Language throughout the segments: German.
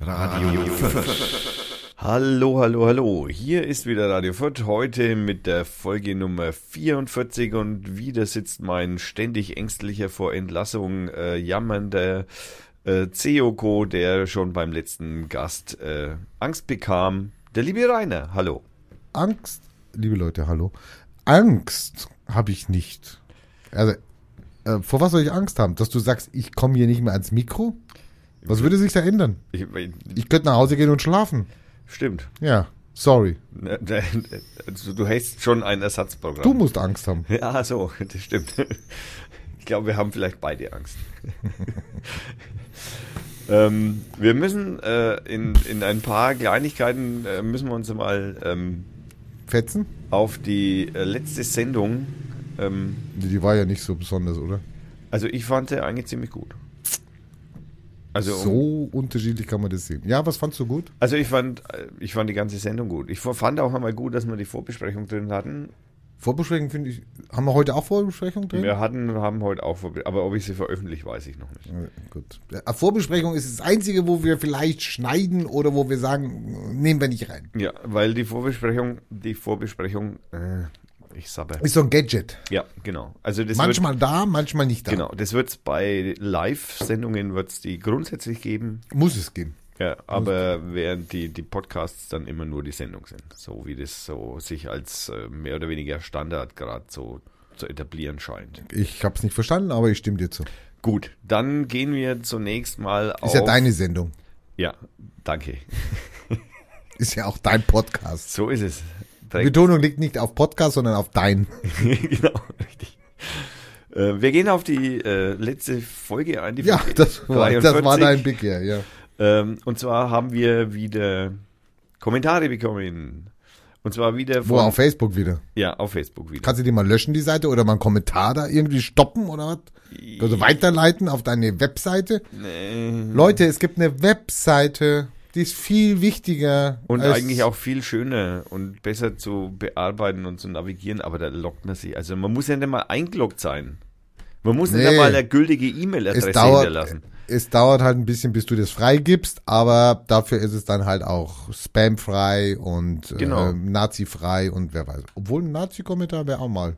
Radio Fürth. Hallo, hallo, hallo. Hier ist wieder Radio Fürth, heute mit der Folge Nummer 44 und wieder sitzt mein ständig ängstlicher vor Entlassung äh, jammernder äh, Ceoko, der schon beim letzten Gast äh, Angst bekam. Der liebe Rainer, hallo. Angst, liebe Leute, hallo. Angst habe ich nicht. Also, äh, vor was soll ich Angst haben? Dass du sagst, ich komme hier nicht mehr ans Mikro? Was würde sich da ändern? Ich, ich, Ich könnte nach Hause gehen und schlafen. stimmt. Ja, sorry. Also, du hast schon ein Ersatzprogramm. Du musst Angst haben. Ja, so, das stimmt. Ich glaube, wir haben vielleicht beide Angst. ähm, wir müssen äh, in, in ein paar Kleinigkeiten, äh, müssen wir uns mal ähm, Fetzen? auf die äh, letzte Sendung, ähm, Die die war ja nicht so besonders, oder? also ich fand sie eigentlich ziemlich gut. Also, um, So unterschiedlich kann man das sehen. Ja, was fandst du gut? also ich, fand, äh, ich fand die ganze Sendung gut. Ich fand auch einmal gut, dass wir die Vorbesprechung drin hatten. Vorbesprechung finde ich. Haben wir heute auch Vorbesprechung drin? Wir hatten, haben heute auch, Vorbe- aber ob ich sie veröffentliche, weiß ich noch nicht. Äh, Gut. Äh, Vorbesprechung ist das Einzige, wo wir vielleicht schneiden oder wo wir sagen, nehmen wir nicht rein. Ja, weil die Vorbesprechung, die Vorbesprechung, äh, ich sabber. Ist so ein Gadget. Ja, genau. Also das manchmal da, manchmal nicht da. wird, genau, das wird's bei Live-Sendungen wird's die grundsätzlich geben, Muss es gehen. ja, aber während die die Podcasts dann immer nur die Sendung sind, so wie das so sich als äh, mehr oder weniger Standard gerade so zu etablieren scheint. Ich habe es nicht verstanden, aber ich stimme dir zu. Ist Gut, dann gehen wir zunächst mal auf ja deine Sendung. Ja, danke. Ist ja auch dein Podcast. So ist es. Die Direkt- Betonung liegt nicht auf Podcast, sondern auf dein. genau, richtig. Äh, Wir gehen auf die äh, letzte Folge ein. Die Ja, Folge das war, das war 43. dein Begehr, ja. Ähm, und zwar haben wir wieder Kommentare bekommen. Und zwar wieder Wo auf Facebook wieder. ja, auf Facebook wieder. Kannst du die mal löschen, die Seite, oder mal einen Kommentar da irgendwie stoppen oder was? Also weiterleiten auf deine Webseite? Leute, es gibt eine Webseite, die ist viel wichtiger. Und als- eigentlich auch viel schöner und besser zu bearbeiten und zu navigieren, aber da lockt man sich. Also man muss ja nicht mal eingeloggt sein. Man muss nicht Nee. mal eine gültige es E-Mail-Adresse dauert, hinterlassen. es dauert halt ein bisschen, bis du das freigibst, aber dafür ist es dann halt auch spamfrei und Genau. äh, nazifrei und wer weiß. Obwohl ein Nazi-Kommentar wäre auch mal.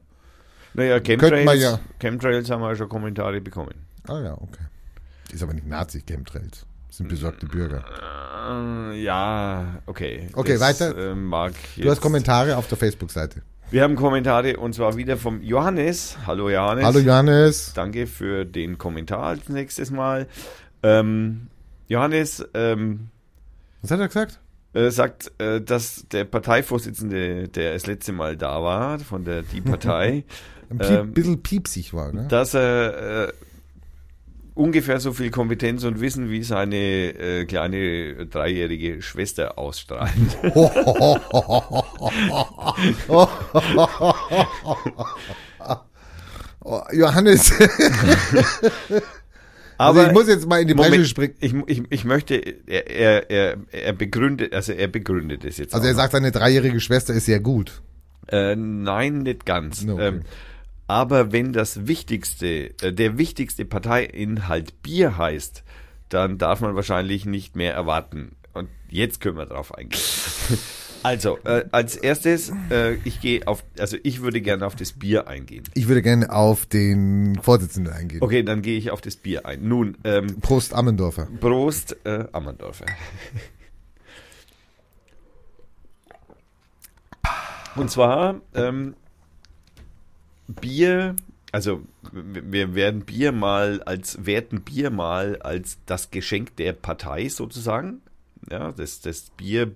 Naja, Könnte man Chemtrails, ja- Chemtrails haben wir schon Kommentare bekommen. Ah ja, okay. Ist aber nicht Nazi, Chemtrails. Sind besorgte Bürger. Äh, ja, okay. Okay, weiter. äh, mag Du hast jetzt- Kommentare auf der Facebook-Seite. Wir haben Kommentare und zwar wieder vom Johannes. Hallo Johannes. Hallo Johannes. Danke für den Kommentar als nächstes Mal. Ähm, Johannes ähm, Was hat er gesagt? äh, sagt, äh, dass der Parteivorsitzende, der das letzte Mal da war, von der Die Partei, Ein piep, Ähm, bisschen piepsig war, ne? dass er äh, ungefähr so viel Kompetenz und Wissen wie seine äh, kleine dreijährige Schwester ausstrahlt. Oh, Johannes, also Aber ich muss jetzt mal in die Bresche springen. ich, ich, ich möchte, er, er, er, er begründet, also er begründet es jetzt. Also auch er noch. sagt, seine dreijährige Schwester ist sehr gut. Äh, nein, nicht ganz. Na, okay. Ähm, aber wenn das wichtigste, äh, der wichtigste Parteiinhalt Bier heißt, dann darf man wahrscheinlich nicht mehr erwarten. Und jetzt können wir drauf eingehen. Also, äh, als erstes, äh, ich gehe auf, also ich würde gerne auf das Bier eingehen. Ich würde gerne auf den Vorsitzenden eingehen. Okay, dann gehe ich auf das Bier ein. Nun, ähm, Prost Ammendorfer. Prost, äh, Ammerndorfer. Und zwar ähm, Bier, also w- wir werden Bier mal als, werten Bier mal als das Geschenk der Partei sozusagen. Ja, das, das Bier,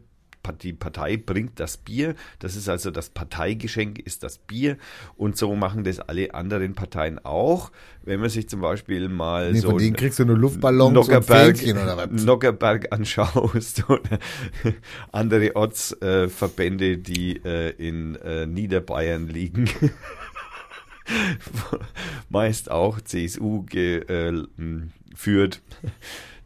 die Partei bringt das Bier. Das ist also das Parteigeschenk, ist das Bier. Und so machen das alle anderen Parteien auch. Wenn man sich zum Beispiel mal Nee, so. von denen kriegst du nur Luftballons und Nockerberg, Fähnchen oder was. Nockerberg anschaust oder andere Ortsverbände, äh, Verbände, die äh, in äh, Niederbayern liegen. Meist auch CSU geführt. äh,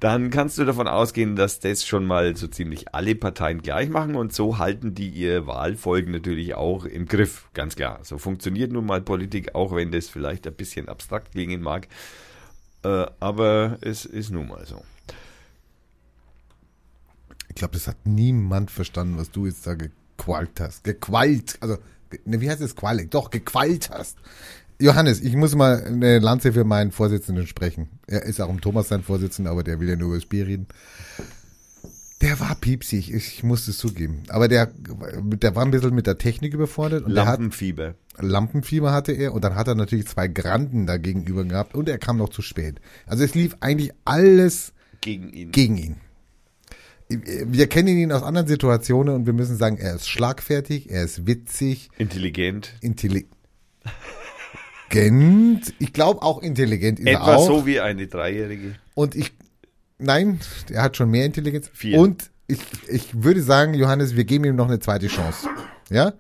Dann kannst du davon ausgehen, dass das schon mal so ziemlich alle Parteien gleich machen und so halten die ihr Wahlfolgen natürlich auch im Griff. Ganz klar. So funktioniert nun mal Politik, auch wenn das vielleicht ein bisschen abstrakt klingen mag. Äh, aber es ist nun mal so. glaube, das hat niemand verstanden, was du jetzt da gequalt hast. Gequalt, also, ge- ne, wie heißt das Qualik? Doch, gequalt hast. Johannes, ich muss mal eine Lanze für meinen Vorsitzenden sprechen. Er ist auch um Thomas sein Vorsitzender, aber der will ja nur über das Bier reden. Der war piepsig, ich muss es zugeben. Aber der, der war ein bisschen mit der Technik überfordert und der hat Lampenfieber. Lampenfieber hatte er und dann hat er natürlich zwei Granden dagegenüber gehabt und er kam noch zu spät. Also es lief eigentlich alles gegen ihn. gegen ihn. Wir kennen ihn aus anderen Situationen und wir müssen sagen, er ist schlagfertig, er ist witzig, Intelligent. intelligent. Ich glaube auch intelligent ist Etwa er auch. so wie eine Dreijährige. Und ich, nein, er hat schon mehr Intelligenz. Viel. Und ich, ich würde sagen, Johannes, wir geben ihm noch eine zweite Chance. Ja?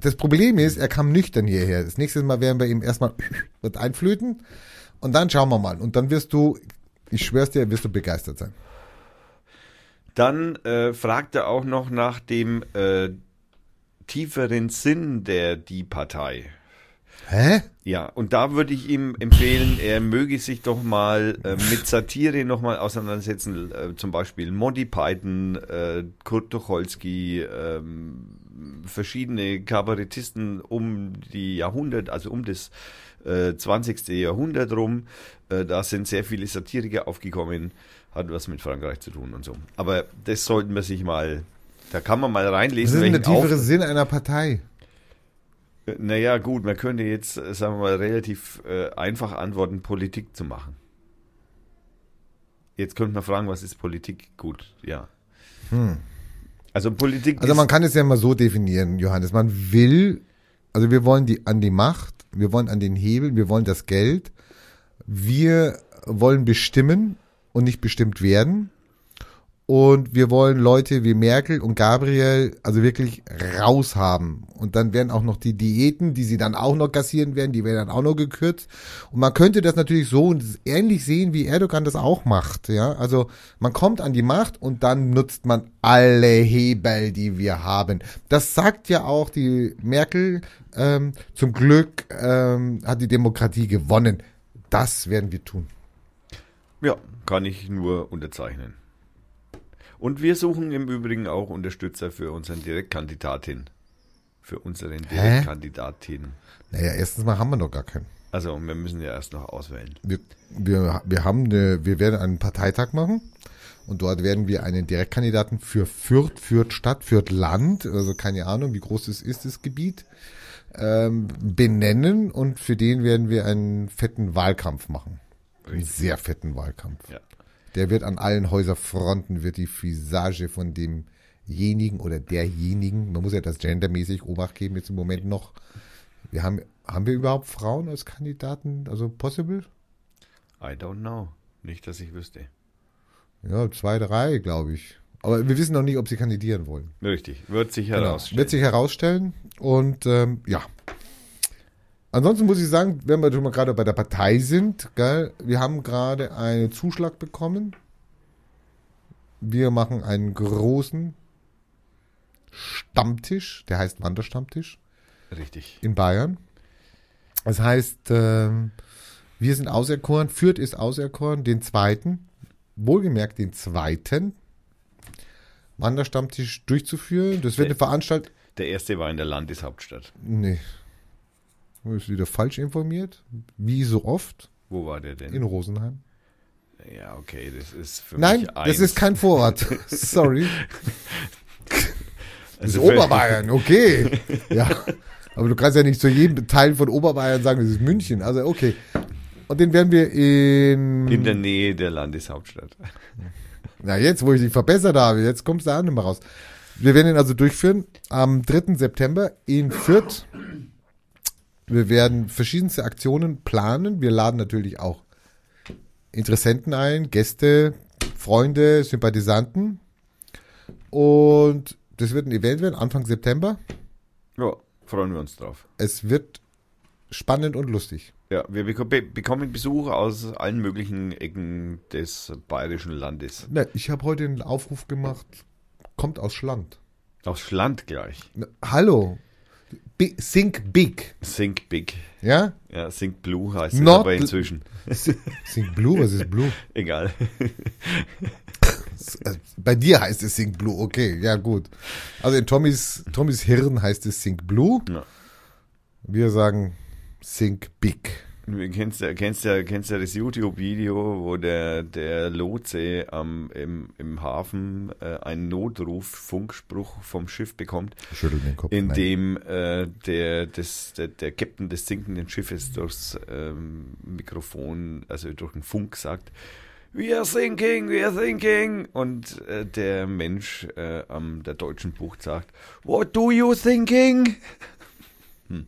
Das Problem ist, er kam nüchtern hierher. Das nächste Mal werden wir ihm erstmal was einflöten und dann schauen wir mal. Und dann wirst du, ich schwör's dir, wirst du begeistert sein. Dann äh, fragt er auch noch nach dem äh, tieferen Sinn der Die Partei. Hä? Ja, und da würde ich ihm empfehlen, er möge sich doch mal äh, mit Satire nochmal auseinandersetzen. Äh, zum Beispiel Monty Python, äh, Kurt Tucholsky, ähm, verschiedene Kabarettisten um die Jahrhundert, also um das äh, 20. Jahrhundert rum. Äh, da sind sehr viele Satiriker aufgekommen, hat was mit Frankreich zu tun und so. Aber das sollten wir sich mal, da kann man mal Das reinlesen. ist denn der welchen Auf- tiefere Sinn einer Partei. naja, gut, man könnte jetzt, äh, sagen wir mal, relativ äh, einfach antworten, Politik zu machen. Jetzt könnte man fragen, was ist Politik? Gut, ja. Also Politik Hm. Also ist, man kann es ja mal so definieren, Johannes. Man will, also wir wollen die an die Macht, wir wollen an den Hebel, wir wollen das Geld, wir wollen bestimmen und nicht bestimmt werden. Und wir wollen Leute wie Merkel und Gabriel also wirklich raushaben. Und dann werden auch noch die Diäten, die sie dann auch noch kassieren werden, die werden dann auch noch gekürzt. Und man könnte das natürlich so und ähnlich sehen, wie Erdogan das auch macht. Ja, also man kommt an die Macht und dann nutzt man alle Hebel, die wir haben. Das sagt ja auch die Merkel. Ähm, zum Glück ähm, hat die Demokratie gewonnen. Das werden wir tun. ja, kann ich nur unterzeichnen. Und wir suchen im Übrigen auch Unterstützer für unseren Direktkandidatin. Für unseren Direktkandidatin. Naja, erstens mal haben wir noch gar keinen. Also wir müssen ja erst noch auswählen. Wir, wir, wir, haben eine, wir werden einen Parteitag machen und dort werden wir einen Direktkandidaten für Fürth, Fürth Stadt, Fürth Land, also keine Ahnung, wie groß es ist, das Gebiet, ähm, benennen und für den werden wir einen fetten Wahlkampf machen. Einen sehr fetten Wahlkampf. Ja. Der wird an allen Häuserfronten, wird die Visage von demjenigen oder derjenigen, man muss ja das gendermäßig Obacht geben jetzt im Moment noch. Wir haben, haben wir überhaupt Frauen als Kandidaten, also possible? I don't know. Nicht, dass ich wüsste. Ja, zwei, drei, glaube ich. Aber wir wissen noch nicht, ob sie kandidieren wollen. Richtig, wird sich Genau. herausstellen. Wird sich herausstellen. Und ähm, ja. Ansonsten muss ich sagen, wenn wir schon mal gerade bei der Partei sind, gell, wir haben gerade einen Zuschlag bekommen. Wir machen einen großen Stammtisch, der heißt Wanderstammtisch Richtig. in Bayern. Das heißt, ähm, wir sind auserkoren, Fürth ist auserkoren, den zweiten, wohlgemerkt den zweiten Wanderstammtisch durchzuführen. Das Äh. wird eine Veranstaltung. Der erste war in der Landeshauptstadt. Nee. Ist wieder falsch informiert. Wie so oft Wo war der denn? in Rosenheim. Ja, okay, das ist für Genau. Nein, mich das ist kein Vorort. Sorry. Das ist Also für- Oberbayern, okay. Ja. Aber du kannst ja nicht zu jedem Teil von Oberbayern sagen, das ist München. Also, okay. Und den werden wir in. in der Nähe der Landeshauptstadt. Na, jetzt, wo ich dich verbessert habe, jetzt kommst du da auch nicht mehr raus. Wir werden ihn also durchführen am 3. September in Fürth. Wir werden verschiedenste Aktionen planen. Wir laden natürlich auch Interessenten ein, Gäste, Freunde, Sympathisanten. Und das wird ein Event werden, Anfang September. Ja, freuen wir uns drauf. Es wird spannend und lustig. Ja, wir bek- be- bekommen Besuch aus allen möglichen Ecken des bayerischen Landes. Na, ich habe heute einen Aufruf gemacht, kommt aus Schland. Aufs Land gleich. Na, hallo, Bi- think big, Think Big. ja? Ja, Think Blue heißt es Not- aber inzwischen. Think blue, was ist blue? Egal. also bei dir heißt es Think Blue, okay, ja gut. Also in Tommys, Tommys Hirn heißt es Think Blue. Ja. Wir sagen Think Big. Du kennst ja, kennst ja, kennst ja das YouTube-Video, wo der, der Lotse am, im, im Hafen äh, einen Notruf, Funkspruch vom Schiff bekommt, Schüttel den Kopf. in nein. dem äh, der, des, der, der Captain des sinkenden Schiffes durchs ähm, Mikrofon, also durch den Funk sagt, We are sinking, we are sinking. Und äh, der Mensch äh, am der deutschen Bucht sagt, What do you thinking? Hm.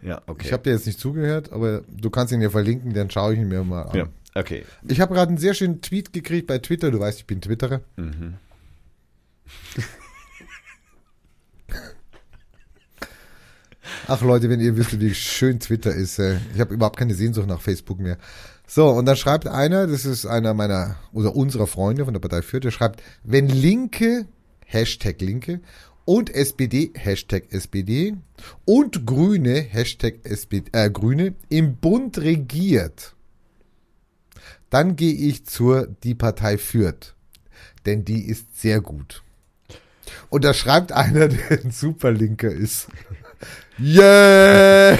Ja, okay. Ich habe dir jetzt nicht zugehört, aber du kannst ihn ja verlinken, dann schaue ich ihn mir mal an. ja, okay. Ich habe gerade einen sehr schönen Tweet gekriegt bei Twitter. Du weißt, ich bin Twitterer. Mhm. Ach Leute, wenn ihr wisst, wie schön Twitter ist. Äh, ich habe überhaupt keine Sehnsucht nach Facebook mehr. So, und dann schreibt einer, das ist einer meiner oder unserer Freunde von der Partei Fürth, der schreibt, wenn Linke, Hashtag Linke, und SPD, Hashtag SPD, und Grüne, Hashtag SPD, äh, Grüne, im Bund regiert, dann gehe ich zur Die Partei Fürth. Denn die ist sehr gut. Und da schreibt einer, der ein Superlinker ist. Yeah!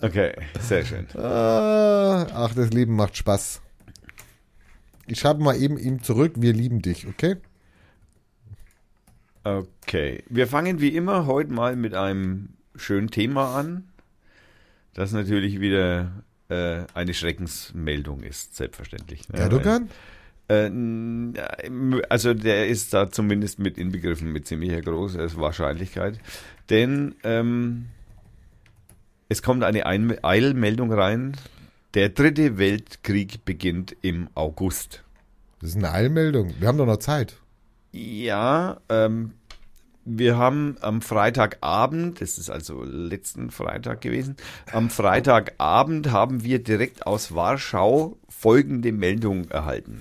Okay, sehr schön. Ah, Ach, das Leben macht Spaß. Ich schreibe mal eben ihm zurück, wir lieben dich, okay? Okay, wir fangen wie immer heute mal mit einem schönen Thema an, das natürlich wieder äh, eine Schreckensmeldung ist, selbstverständlich. ne? Erdogan? Äh, n- äh, also der ist da zumindest mit inbegriffen, mit ziemlicher großer Wahrscheinlichkeit. Denn ähm, es kommt eine Ein Eilmeldung rein. Der dritte Weltkrieg beginnt im August. Das ist eine Eilmeldung. Wir haben doch noch Zeit. Ja, ähm, wir haben am Freitagabend, das ist also letzten Freitag gewesen, am Freitagabend haben wir direkt aus Warschau folgende Meldung erhalten.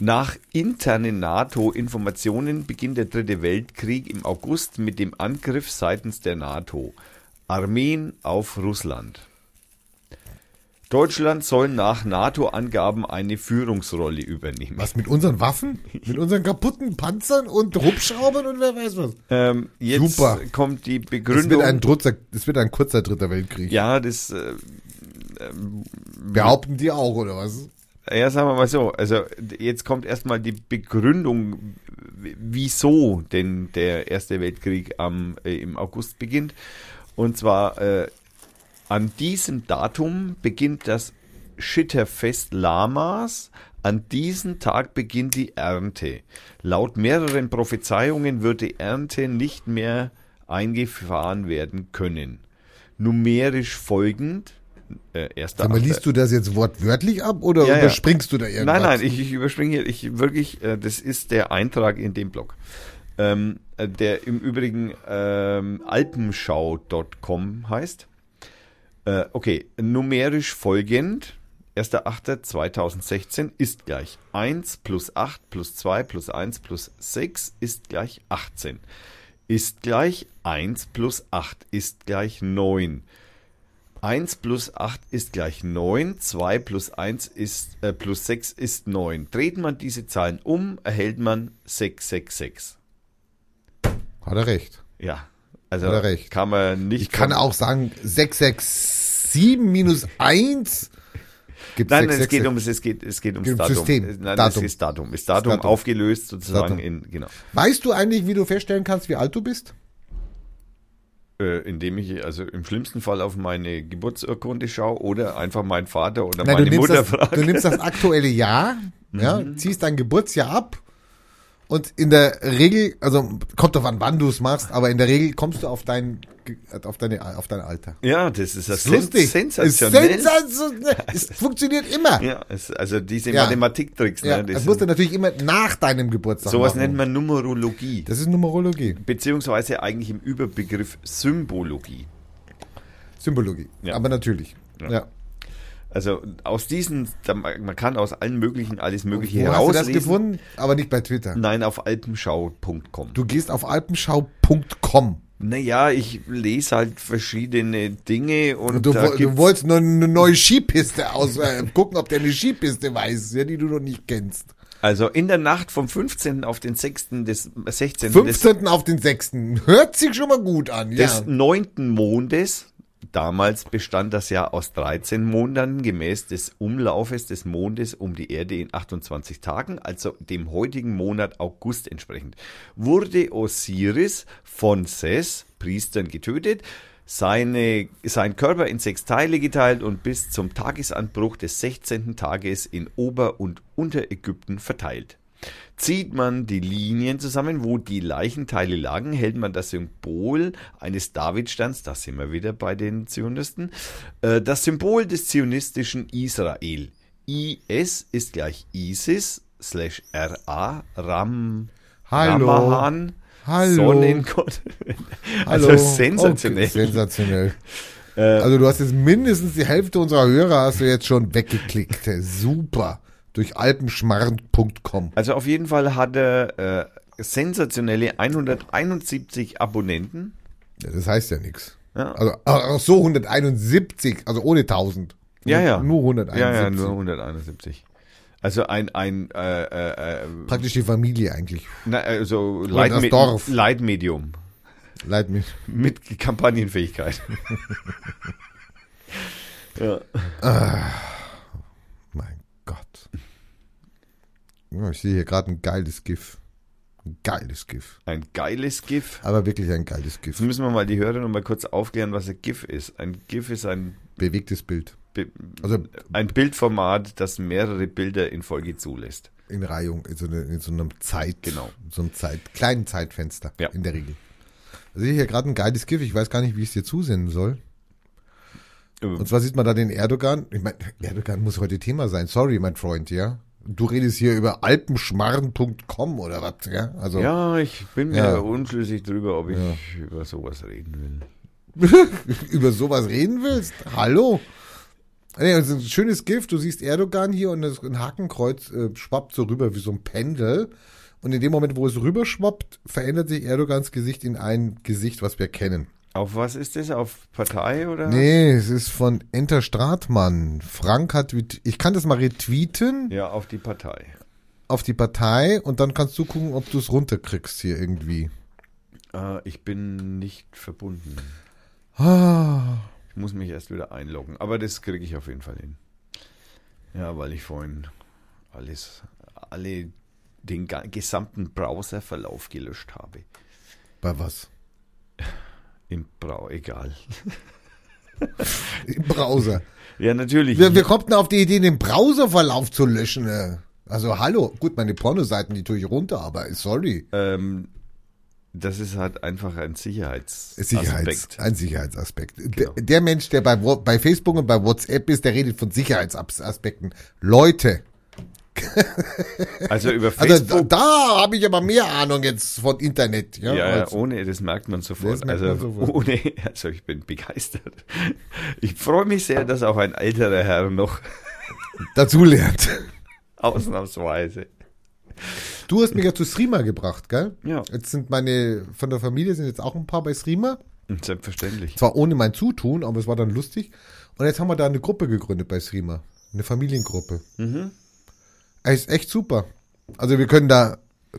Nach internen NATO-Informationen beginnt der Dritte Weltkrieg im August mit dem Angriff seitens der NATO. Armeen auf Russland. Deutschland soll nach NATO-Angaben eine Führungsrolle übernehmen. Was mit unseren Waffen? Mit unseren kaputten Panzern und Hubschraubern und wer weiß was? Ähm, jetzt Super. kommt die Es wird, Begründung. ein drutzer, es wird ein kurzer dritter Weltkrieg. ja, das, äh, Behaupten die auch, oder was? ja, sagen wir mal so. Also jetzt kommt erstmal die Begründung, w- wieso denn der Erste Weltkrieg am, äh, im August beginnt. Und zwar äh, an diesem Datum beginnt das Schitterfest Lamas. An diesem Tag beginnt die Ernte. Laut mehreren Prophezeiungen wird die Ernte nicht mehr eingefahren werden können. Numerisch folgend, äh, erster Sag mal, Achter- liest du das jetzt wortwörtlich ab oder Ja, ja. überspringst du da irgendwas? Nein, nein, ich, ich überspringe hier. Ich wirklich, äh, das ist der Eintrag in dem Blog. Ähm, äh, der im Übrigen ähm, alpenschau.com heißt. Äh, okay, numerisch folgend. 1.8.2016 ist gleich 1 plus 8 plus 2 plus 1 plus 6 ist gleich 18. Ist gleich 1 plus 8 ist gleich 9. 1 plus 8 ist gleich 9, 2 plus 1 ist, äh, plus 6 ist 9. Dreht man diese Zahlen um, erhält man 666. Hat er recht. Ja, also Hat er recht. kann man nicht. Ich kann von- auch sagen, 667 minus 1 gibt Nein, nein, es geht, um ums, es, geht, es geht ums Geht ums Datum. System. Nein, Datum. es ist Datum. Ist Datum, Datum. aufgelöst Datum. sozusagen in, genau. Weißt du eigentlich, wie du feststellen kannst, wie alt du bist? Äh, indem ich also im schlimmsten Fall auf meine Geburtsurkunde schaue oder einfach meinen Vater oder Nein, du meine Mhm. nimmst, Mutter das, frage. du nimmst das aktuelle Jahr, ja, ziehst dein Geburtsjahr ab und in der Regel, also kommt doch an, wann du es machst, aber in der Regel kommst du auf dein, Ge- auf deine, auf dein Alter. Ja, das ist, das Ist lustig. sensationell. Ist sensationell. Es funktioniert immer. Ja, ja, es, also diese Ja. Mathematiktricks. ne, die das sind- musst du natürlich immer nach deinem Geburtstag Sowas machen. nennt man Numerologie, Das ist Numerologie, beziehungsweise eigentlich im Überbegriff Symbologie. Symbologie. Ja. Aber natürlich. Ja. Also aus diesen, da- man kann aus allen möglichen alles Mögliche Wo hast du das herauslesen. gefunden? Aber nicht bei Twitter. Nein, auf alpenschau.com. Du gehst auf alpenschau.com. Naja, ich lese halt verschiedene Dinge und Du, da woll- du gibt's- wolltest nur eine neue Skipiste aus, äh, gucken, ob der eine Skipiste weiß, ja, die du noch nicht kennst. also in der Nacht vom 15. auf den 6. des 16. des 15. auf den 6. Hört sich schon mal gut an, des ja. neunten Mondes. Damals bestand das Jahr aus 13 Monaten gemäß des Umlaufes des Mondes um die Erde in 28 Tagen, also dem heutigen Monat August entsprechend. Wurde Osiris von Ses, Priestern, getötet, seine, sein Körper in sechs Teile geteilt und bis zum Tagesanbruch des 16. Tages in Ober- und Unterägypten verteilt. Zieht man die Linien zusammen, wo die Leichenteile lagen, hält man das Symbol eines Davidsterns, da sind wir wieder bei den Zionisten, äh, das Symbol des zionistischen Israel. IS ist gleich ISIS slash RA Ram Hallo. Ramahan Hallo. Sonnengott. Also sensationell. Äh. Okay, sensationell. also du hast jetzt mindestens die Hälfte unserer Hörer hast du jetzt schon weggeklickt. Super. Durch alpenschmarrn.com. Also auf jeden Fall hat er äh, sensationelle 171 Abonnenten. Ja, das heißt ja nichts. Ja. Also ach ach so 171, also ohne 1000. Ja, ja. Nur Ja, ja, 171. nur 171. Also ein, ein äh, äh, äh, Praktisch die Familie eigentlich. na, also das Leitme Dorf. Leitmedium Leid mich. mit Kampagnenfähigkeit. ja. Mein Gott. Ja, Ich sehe hier gerade ein geiles GIF. Ein geiles GIF. Ein geiles GIF. Aber wirklich ein geiles Jetzt GIF. müssen wir mal die Hörer noch mal kurz aufklären, was ein GIF ist. Ein GIF ist ein, Bewegtes Bild. Bi- Also ein Bildformat, das mehrere Bilder in Folge zulässt. in Reihung, in so, eine, in so einem Zeit, Genau. so einem Zeit, kleinen Zeitfenster Ja. in der Regel. Ich sehe hier gerade ein geiles GIF, ich weiß gar nicht, wie ich es dir zusenden soll. Ähm. Und zwar sieht man da den Erdogan. Ich meine, Erdogan muss heute Thema sein. Sorry, mein Freund, ja. Du redest hier über alpenschmarren.com oder was, ja? Also Ja, ich bin mir Ja. unschlüssig drüber, ob ich über sowas reden will. über sowas reden willst? Hallo? Nee, das ist ein schönes Gift. Du siehst Erdogan hier und das, ein Hakenkreuz äh, schwappt so rüber wie so ein Pendel. Und in dem Moment, wo es rüberschwappt, verändert sich Erdogans Gesicht in ein Gesicht, was wir kennen. Auf was ist das? Auf Partei oder? Nee, es ist von Enter Stratmann. Frank hat, retwe- ich kann das mal retweeten Ja, auf die Partei. auf die Partei und dann kannst du gucken, ob du es runterkriegst hier irgendwie. Äh, ich bin nicht verbunden. Ah, Ich muss mich erst wieder einloggen. Aber das kriege ich auf jeden Fall hin. Ja, weil ich vorhin alles, alle, den ga- gesamten Browserverlauf gelöscht habe. bei was? Im Brau, egal. Im Browser. Ja, natürlich. Wir, wir kommt denn auf die Idee, den Browserverlauf zu löschen? äh? Also hallo, gut, meine Pornoseiten, die tue ich runter, aber sorry. ähm, das ist halt einfach ein Sicherheits Sicherheits, Aspekt. ein Sicherheitsaspekt. Genau. Der, der Mensch, der bei, Wo- bei Facebook und bei WhatsApp ist, der redet von Sicherheitsaspekten. Leute, Also über also da, Facebook. da habe ich aber mehr Ahnung jetzt von Internet. Ja, ja, oh. ja, als- ohne, das merkt man sofort. Das merkt also man sofort. ohne, also ich bin begeistert. Ich freue mich sehr, dass auch ein älterer Herr noch dazu lernt. ausnahmsweise Du hast mich ja zu Streamer gebracht, gell? Ja. Jetzt sind meine, von der Familie sind jetzt auch ein paar bei Streamer. Hm, Selbstverständlich. Zwar ohne mein Zutun, aber es war dann lustig. Und jetzt haben wir da eine Gruppe gegründet bei Streamer. Eine Familiengruppe. Mhm. Ist echt super. Also wir können da äh,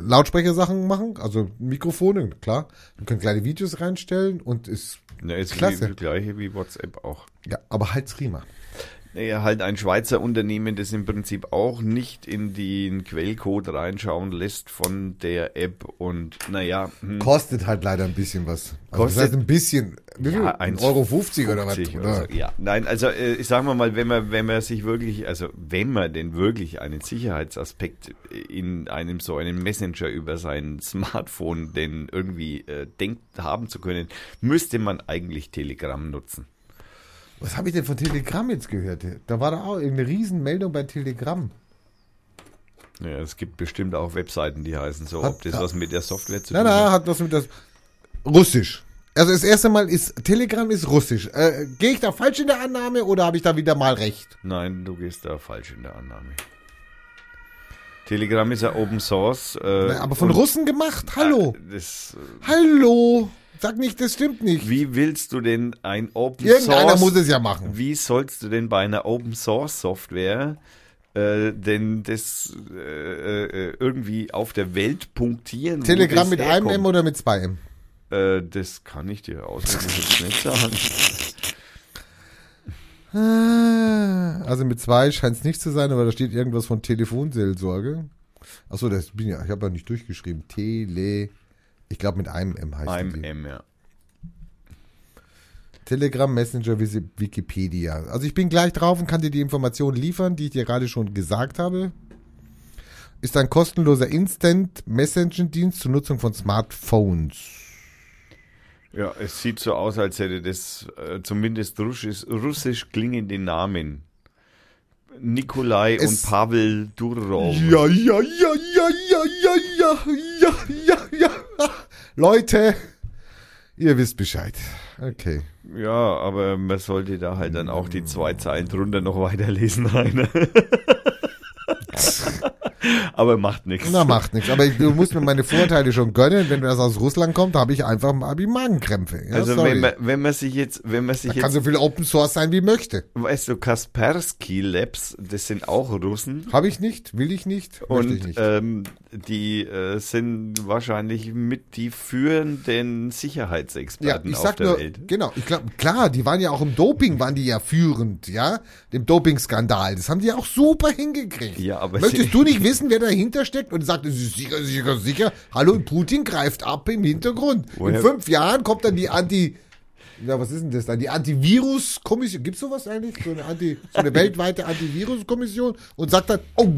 Lautsprechersachen machen, also Mikrofone, klar. Wir können kleine Videos reinstellen und ist, Na, ist Klasse. Klasse. das gleiche wie WhatsApp auch. ja, aber halt Streamer. Naja, halt ein Schweizer Unternehmen, das im Prinzip auch nicht in den Quellcode reinschauen lässt von der App und naja, hm, Kostet halt leider ein bisschen was. Also Kostet- das heißt ein bisschen, wie viel? Ja, 1,50 Euro 50 oder was? 50 oder? so. Ja, nein, also äh, ich sag mal mal, wenn man, wenn man sich wirklich, also wenn man denn wirklich einen Sicherheitsaspekt äh, in einem so einen Messenger über sein Smartphone denn irgendwie äh, denkt haben zu können, müsste man eigentlich Telegram nutzen. Was habe ich denn von Telegram jetzt gehört? Da war da auch irgendeine Riesenmeldung bei Telegram. Ja, es gibt bestimmt auch Webseiten, die heißen so, Hat- ob das was mit der Software zu Na, tun hat. na, hat was mit das. Russisch. Also das erste Mal ist Telegram ist russisch. Äh, Gehe ich da falsch in der Annahme oder habe ich da wieder mal recht? Nein, du gehst da falsch in der Annahme. Telegram ist ja Open Source. Äh, Aber von und- Russen gemacht? Hallo. Äh, Das, Hallo. Sag nicht, das stimmt nicht. Wie willst du denn ein Open Irgendeiner Source? muss es ja machen. Wie sollst du denn bei einer Open Source Software äh, denn das äh, äh, irgendwie auf der Welt punktieren? wo Telegram das mit einem M herkommt? oder mit zwei M? Äh, das kann ich dir ausdrücken jetzt nicht sagen. Ah, Also mit zwei scheint es nicht zu sein, aber da steht irgendwas von Telefonseelsorge. Achso, das bin ja, ich habe ja nicht durchgeschrieben. Tele. Ich glaube, mit einem M heißt Einem die. M, ja. Telegram, Messenger, Wisi- Wikipedia. Also ich bin gleich drauf und kann dir die Informationen liefern, die ich dir gerade schon gesagt habe. Ist ein kostenloser Instant-Messenger-Dienst zur Nutzung von Smartphones. Ja, es sieht so aus, als hätte das äh, zumindest russisch, russisch klingende Namen. Nikolai Es- und Pavel Durov. Ja, ja, ja, ja, ja, ja, ja, ja, ja, ja. Leute, ihr wisst Bescheid. Okay. Ja, aber man sollte da halt dann auch die zwei Zeilen drunter noch weiterlesen, Rainer. aber macht nichts. Na, macht nichts. Aber ich, du musst mir meine Vorteile schon gönnen. Wenn das aus Russland kommt, habe ich einfach hab ich Magenkrämpfe. Ja, Also sorry. wenn man, wenn man sich jetzt, wenn man sich Kann jetzt, so viel Open Source sein, wie möchte. weißt du, Kaspersky Labs, das sind auch Russen Habe ich nicht, will ich nicht, möchte ich und nicht. ähm, die äh, sind wahrscheinlich mit die führenden Sicherheitsexperten auf der Welt. genau, ich glaube, klar, die waren ja auch im Doping, waren die ja führend, ja, dem Dopingskandal. Das haben die ja auch super hingekriegt. Ja, aber sie- Möchtest du nicht wissen, wer dahinter steckt und sagt, es ist sicher, sicher, sicher? Hallo, und Putin greift ab im Hintergrund. Woher- In fünf Jahren kommt dann die Anti, ja, was ist denn das dann? Die Antivirus-Kommission. Gibt's sowas eigentlich? So eine, Anti, so eine weltweite Antivirus-Kommission und sagt dann, oh,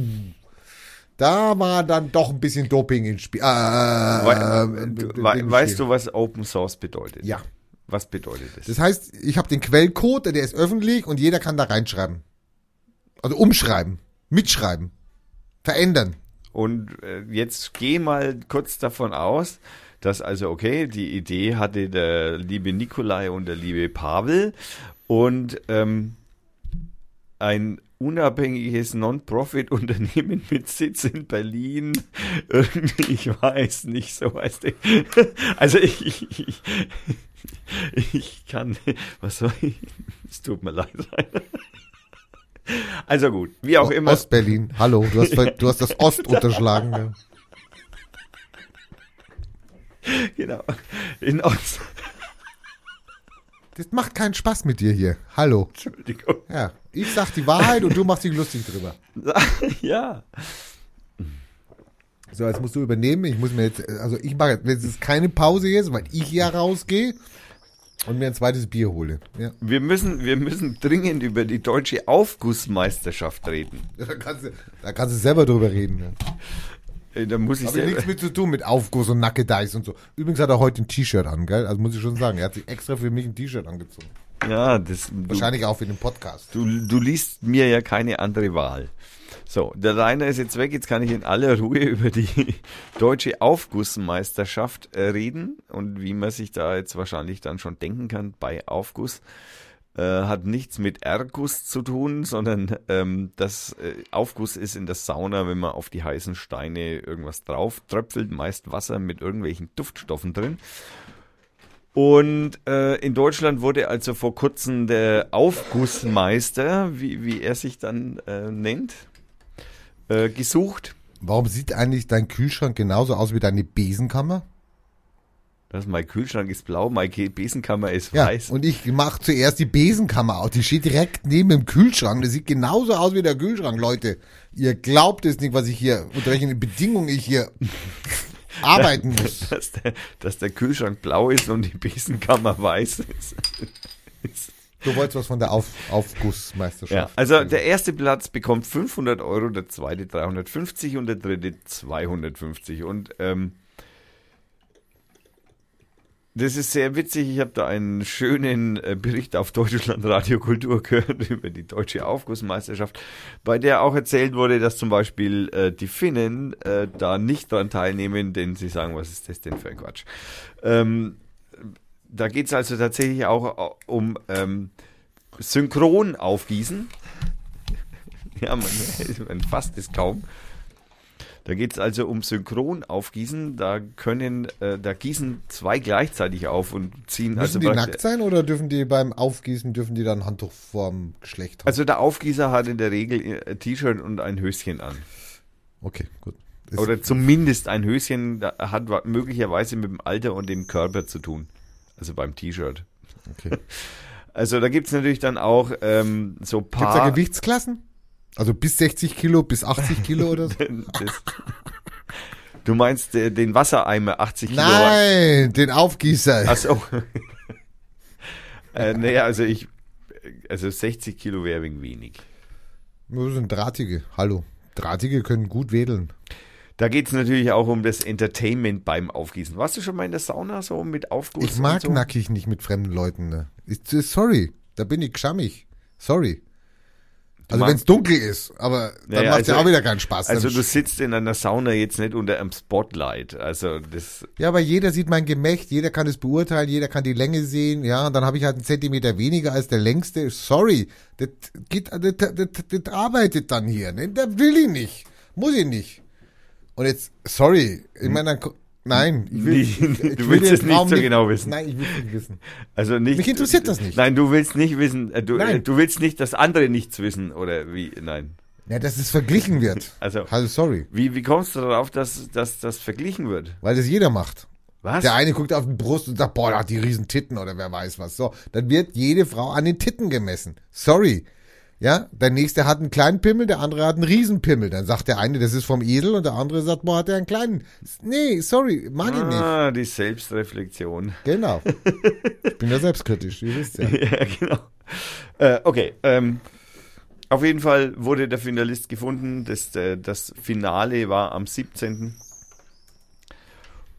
da war dann doch ein bisschen Doping im Spiel. Äh, Wei- äh, du- im wei- Spiel. weißt du, was Open Source bedeutet? Ja. Was bedeutet das? Das heißt, ich habe den Quellcode, der ist öffentlich und jeder kann da reinschreiben. Also umschreiben, mitschreiben, verändern. Und äh, jetzt geh mal kurz davon aus, dass also, okay, die Idee hatte der liebe Nikolai und der liebe Pavel und ähm, ein unabhängiges Non-Profit-Unternehmen mit Sitz in Berlin. Irgendwie, ich weiß nicht, so weißt du. Also ich, ich, ich, ich kann, was soll ich? Es tut mir leid. Also gut, wie auch immer. Ostberlin, hallo, du hast, ver- du hast das Ost unterschlagen. ja. Genau. In Ost. Das macht keinen Spaß mit dir hier. Hallo. Entschuldigung. Ja, ich sag die Wahrheit und du machst dich lustig drüber. Ja. So, jetzt musst du übernehmen. Ich muss mir jetzt, also ich mache jetzt, jetzt ist keine Pause jetzt, weil ich ja rausgehe und mir ein zweites Bier hole. Ja, Wir müssen, wir müssen dringend über die deutsche Aufgussmeisterschaft reden. da kannst du, da kannst du selber drüber reden. Ja. Äh, Da muss ich Habe ich selber, nichts mit zu tun mit Aufguss und Nackedeis und so. Übrigens hat er heute ein T-Shirt an, gell? Also muss ich schon sagen, er hat sich extra für mich ein T-Shirt angezogen. Ja, das, du, Wahrscheinlich auch für den Podcast. du, du liest mir ja keine andere Wahl. So, der Rainer ist jetzt weg, jetzt kann ich in aller Ruhe über die deutsche Aufgussmeisterschaft äh, reden. Und wie man sich da jetzt wahrscheinlich dann schon denken kann, bei Aufguss äh, hat nichts mit Erguss zu tun, sondern ähm, das äh, Aufguss ist in der Sauna, wenn man auf die heißen Steine irgendwas drauf tröpfelt, meist Wasser mit irgendwelchen Duftstoffen drin. Und äh, in Deutschland wurde also vor kurzem der Aufgussmeister, wie, wie er sich dann äh, nennt, äh, gesucht. Warum sieht eigentlich dein Kühlschrank genauso aus wie deine Besenkammer? Das ist mein Kühlschrank ist blau, meine Ke- Besenkammer ist Ja. weiß. Und ich mache zuerst die Besenkammer aus. Die steht direkt neben dem Kühlschrank. Das sieht genauso aus wie der Kühlschrank, Leute. Ihr glaubt es nicht, was ich hier, unter welchen Bedingungen ich hier arbeiten muss. dass, der, dass der Kühlschrank blau ist und die Besenkammer weiß ist. Du wolltest was von der Auf Ja, Aufgussmeisterschaft. also der erste Platz bekommt 500 Euro, der zweite 350 und der dritte 250. Und ähm, das ist sehr witzig. Ich habe da einen schönen äh, Bericht auf Deutschland Radio Kultur gehört über die deutsche Aufgussmeisterschaft, bei der auch erzählt wurde, dass zum Beispiel äh, die Finnen äh, da nicht dran teilnehmen, denn sie sagen, was ist das denn für ein Quatsch? Ähm, da geht es also tatsächlich auch äh, um ähm, synchron aufgießen. Ja, man, man fasst es kaum. Da geht es also um Synchron aufgießen. Da können, äh, da gießen zwei gleichzeitig auf und ziehen Müssen also die praktisch- nackt sein oder dürfen die beim Aufgießen, dürfen die dann ein Handtuch vorm Geschlecht haben? Also der Aufgießer hat in der Regel ein T-Shirt und ein Höschen an. okay, gut. Ist, Oder zumindest ein Höschen da- hat wa- möglicherweise mit dem Alter und dem Körper zu tun. Also beim T-Shirt. okay. Gibt Also da gibt es natürlich dann auch ähm, so es da paar. Gewichtsklassen? Also bis 60 Kilo, bis 80 Kilo oder so? das, du meinst äh, den Wassereimer 80 Kilo? Nein, den Aufgießer. Achso. äh, naja, also ich. Also 60 Kilo wäre wegen wenig. Das sind Drahtige. Hallo. Drahtige können gut wedeln. Da geht es natürlich auch um das Entertainment beim Aufgießen. Warst du schon mal in der Sauna so mit Aufguss? Ich mag und so? nackig nicht mit fremden Leuten. Ne? Ich, sorry, da bin ich schammig. Sorry. Also magst- wenn es dunkel ist, aber dann Naja, macht es ja also- auch wieder keinen Spaß. Also Dann- du sitzt in einer Sauna jetzt nicht unter einem Spotlight. Also das ja, aber jeder sieht mein Gemächt, jeder kann es beurteilen, jeder kann die Länge sehen. Ja, und dann habe ich halt einen Zentimeter weniger als der längste. Sorry, das, geht, das, das, das, das arbeitet dann hier. Ne? Da will ich nicht, muss ich nicht. Und jetzt, sorry, ich meine, dann, ko- nein, ich will, Nee, ich, du will willst den es nicht Traum so genau wissen. Nein, ich will es nicht wissen. also nicht. Mich interessiert das nicht. Nein, du willst nicht wissen. äh, Du, Nein. äh, du willst nicht, dass andere nichts wissen oder wie? Nein. Ja, dass es verglichen wird. Also- also sorry, Wie, wie kommst du darauf, dass, dass das verglichen wird? weil das jeder macht. Was? Der eine guckt auf den Brust und sagt, boah, da hat die riesen Titten oder wer weiß was. So, dann wird jede Frau an den Titten gemessen. Sorry. Ja, der nächste hat einen kleinen Pimmel, der andere hat einen riesen Pimmel. Dann sagt der eine, das ist vom Esel und der andere sagt, boah, hat er einen kleinen. Nee, sorry, mag ich nicht. ah, die Selbstreflexion. Genau. Ich bin ja selbstkritisch, ihr wisst ja. ja, genau. Äh, okay. Ähm, auf jeden Fall wurde der Finalist gefunden. Das, äh, das Finale war am 17.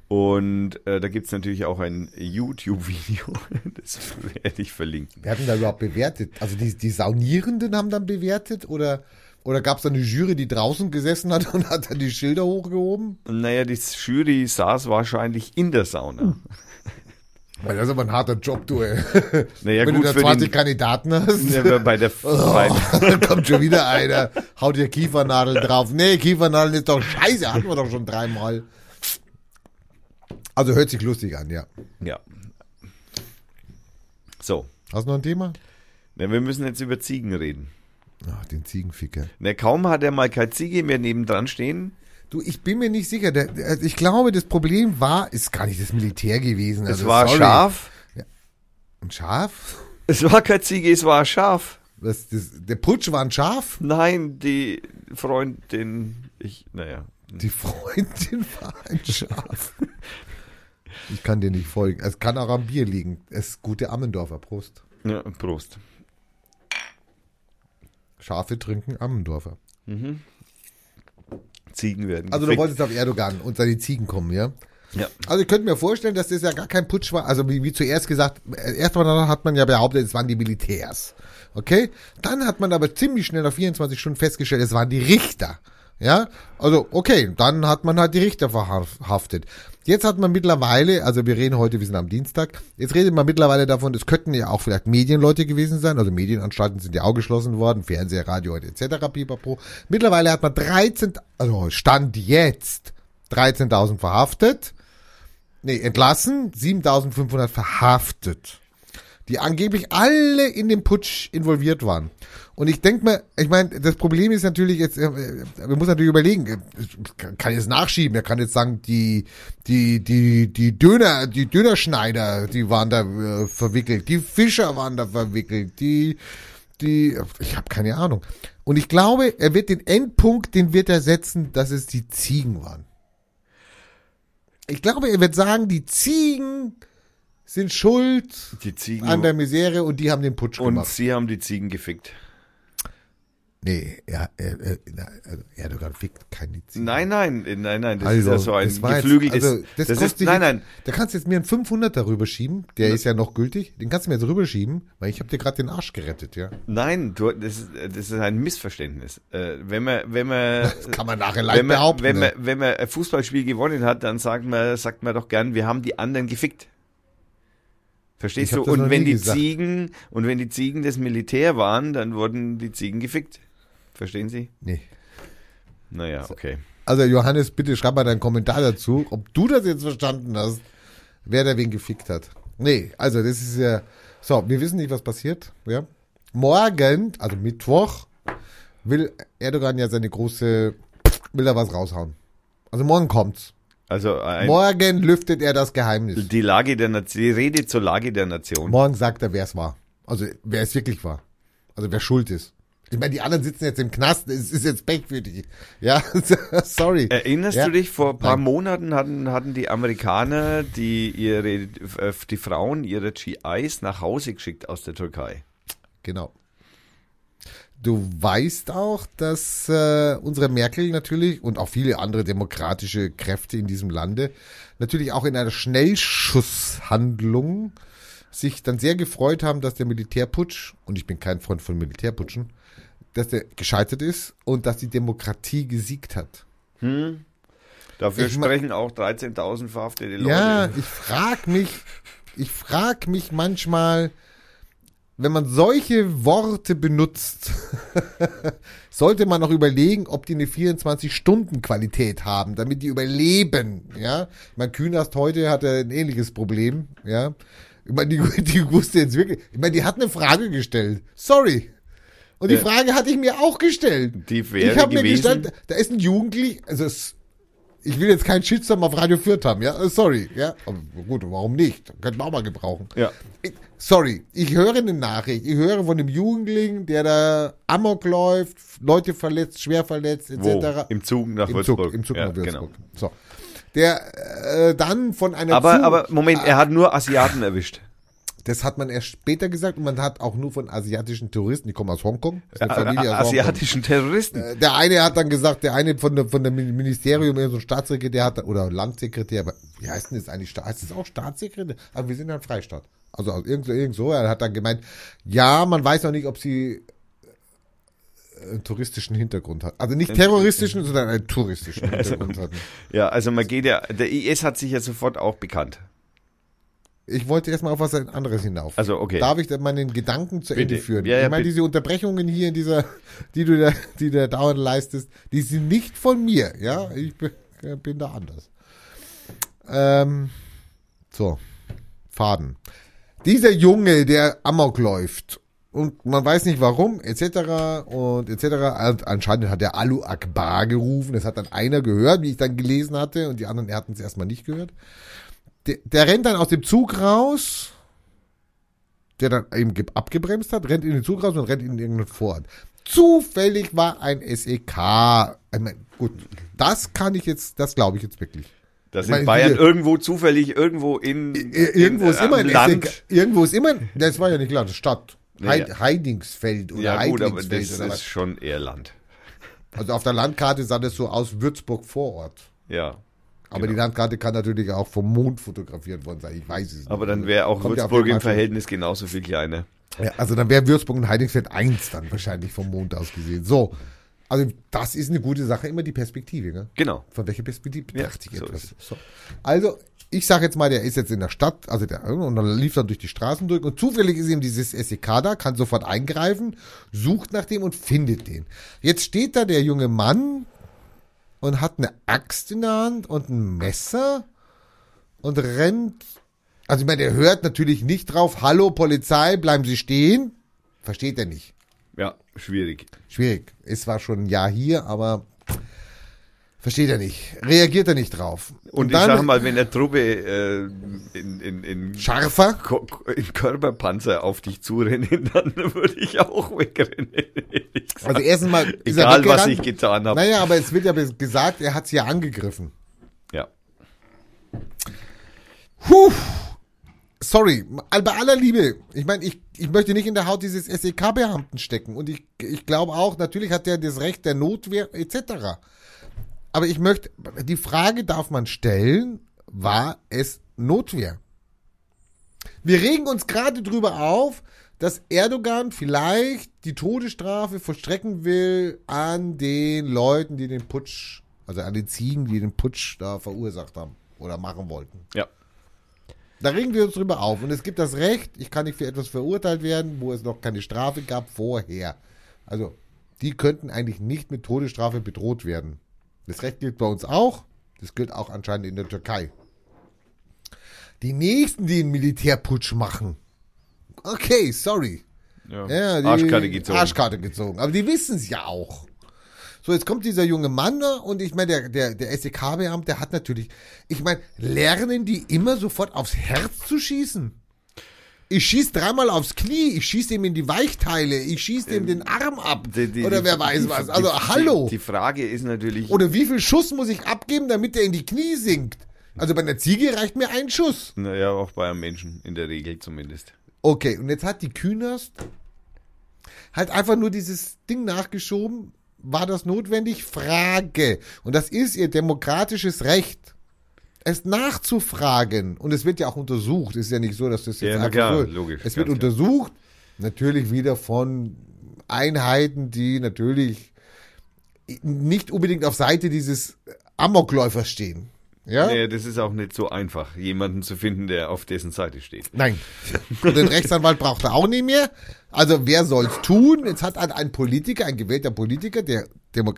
Und äh, da gibt es natürlich auch ein YouTube-Video. Das werde ich verlinken. Wer hat denn da überhaupt bewertet? Also die, die Saunierenden haben dann bewertet oder, oder gab es da eine Jury, die draußen gesessen hat und hat dann die Schilder hochgehoben? Naja, die Jury saß wahrscheinlich in der Sauna. Weil das ist aber ein harter Job, du, ey. Naja, Wenn gut, du da für 20 den, Kandidaten hast. Ja, bei der, bei, Oh, Da kommt schon wieder einer, haut dir Kiefernadel drauf. Nee, Kiefernadel ist doch scheiße, hatten wir doch schon dreimal. Also hört sich lustig an, ja. ja. So, Hast du noch ein Thema? na, wir müssen jetzt über Ziegen reden. Ach, den Ziegenficker. Na, Ne, kaum hat er mal keine Ziege mehr nebendran stehen, Du, ich bin mir nicht sicher. Der, also ich glaube, das Problem war, ist gar nicht das Militär gewesen. Es Also, war sorry. scharf. Ein Schaf? Es war kein Ziege, es war ein Schaf. Was, das, der Putsch war ein Schaf? Nein, die Freundin, ich, naja. Die Freundin war ein Schaf. Ich kann dir nicht folgen. Es kann auch am Bier liegen. Es ist gute Ammendorfer. Prost. Ja, Prost. Schafe trinken Ammendorfer. Ziegen werden Also du gefickt. wolltest auf Erdogan und seine Ziegen kommen, ja? Ja. Also ich könnte mir vorstellen, dass das ja gar kein Putsch war. Also wie, wie zuerst gesagt, äh, erstmal danach hat man ja behauptet, es waren die Militärs. Okay? Dann hat man aber ziemlich schnell nach 24 Stunden festgestellt, es waren die Richter. Ja? Also okay, dann hat man halt die Richter verhaftet. Jetzt hat man mittlerweile, also wir reden heute, wir sind am Dienstag, jetzt redet man mittlerweile davon, es könnten ja auch vielleicht Medienleute gewesen sein, also Medienanstalten sind ja auch geschlossen worden, Fernseher, Radio etc. Pipapo. Mittlerweile hat man 13, also Stand jetzt 13.000 verhaftet. Nee, entlassen, 7500 verhaftet, die angeblich alle in dem Putsch involviert waren. Und ich denke mal, ich meine, das Problem ist natürlich jetzt, äh, man muss natürlich überlegen, äh, kann- kann jetzt nachschieben, er kann jetzt sagen, die, die, die, die Döner, die Dönerschneider, die waren da äh, verwickelt, die Fischer waren da verwickelt, die, die, ich habe keine Ahnung. Und ich glaube, er wird den Endpunkt, den wird er setzen, dass es die Ziegen waren. Ich glaube, er wird sagen, die Ziegen sind schuld Die Ziegen an der Misere und die haben den Putsch und gemacht. sie haben die Ziegen gefickt. Nee, ja, äh, äh, na, also Erdogan fickt keine Ziegen. Nein, nein, äh, nein, nein, das ist also, ja so ein das war jetzt- geflügeltes. also, das, das kostet ist, nein, nein, Da kannst du jetzt mir einen 500er rüberschieben, der ist ja noch gültig. Den kannst du mir jetzt rüberschieben, weil ich habe dir gerade den Arsch gerettet, ja. nein, du, das, ist, das ist ein Missverständnis. Äh, wenn man, wenn man, Kann man nachher leicht wenn man, behaupten. wenn man, ne? wenn man ein Fußballspiel gewonnen hat, dann sagt man, sagt man doch gern, wir haben die anderen gefickt. Verstehst Ich hab du? das noch Und wenn nie die gesagt. Ziegen, und wenn die Ziegen das Militär waren, dann wurden die Ziegen gefickt. Verstehen Sie? Nee. Naja, okay. Also Johannes, bitte schreib mal deinen Kommentar dazu, ob du das jetzt verstanden hast, wer da wen gefickt hat. Nee, also das ist ja. So, wir wissen nicht, was passiert. Ja. Morgen, also Mittwoch, will Erdogan ja seine große, will da was raushauen. Also morgen kommt's. Also ein, Morgen lüftet er das Geheimnis. die Lage der Nation, die Rede zur Lage der Nation. Morgen sagt er, wer es war. Also wer es wirklich war. Also wer schuld ist. Ich meine, die anderen sitzen jetzt im Knast, es ist jetzt Pech für die. Ja, sorry. Erinnerst ja. du dich, vor ein paar Nein. Monaten hatten, hatten die Amerikaner die, ihre, äh, die Frauen ihre GIs nach Hause geschickt aus der Türkei. Genau. Du weißt auch, dass äh, unsere Merkel natürlich und auch viele andere demokratische Kräfte in diesem Lande natürlich auch in einer Schnellschusshandlung sich dann sehr gefreut haben, dass der Militärputsch, und ich bin kein Freund von Militärputschen, dass der gescheitert ist und dass die Demokratie gesiegt hat. Dafür Ich mein- sprechen auch 13.000 verhaftete Leute. Ja, ich frag mich, ich frag mich manchmal, wenn man solche Worte benutzt, sollte man auch überlegen, ob die eine 24-Stunden-Qualität haben, damit die überleben, ja. Mein Kühnast heute hat ein ähnliches Problem, ja. Ich meine, die, die wusste jetzt wirklich, ich meine, die hat eine Frage gestellt. Sorry. Und die Äh, Frage hatte ich mir auch gestellt. Die wäre ich habe mir gewesen. gestellt, da ist ein Jugendlicher, also es, ich will jetzt keinen Shitstorm auf Radio Fürth haben, ja, äh, sorry, ja, aber gut, warum nicht? Könnten wir auch mal gebrauchen. ja. Ich, sorry, ich höre eine Nachricht, ich höre von einem Jüngling, der da Amok läuft, Leute verletzt, schwer verletzt, etc. Wo? Im Zug nach Im Würzburg. Zug, im Zug ja, nach Würzburg. Genau. So. Der äh, dann von einer Zug- Aber, aber Moment, er hat nur Asiaten erwischt. das hat man erst später gesagt und man hat auch nur von asiatischen Touristen, die kommen aus Hongkong, das ist eine Familie aus Hongkong. Asiatischen Terroristen. Äh, der eine hat dann gesagt, der eine von der, von der Min- Ministerium, so ein Staatssekretär hat, oder Landsekretär, aber wie heißt denn das eigentlich? Sta- Heißt das auch Staatssekretär? Aber wir sind ja ein Freistaat. Also, also irgend, so- irgend so, er hat dann gemeint, ja, man weiß noch nicht, ob sie äh, einen touristischen Hintergrund hat. Also Äh, nicht terroristischen, sondern einen touristischen also Hintergrund hat. Ja, also man geht ja, der IS hat sich ja sofort auch bekannt. Ich wollte erstmal auf was anderes hinauf. Also okay. Darf ich denn meinen Gedanken zu Bitte. Ende führen? Ja, ja, ich meine, bitte. diese Unterbrechungen hier in dieser, die du da, die du da dauernd leistest, die sind nicht von mir, ja? Ich bin, äh, bin da anders. Ähm, so. Faden. Dieser Junge, der Amok läuft und man weiß nicht warum, etc. und etc. Und Anscheinend hat er Alu Akbar gerufen, das hat dann einer gehört, wie ich dann gelesen hatte und die anderen hatten es erstmal nicht gehört. Der, der rennt dann aus dem Zug raus der dann eben ge- abgebremst hat, rennt in den Zug raus und rennt in irgendeinen Vorort. Zufällig war ein SEK. Ich meine, gut, das kann ich jetzt, das glaube ich jetzt wirklich. Dass Ich meine, in Bayern wir- irgendwo zufällig irgendwo in, I- Irgendwo in, ist immer Äh, am ein SEK. Land. Irgendwo ist immer ein, das war ja nicht Land, Stadt. Ja, Heid, ja. Heidingsfeld oder Ja gut, aber Heidlingsfeld das oder ist was. schon eher Land. Also auf der Landkarte sah das so aus Würzburg Vorort. Ja. Aber Genau. die Landkarte kann natürlich auch vom Mond fotografiert worden sein. Ich weiß es nicht. Aber dann wäre auch Äh, Kommt ja auf Würzburg jeden im Fall- Verhältnis genauso viel kleiner. Ja, also dann wäre Würzburg und Heidingsfeld eins dann wahrscheinlich vom Mond aus gesehen. So, also das ist eine gute Sache, immer die Perspektive. Ne? Genau. Von welcher Perspektive Ja, betrachte ich so etwas? ist So. Also ich sage jetzt mal, der ist jetzt in der Stadt, also der und dann lief dann durch die Straßen durch und zufällig ist ihm dieses SEK da, kann sofort eingreifen, sucht nach dem und findet den. Jetzt steht da der junge Mann und hat eine Axt in der Hand und ein Messer und rennt. Also ich meine, der hört natürlich nicht drauf, hallo Polizei, bleiben Sie stehen. Versteht er nicht. Ja, schwierig. Schwierig. Es war schon ein Jahr hier, aber versteht er nicht. Reagiert er nicht drauf. Und, ich sag mal, wenn eine Truppe äh, in, in, in, scharfer. Ko- Ko- in Körperpanzer auf dich zurennen, dann würde ich auch wegrennen. ehrlich gesagt. Also erstens mal ist Egal, er was weggerannt. ich getan habe. Naja, aber es wird ja bes- gesagt, er hat sie ja angegriffen. Ja. Puh. Sorry, all- bei aller Liebe. Ich meine, ich, ich möchte nicht in der Haut dieses SEK-Beamten stecken. Und ich, ich glaube auch, natürlich hat er das Recht der Notwehr etc. Aber ich möchte, die Frage darf man stellen, war es Notwehr? Wir regen uns gerade drüber auf, dass Erdogan vielleicht die Todesstrafe vollstrecken will an den Leuten, die den Putsch, also an den Ziegen, die den Putsch da verursacht haben oder machen wollten. Ja. Da regen wir uns drüber auf. Und es gibt das Recht, ich kann nicht für etwas verurteilt werden, wo es noch keine Strafe gab vorher. Also, die könnten eigentlich nicht mit Todesstrafe bedroht werden. Das Recht gilt bei uns auch. Das gilt auch anscheinend in der Türkei. Die nächsten, die einen Militärputsch machen. Okay, sorry. Ja. Ja, die Arschkarte gezogen. Arschkarte gezogen. Aber die wissen es ja auch. So, jetzt kommt dieser junge Mann da und ich meine, der, der, der SEK-Beamte der hat natürlich, ich meine, lernen die immer sofort aufs Herz zu schießen? Ich schieß dreimal aufs Knie, ich schieß ihm in die Weichteile, ich schieß ihm den Arm ab Ähm, Die- die- oder die- wer weiß die- was. die- Also die, hallo. Die, die Frage ist natürlich, Oder wie viel Schuss muss ich abgeben, damit der in die Knie sinkt? Also bei einer Ziege reicht mir ein Schuss. naja, auch bei einem Menschen, in der Regel zumindest. Okay, und jetzt hat die Kühnerst halt einfach nur dieses Ding nachgeschoben. War das notwendig? Frage. Und das ist ihr demokratisches Recht. Es nachzufragen. Und es wird ja auch untersucht. Ist ja nicht so, dass das jetzt Ja, na einfach klar, so. logisch, Es wird ganz klar. untersucht. Natürlich wieder von Einheiten, die natürlich nicht unbedingt auf Seite dieses Amokläufers stehen. Ja? Naja, das ist auch nicht so einfach, jemanden zu finden, der auf dessen Seite steht. Nein. Und den Rechtsanwalt braucht er auch nicht mehr. Also wer soll's tun? Jetzt hat halt ein Politiker, ein gewählter Politiker, der Demo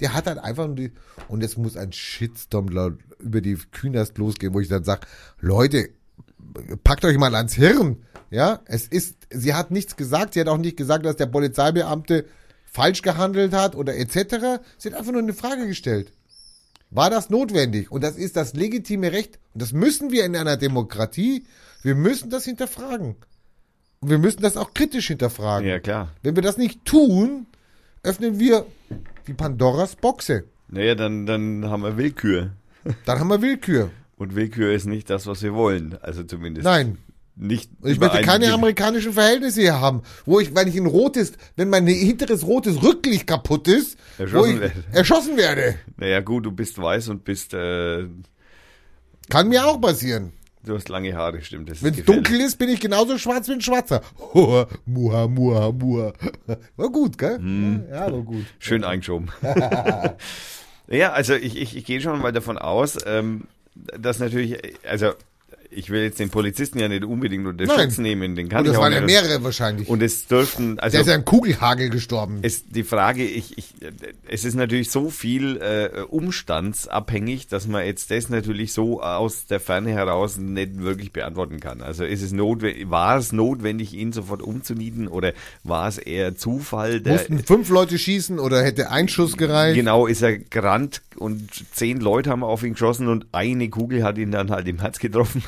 der hat halt einfach nur die, und jetzt muss ein Shitstorm laut- über die Kühnerst losgehen, wo ich dann sage, Leute, packt euch mal ans Hirn. Ja, es ist, sie hat nichts gesagt, sie hat auch nicht gesagt, dass der Polizeibeamte falsch gehandelt hat oder etc. Sie hat einfach nur eine Frage gestellt. War das notwendig? Und das ist das legitime Recht. Und das müssen wir in einer Demokratie. Wir müssen das hinterfragen. Und wir müssen das auch kritisch hinterfragen. Ja, klar. Wenn wir das nicht tun, öffnen wir die Pandoras Boxe. Naja, dann, dann haben wir Willkür. Dann haben wir Willkür. Und Willkür ist nicht das, was wir wollen. Also zumindest Nein. nicht. Und ich über möchte einen keine Will- amerikanischen Verhältnisse hier haben, wo ich, wenn ich ein rotes, wenn mein hinteres rotes Rücklicht kaputt ist, wo Erschossen ich werde. erschossen werde. Naja, gut, du bist weiß und bist, äh, Kann mir auch passieren. du hast lange Haare, stimmt. Das ist Wenn es gefährlich. dunkel ist, bin ich genauso schwarz wie ein Schwarzer. Hoa, muha, muha, muha. War gut, gell? Mhm. Ja, war gut. Schön eingeschoben. ja, also ich, ich, ich gehe schon mal davon aus, ähm, dass natürlich, also ich will jetzt den Polizisten ja nicht unbedingt unter Nein. Schutz nehmen, den kann Und ich das auch waren ja nicht. mehrere wahrscheinlich. Und es dürften, also Der ist ja im Kugelhagel gestorben. es, die Frage, ich, ich, es ist natürlich so viel äh, umstandsabhängig, dass man jetzt das natürlich so aus der Ferne heraus nicht wirklich beantworten kann. Also ist es notwendig, war es notwendig, ihn sofort umzunieten oder war es eher Zufall? Der, Mussten fünf Leute schießen oder hätte ein Schuss gereicht? Genau, ist er gerannt und zehn Leute haben auf ihn geschossen und eine Kugel hat ihn dann halt im Herz getroffen.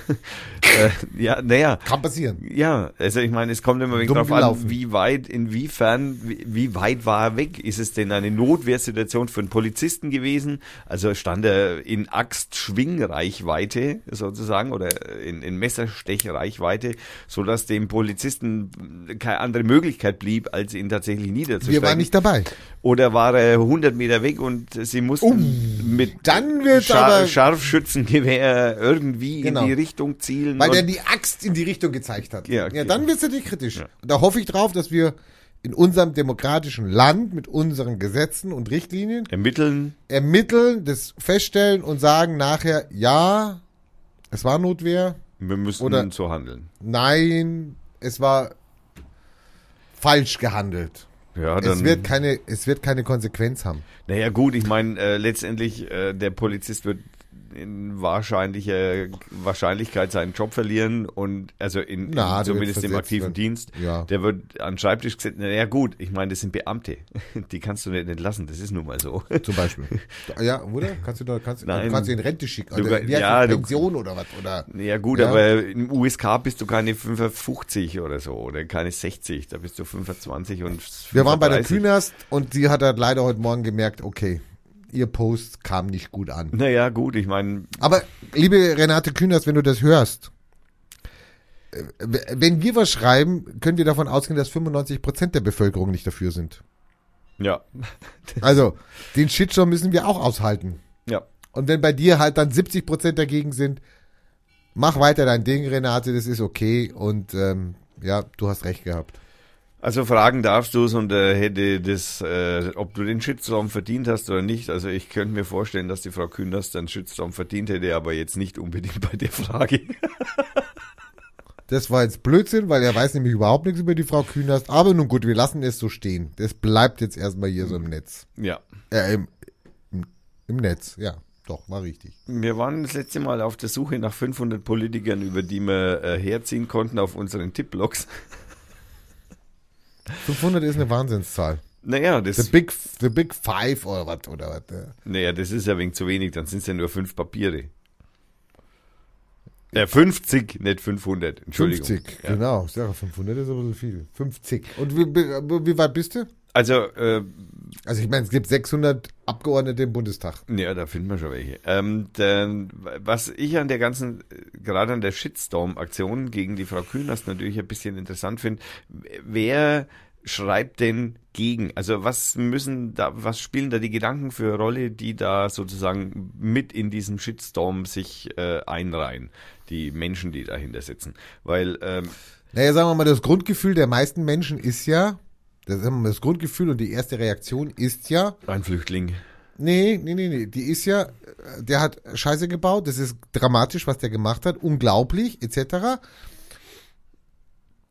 äh, ja, naja. Kann passieren. Ja, also ich meine, es kommt immer ein wenig Dumm drauf an, gelaufen. wie weit, inwiefern, wie, wie weit war er weg? Ist es denn eine Notwehrsituation für einen Polizisten gewesen? Also stand er in Axtschwingreichweite sozusagen oder in, in Messerstechreichweite, sodass dem Polizisten keine andere Möglichkeit blieb, als ihn tatsächlich niederzustechen? Wir waren nicht dabei. Oder war er 100 Meter weg und sie mussten mit Um, Dann wird's Scha aber- Scharfschützengewehr irgendwie Genau. in die Richtung zielen? Weil der und, die Axt in die Richtung gezeigt hat. Ja, okay. dann wird's natürlich kritisch. Und da hoffe ich drauf, dass wir in unserem demokratischen Land mit unseren Gesetzen und Richtlinien ermitteln. ermitteln, das feststellen und sagen nachher, ja, es war Notwehr, Wir müssen Oder- so handeln. nein, es war falsch gehandelt. Ja, dann, Es wird keine, es wird keine Konsequenz haben. naja gut, ich meine, äh, letztendlich, äh, der Polizist wird in wahrscheinlicher Wahrscheinlichkeit seinen Job verlieren und also Na, in, in der wird zumindest im versetzt aktiven werden. Dienst, Ja. der wird an den Schreibtisch gesetzt, naja gut, ich meine, das sind Beamte, die kannst du nicht entlassen, das ist nun mal so. Zum Beispiel. ja, oder? Kannst du da, kannst, Nein. du kannst ihn in Rente schicken. Oder, Du kann- wie heißt ja, das? du- Pension oder was? Oder? Ja gut, Ja. aber im USK bist du keine 55 oder so oder keine 60, da bist du 25 und Wir waren bei der 35. Kühnerst und die hat halt leider heute Morgen gemerkt, okay, ihr Post kam nicht gut an. Naja gut, ich meine, Aber liebe Renate Künast, wenn du das hörst, äh, w- wenn wir was schreiben, können wir davon ausgehen, dass 95 Prozent der Bevölkerung nicht dafür sind. ja, Also den Shitstorm müssen wir auch aushalten. ja, Und wenn bei dir halt dann 70 Prozent dagegen sind, mach weiter dein Ding, Renate, das ist okay. Und ähm, ja, du hast recht gehabt. Also fragen darfst du es und äh, hätte das, äh, ob du den Shitstorm verdient hast oder nicht. Also ich könnte mir vorstellen, dass die Frau Kühners dann Shitstorm verdient hätte, aber jetzt nicht unbedingt bei der Frage. Das war jetzt Blödsinn, weil er weiß nämlich überhaupt nichts über die Frau Kühnerst. Aber nun gut, wir lassen es so stehen. Das bleibt jetzt erstmal hier so im Netz. Ja. Äh, im, im, im Netz, ja. Doch, war richtig. Wir waren das letzte Mal auf der Suche nach 500 Politikern, über die wir äh, herziehen konnten auf unseren Tippblogs. 500 ist eine Wahnsinnszahl. Naja, The das, Big, the big Five oder was, oder was. äh. naja, das ist ja wegen zu wenig, dann sind es ja nur fünf Papiere. Ja, 50, nicht 500, Entschuldigung. 50, Ja. genau. Ich sage, 500 ist aber so viel. 50. Und wie, wie wie weit bist du? Also, äh, Also ich meine, es gibt 600 Abgeordnete im Bundestag. Ja, da finden wir schon welche. Ähm, dann, was ich an der ganzen, äh, gerade an der Shitstorm-Aktion gegen die Frau Kühners natürlich ein bisschen interessant finde, wer schreibt denn gegen? Also was müssen da, was spielen da die Gedanken für eine Rolle, die da sozusagen mit in diesem Shitstorm sich äh, einreihen? Die Menschen, die dahinter sitzen. Weil, ähm, Naja, sagen wir mal, das Grundgefühl der meisten Menschen ist ja, das, ist immer das Grundgefühl und die erste Reaktion ist ja, ein Flüchtling. nee, nee, nee, nee, die ist ja, äh, der hat Scheiße gebaut, das ist dramatisch, was der gemacht hat, unglaublich, etc.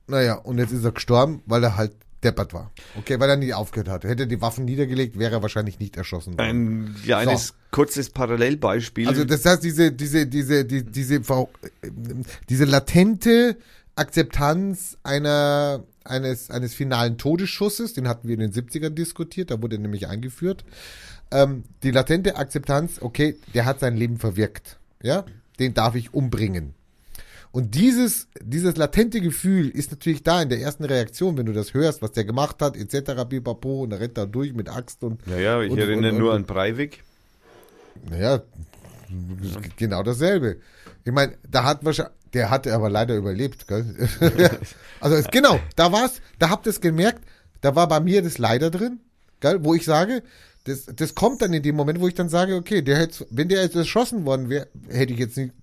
Naja, und jetzt ist er gestorben, weil er halt deppert war. Okay, weil er nicht aufgehört hat. Hätte er die Waffen niedergelegt, wäre er wahrscheinlich nicht erschossen worden. Ein kleines, kurzes Parallelbeispiel. Also das heißt, diese, diese, diese, die, diese, Ver- diese latente Akzeptanz einer, eines, eines finalen Todesschusses, den hatten wir in den 70ern diskutiert, da wurde nämlich eingeführt. Ähm, die latente Akzeptanz, okay, der hat sein Leben verwirkt. Ja, den darf ich umbringen. Und dieses, dieses latente Gefühl ist natürlich da in der ersten Reaktion, wenn du das hörst, was der gemacht hat, etc., bipapo, und er rennt da durch mit Axt und naja, ich und- erinnere und- nur und- an Breivik. naja, das ist genau dasselbe. Ich meine, da hat wahrscheinlich, der hatte aber leider überlebt, gell? also es, genau, da war's, da habt ihr es gemerkt, da war bei mir das leider drin, gell, wo ich sage, das, das kommt dann in dem Moment, wo ich dann sage, okay, der hätte, wenn der jetzt erschossen worden wäre, hätte ich jetzt nicht,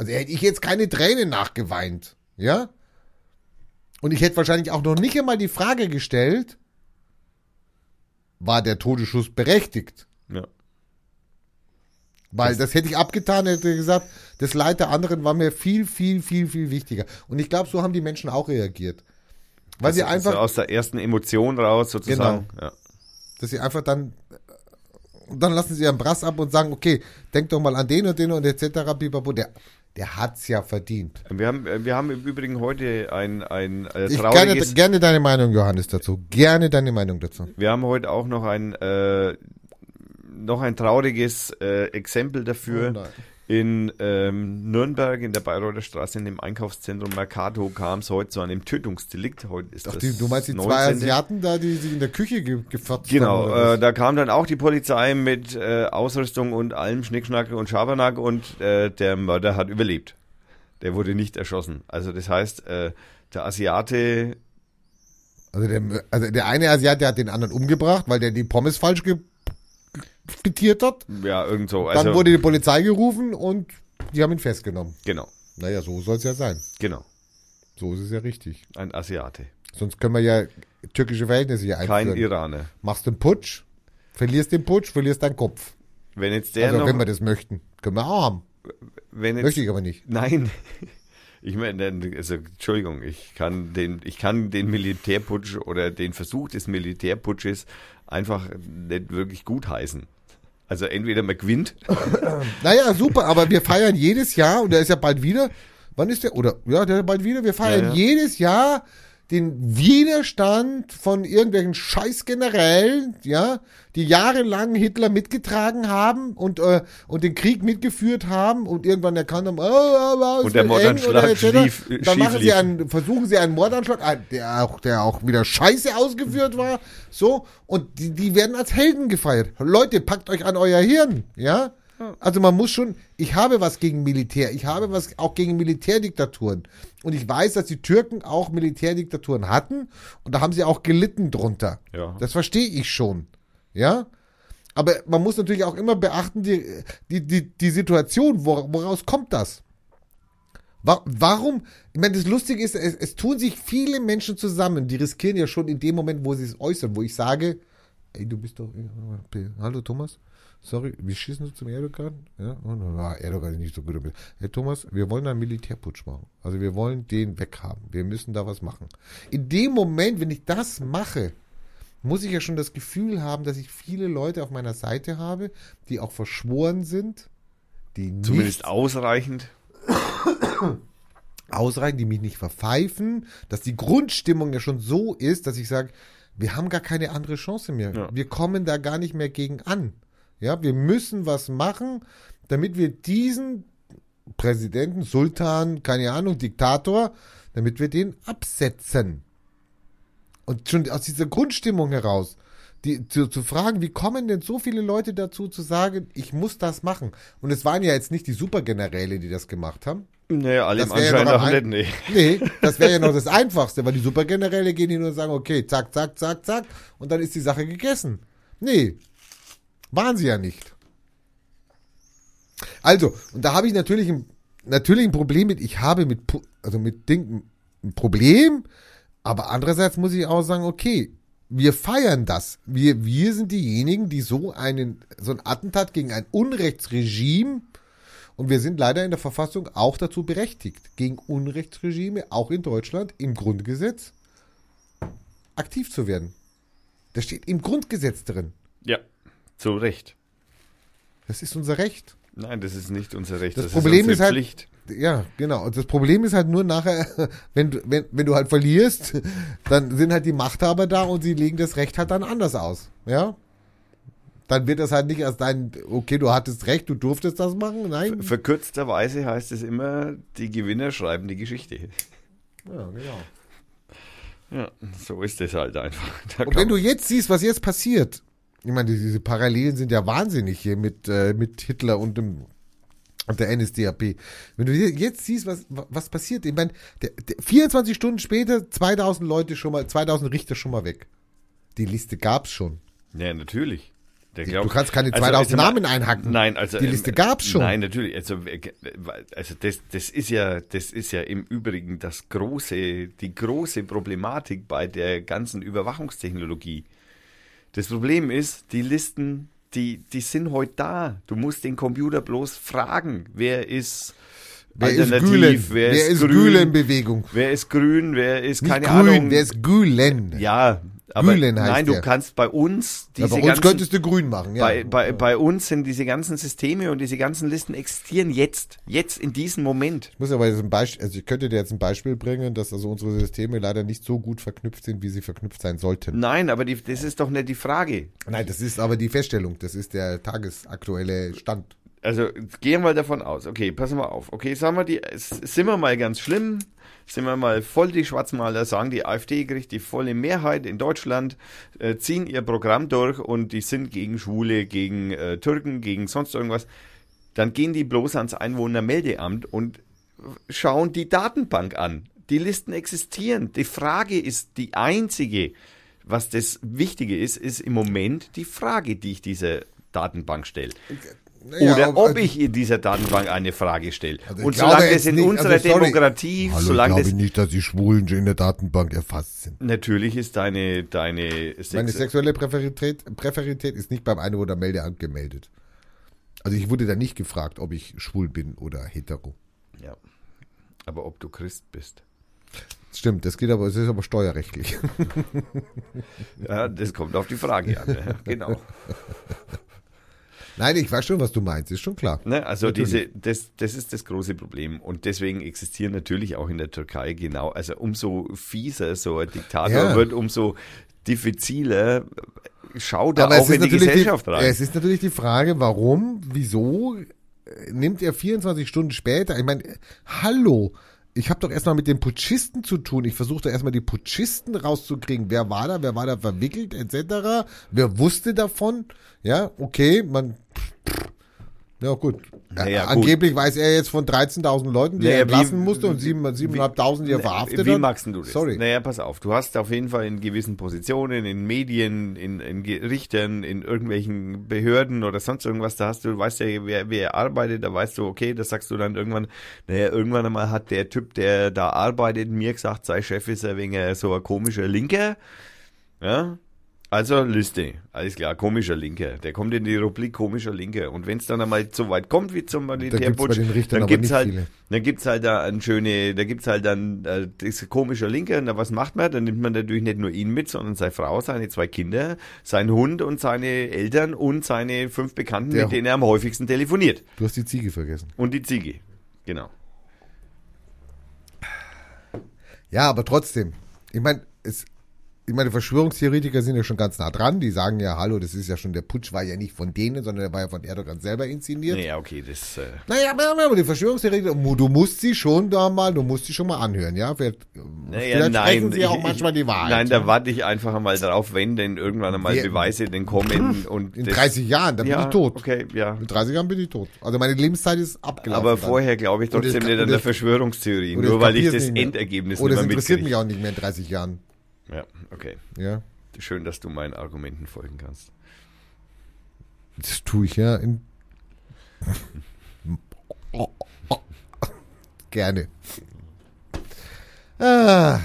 also hätte ich jetzt keine Tränen nachgeweint, ja? Und ich hätte wahrscheinlich auch noch nicht einmal die Frage gestellt, war der Todesschuss berechtigt? Ja. Weil das hätte ich abgetan, hätte gesagt, das Leid der anderen war mir viel, viel, viel, viel wichtiger. Und ich glaube, so haben die Menschen auch reagiert. Weil sie Also einfach, Genau. aus der ersten Emotion raus sozusagen. Ja. dass sie einfach dann, und dann lassen sie ihren Brass ab und sagen, okay, denk doch mal an den und den und etc. Bibabo, der, der hat's ja verdient. Wir haben, äh, wir haben im Übrigen heute ein, ein äh, Ich gerne, trauriges, gerne deine Meinung, Johannes, dazu. Gerne deine Meinung dazu. wir haben heute auch noch ein, äh, noch ein trauriges äh, Exempel dafür. Oh nein. in ähm, Nürnberg in der Bayreuther Straße in dem Einkaufszentrum Mercato kam es heute zu einem Tötungsdelikt. Heute ist Ach, das die, du meinst die zwei 19.. Asiaten da, die sich in der Küche ge gefotzt haben? Genau, oder äh, da kam dann auch die Polizei mit äh, Ausrüstung und allem Schnickschnack und Schabernack und äh, der Mörder hat überlebt. Der wurde nicht erschossen. Also das heißt, äh, der Asiate was? also, der, also der eine Asiat, der hat den anderen umgebracht, weil der die Pommes falsch ge frittiert hat. Ja, irgend so. Dann Also, wurde die Polizei gerufen und die haben ihn festgenommen. genau, Naja, so soll es ja sein. genau. So ist es ja richtig. Ein Asiate. Sonst können wir ja türkische Verhältnisse hier Kein einführen. Iraner. Machst den Putsch, verlierst den Putsch, verlierst deinen Kopf. Wenn jetzt der Also noch. wenn wir das möchten. Können wir auch haben. wenn jetzt, Möchte ich aber nicht. Nein. Ich meine, dann- also, Entschuldigung, ich kann den, ich kann den Militärputsch oder den Versuch des Militärputsches einfach nicht wirklich gutheißen. Also entweder man gewinnt, Naja, super, aber wir feiern jedes Jahr und der ist ja bald wieder. Wann ist der? Oder ja, der ist bald wieder. Wir feiern Ja, ja. jedes Jahr den Widerstand von irgendwelchen Scheißgenerälen, ja, die jahrelang Hitler mitgetragen haben und äh, und den Krieg mitgeführt haben und irgendwann erkannt haben, oh, oh, oh, es Und der wird Mordanschlag eng oder etc. schlief- äh, Dann schief machen sie lief. einen, versuchen sie einen Mordanschlag, ein- der auch der auch wieder Scheiße ausgeführt war, so und die, die werden als Helden gefeiert. Leute, packt euch an euer Hirn, ja. Also man muss schon, ich habe was gegen Militär, ich habe was auch gegen Militärdiktaturen. Und ich weiß, dass die Türken auch Militärdiktaturen hatten und da haben sie auch gelitten drunter. Ja. Das verstehe ich schon. Ja? Aber man muss natürlich auch immer beachten, die, die, die, die Situation, wor- woraus kommt das? Wa- Warum? Ich meine, das Lustige ist, es, es tun sich viele Menschen zusammen, die riskieren ja schon in dem Moment, wo sie es äußern, wo ich sage, ey, du bist doch. Hallo Thomas, sorry, wir schießen so zum Erdogan. Ja, und ah, Erdogan ist nicht so gut. im Mil- Herr Thomas, wir wollen einen Militärputsch machen. Also wir wollen den weghaben. Wir müssen da was machen. In dem Moment, wenn ich das mache, muss ich ja schon das Gefühl haben, dass ich viele Leute auf meiner Seite habe, die auch verschworen sind, die Zumindest nicht ausreichend. ausreichend, die mich nicht verpfeifen, dass die Grundstimmung ja schon so ist, dass ich sage, wir haben gar keine andere Chance mehr. Ja. Wir kommen da gar nicht mehr gegen an. Ja, wir müssen was machen, damit wir diesen Präsidenten, Sultan, keine Ahnung, Diktator, damit wir den absetzen. Und schon aus dieser Grundstimmung heraus, die, zu, zu fragen, wie kommen denn so viele Leute dazu, zu sagen, ich muss das machen? Und es waren ja jetzt nicht die Supergeneräle, die das gemacht haben. Naja, alle Das im wär ja Anschein noch am nach nicht. ein- Nee. Nee, das wäre ja noch das Einfachste, weil die Supergeneräle gehen hin und sagen, okay, zack, zack, zack, zack, und dann ist die Sache gegessen. Nee, waren sie ja nicht. Also, und da habe ich natürlich ein, natürlich ein Problem mit, ich habe mit, Pu- also mit Ding ein Problem, aber andererseits muss ich auch sagen, okay, wir feiern das. Wir, wir sind diejenigen, die so einen, so ein Attentat gegen ein Unrechtsregime und wir sind leider in der Verfassung auch dazu berechtigt, gegen Unrechtsregime, auch in Deutschland, im Grundgesetz aktiv zu werden. Das steht im Grundgesetz drin. Ja, zu Recht. Das ist unser Recht. Nein, das ist nicht unser Recht. Das Problem unsere ist halt- Pflicht. Ja, genau. Und das Problem ist halt nur nachher, wenn du, wenn, wenn du halt verlierst, dann sind halt die Machthaber da und sie legen das Recht halt dann anders aus. Ja? Dann wird das halt nicht als dein, okay, du hattest Recht, du durftest das machen. Nein. Verkürzterweise heißt es immer, die Gewinner schreiben die Geschichte. Ja, genau. Ja, so ist es halt einfach. Da Und wenn du jetzt siehst, was jetzt passiert, ich meine, die- diese Parallelen sind ja wahnsinnig hier mit, äh, mit Hitler und dem und der NSDAP. Wenn du je- jetzt siehst, was, wa- was passiert, ich meine, der, der 24 Stunden später 2000 Leute schon mal, 2000 Richter schon mal weg. Die Liste gab's schon. ja, natürlich. Der Die- glaub- du kannst keine also, 2000 ich sag mal, Namen einhacken. Nein, also Die ähm, Liste gab's schon. Nein, natürlich. Also, äh, also das, das ist ja, das ist ja im Übrigen das große, die große Problematik bei der ganzen Überwachungstechnologie. Das Problem ist, die Listen, die, die sind heute da. Du musst den Computer bloß fragen, wer ist Wer ist alternativ, Gülen? wer, ist grün, Gülen-Bewegung? wer ist grün, wer ist Nicht keine grün, Ahnung. wer ist Gülen? ja, aber Gülen heißt nein, du der. kannst bei uns ja, diese bei uns ganzen könntest du grün machen, ja. bei, bei, bei uns sind diese ganzen Systeme und diese ganzen Listen existieren jetzt, jetzt in diesem Moment. Ich muss aber jetzt ein Beispiel, also ich könnte dir jetzt ein Beispiel bringen, dass also unsere Systeme leider nicht so gut verknüpft sind, wie sie verknüpft sein sollten. Nein, aber die, das ist doch nicht die Frage. Nein, das ist aber die Feststellung, das ist der tagesaktuelle Stand. Also gehen wir davon aus. Okay, passen wir auf. Okay, sagen wir die, s- sind wir mal ganz schlimm, sind wir mal voll die Schwarzmaler, sagen die AfD kriegt die volle Mehrheit in Deutschland, äh, ziehen ihr Programm durch und die sind gegen Schwule, gegen äh, Türken, gegen sonst irgendwas. Dann gehen die bloß ans Einwohnermeldeamt und schauen die Datenbank an. Die Listen existieren. Die Frage ist die einzige. Was das Wichtige ist, ist im Moment die Frage, die ich dieser Datenbank stelle. Naja, Oder aber- ob ich in dieser Datenbank eine Frage stelle. Also ich und glaube solange jetzt das in nicht, also unserer sorry. Demokratie, Hallo, ich solange glaube das. nicht, dass die Schwulen in der Datenbank erfasst sind. Natürlich ist deine, deine Sex Meine sexuelle Präferität, Präferität ist nicht beim Einwohnermeldeamt gemeldet. Also ich wurde da nicht gefragt, ob ich schwul bin oder hetero. ja. Aber ob du Christ bist. Stimmt, das geht aber, es ist aber steuerrechtlich. Ja, das kommt auf die Frage an. ne? genau. Nein, ich weiß schon, was du meinst, ist schon klar. Ne? Also Natürlich. diese, das, das ist das große Problem. Und deswegen existieren natürlich auch in der Türkei genau, also umso fieser so ein Diktator Ja. wird, umso diffiziler schaut Aber er auch es ist in die natürlich Gesellschaft die, rein. Es ist natürlich die Frage, warum, wieso äh, nimmt er 24 Stunden später, ich meine, äh, hallo, ich habe doch erstmal mit den Putschisten zu tun. Ich versuche doch erstmal die Putschisten rauszukriegen. Wer war da, wer war da verwickelt, etc. Wer wusste davon? Ja, okay, man. Ja, gut. Naja, Äh, gut. Angeblich weiß er jetzt von 13.000 Leuten, die er Naja, wie- entlassen musste und wie- 7.000, 7.500, die er verhaftet Wie hat. magst denn du das? Sorry. Naja, pass auf. Du hast auf jeden Fall in gewissen Positionen, in Medien, in, in Gerichtern, in irgendwelchen Behörden oder sonst irgendwas, da hast du, weißt ja, wer, wer arbeitet, da weißt du, okay, das sagst du dann irgendwann, naja, irgendwann einmal hat der Typ, der da arbeitet, mir gesagt, sei Chef ist er wegen so ein komischer Linker. Ja. Also Liste, alles klar, komischer Linker. Der kommt in die Rubrik komischer Linker. Und wenn es dann einmal so weit kommt wie zum gibt's Militärputsch, bei den Richtern dann aber gibt's nicht halt, viele. dann gibt's halt da ein schöne, da gibt's halt dann äh, das komischer Linker. Und da was macht man? Dann nimmt man natürlich nicht nur ihn mit, sondern seine Frau, seine zwei Kinder, seinen Hund und seine Eltern und seine fünf Bekannten, Der mit denen er am häufigsten telefoniert. Du hast die Ziege vergessen. Und die Ziege. Genau. Ja, aber trotzdem. Ich meine, es, ich meine, Verschwörungstheoretiker sind ja schon ganz nah dran. Die sagen ja, hallo, das ist ja schon, der Putsch war ja nicht von denen, sondern der war ja von Erdogan selber inszeniert. Naja, okay, das. Äh, Naja, aber- aber die Verschwörungstheoretiker, mu- du musst sie schon da mal, du musst sie schon mal anhören, ja? Vielleicht, vielleicht sprechen sie ja auch ich- manchmal die Wahrheit. Nein, ja? da warte ich einfach einmal drauf, wenn denn irgendwann einmal Wir- Beweise denn kommen und In das- 30 Jahren, dann ja, bin ich tot. Okay, ja. In 30 Jahren bin ich tot. Also meine Lebenszeit ist abgelaufen. Aber dann. vorher glaube ich Und das trotzdem ka- nicht und an der das- Verschwörungstheorie, Oder nur weil ich kapier's das nicht mehr. Endergebnis Oder nicht das mehr interessiert mich mitkriege. auch nicht mehr in 30 Jahren. Ja, okay. Ja. Schön, dass du meinen Argumenten folgen kannst. Das tue ich ja in gerne. Ah,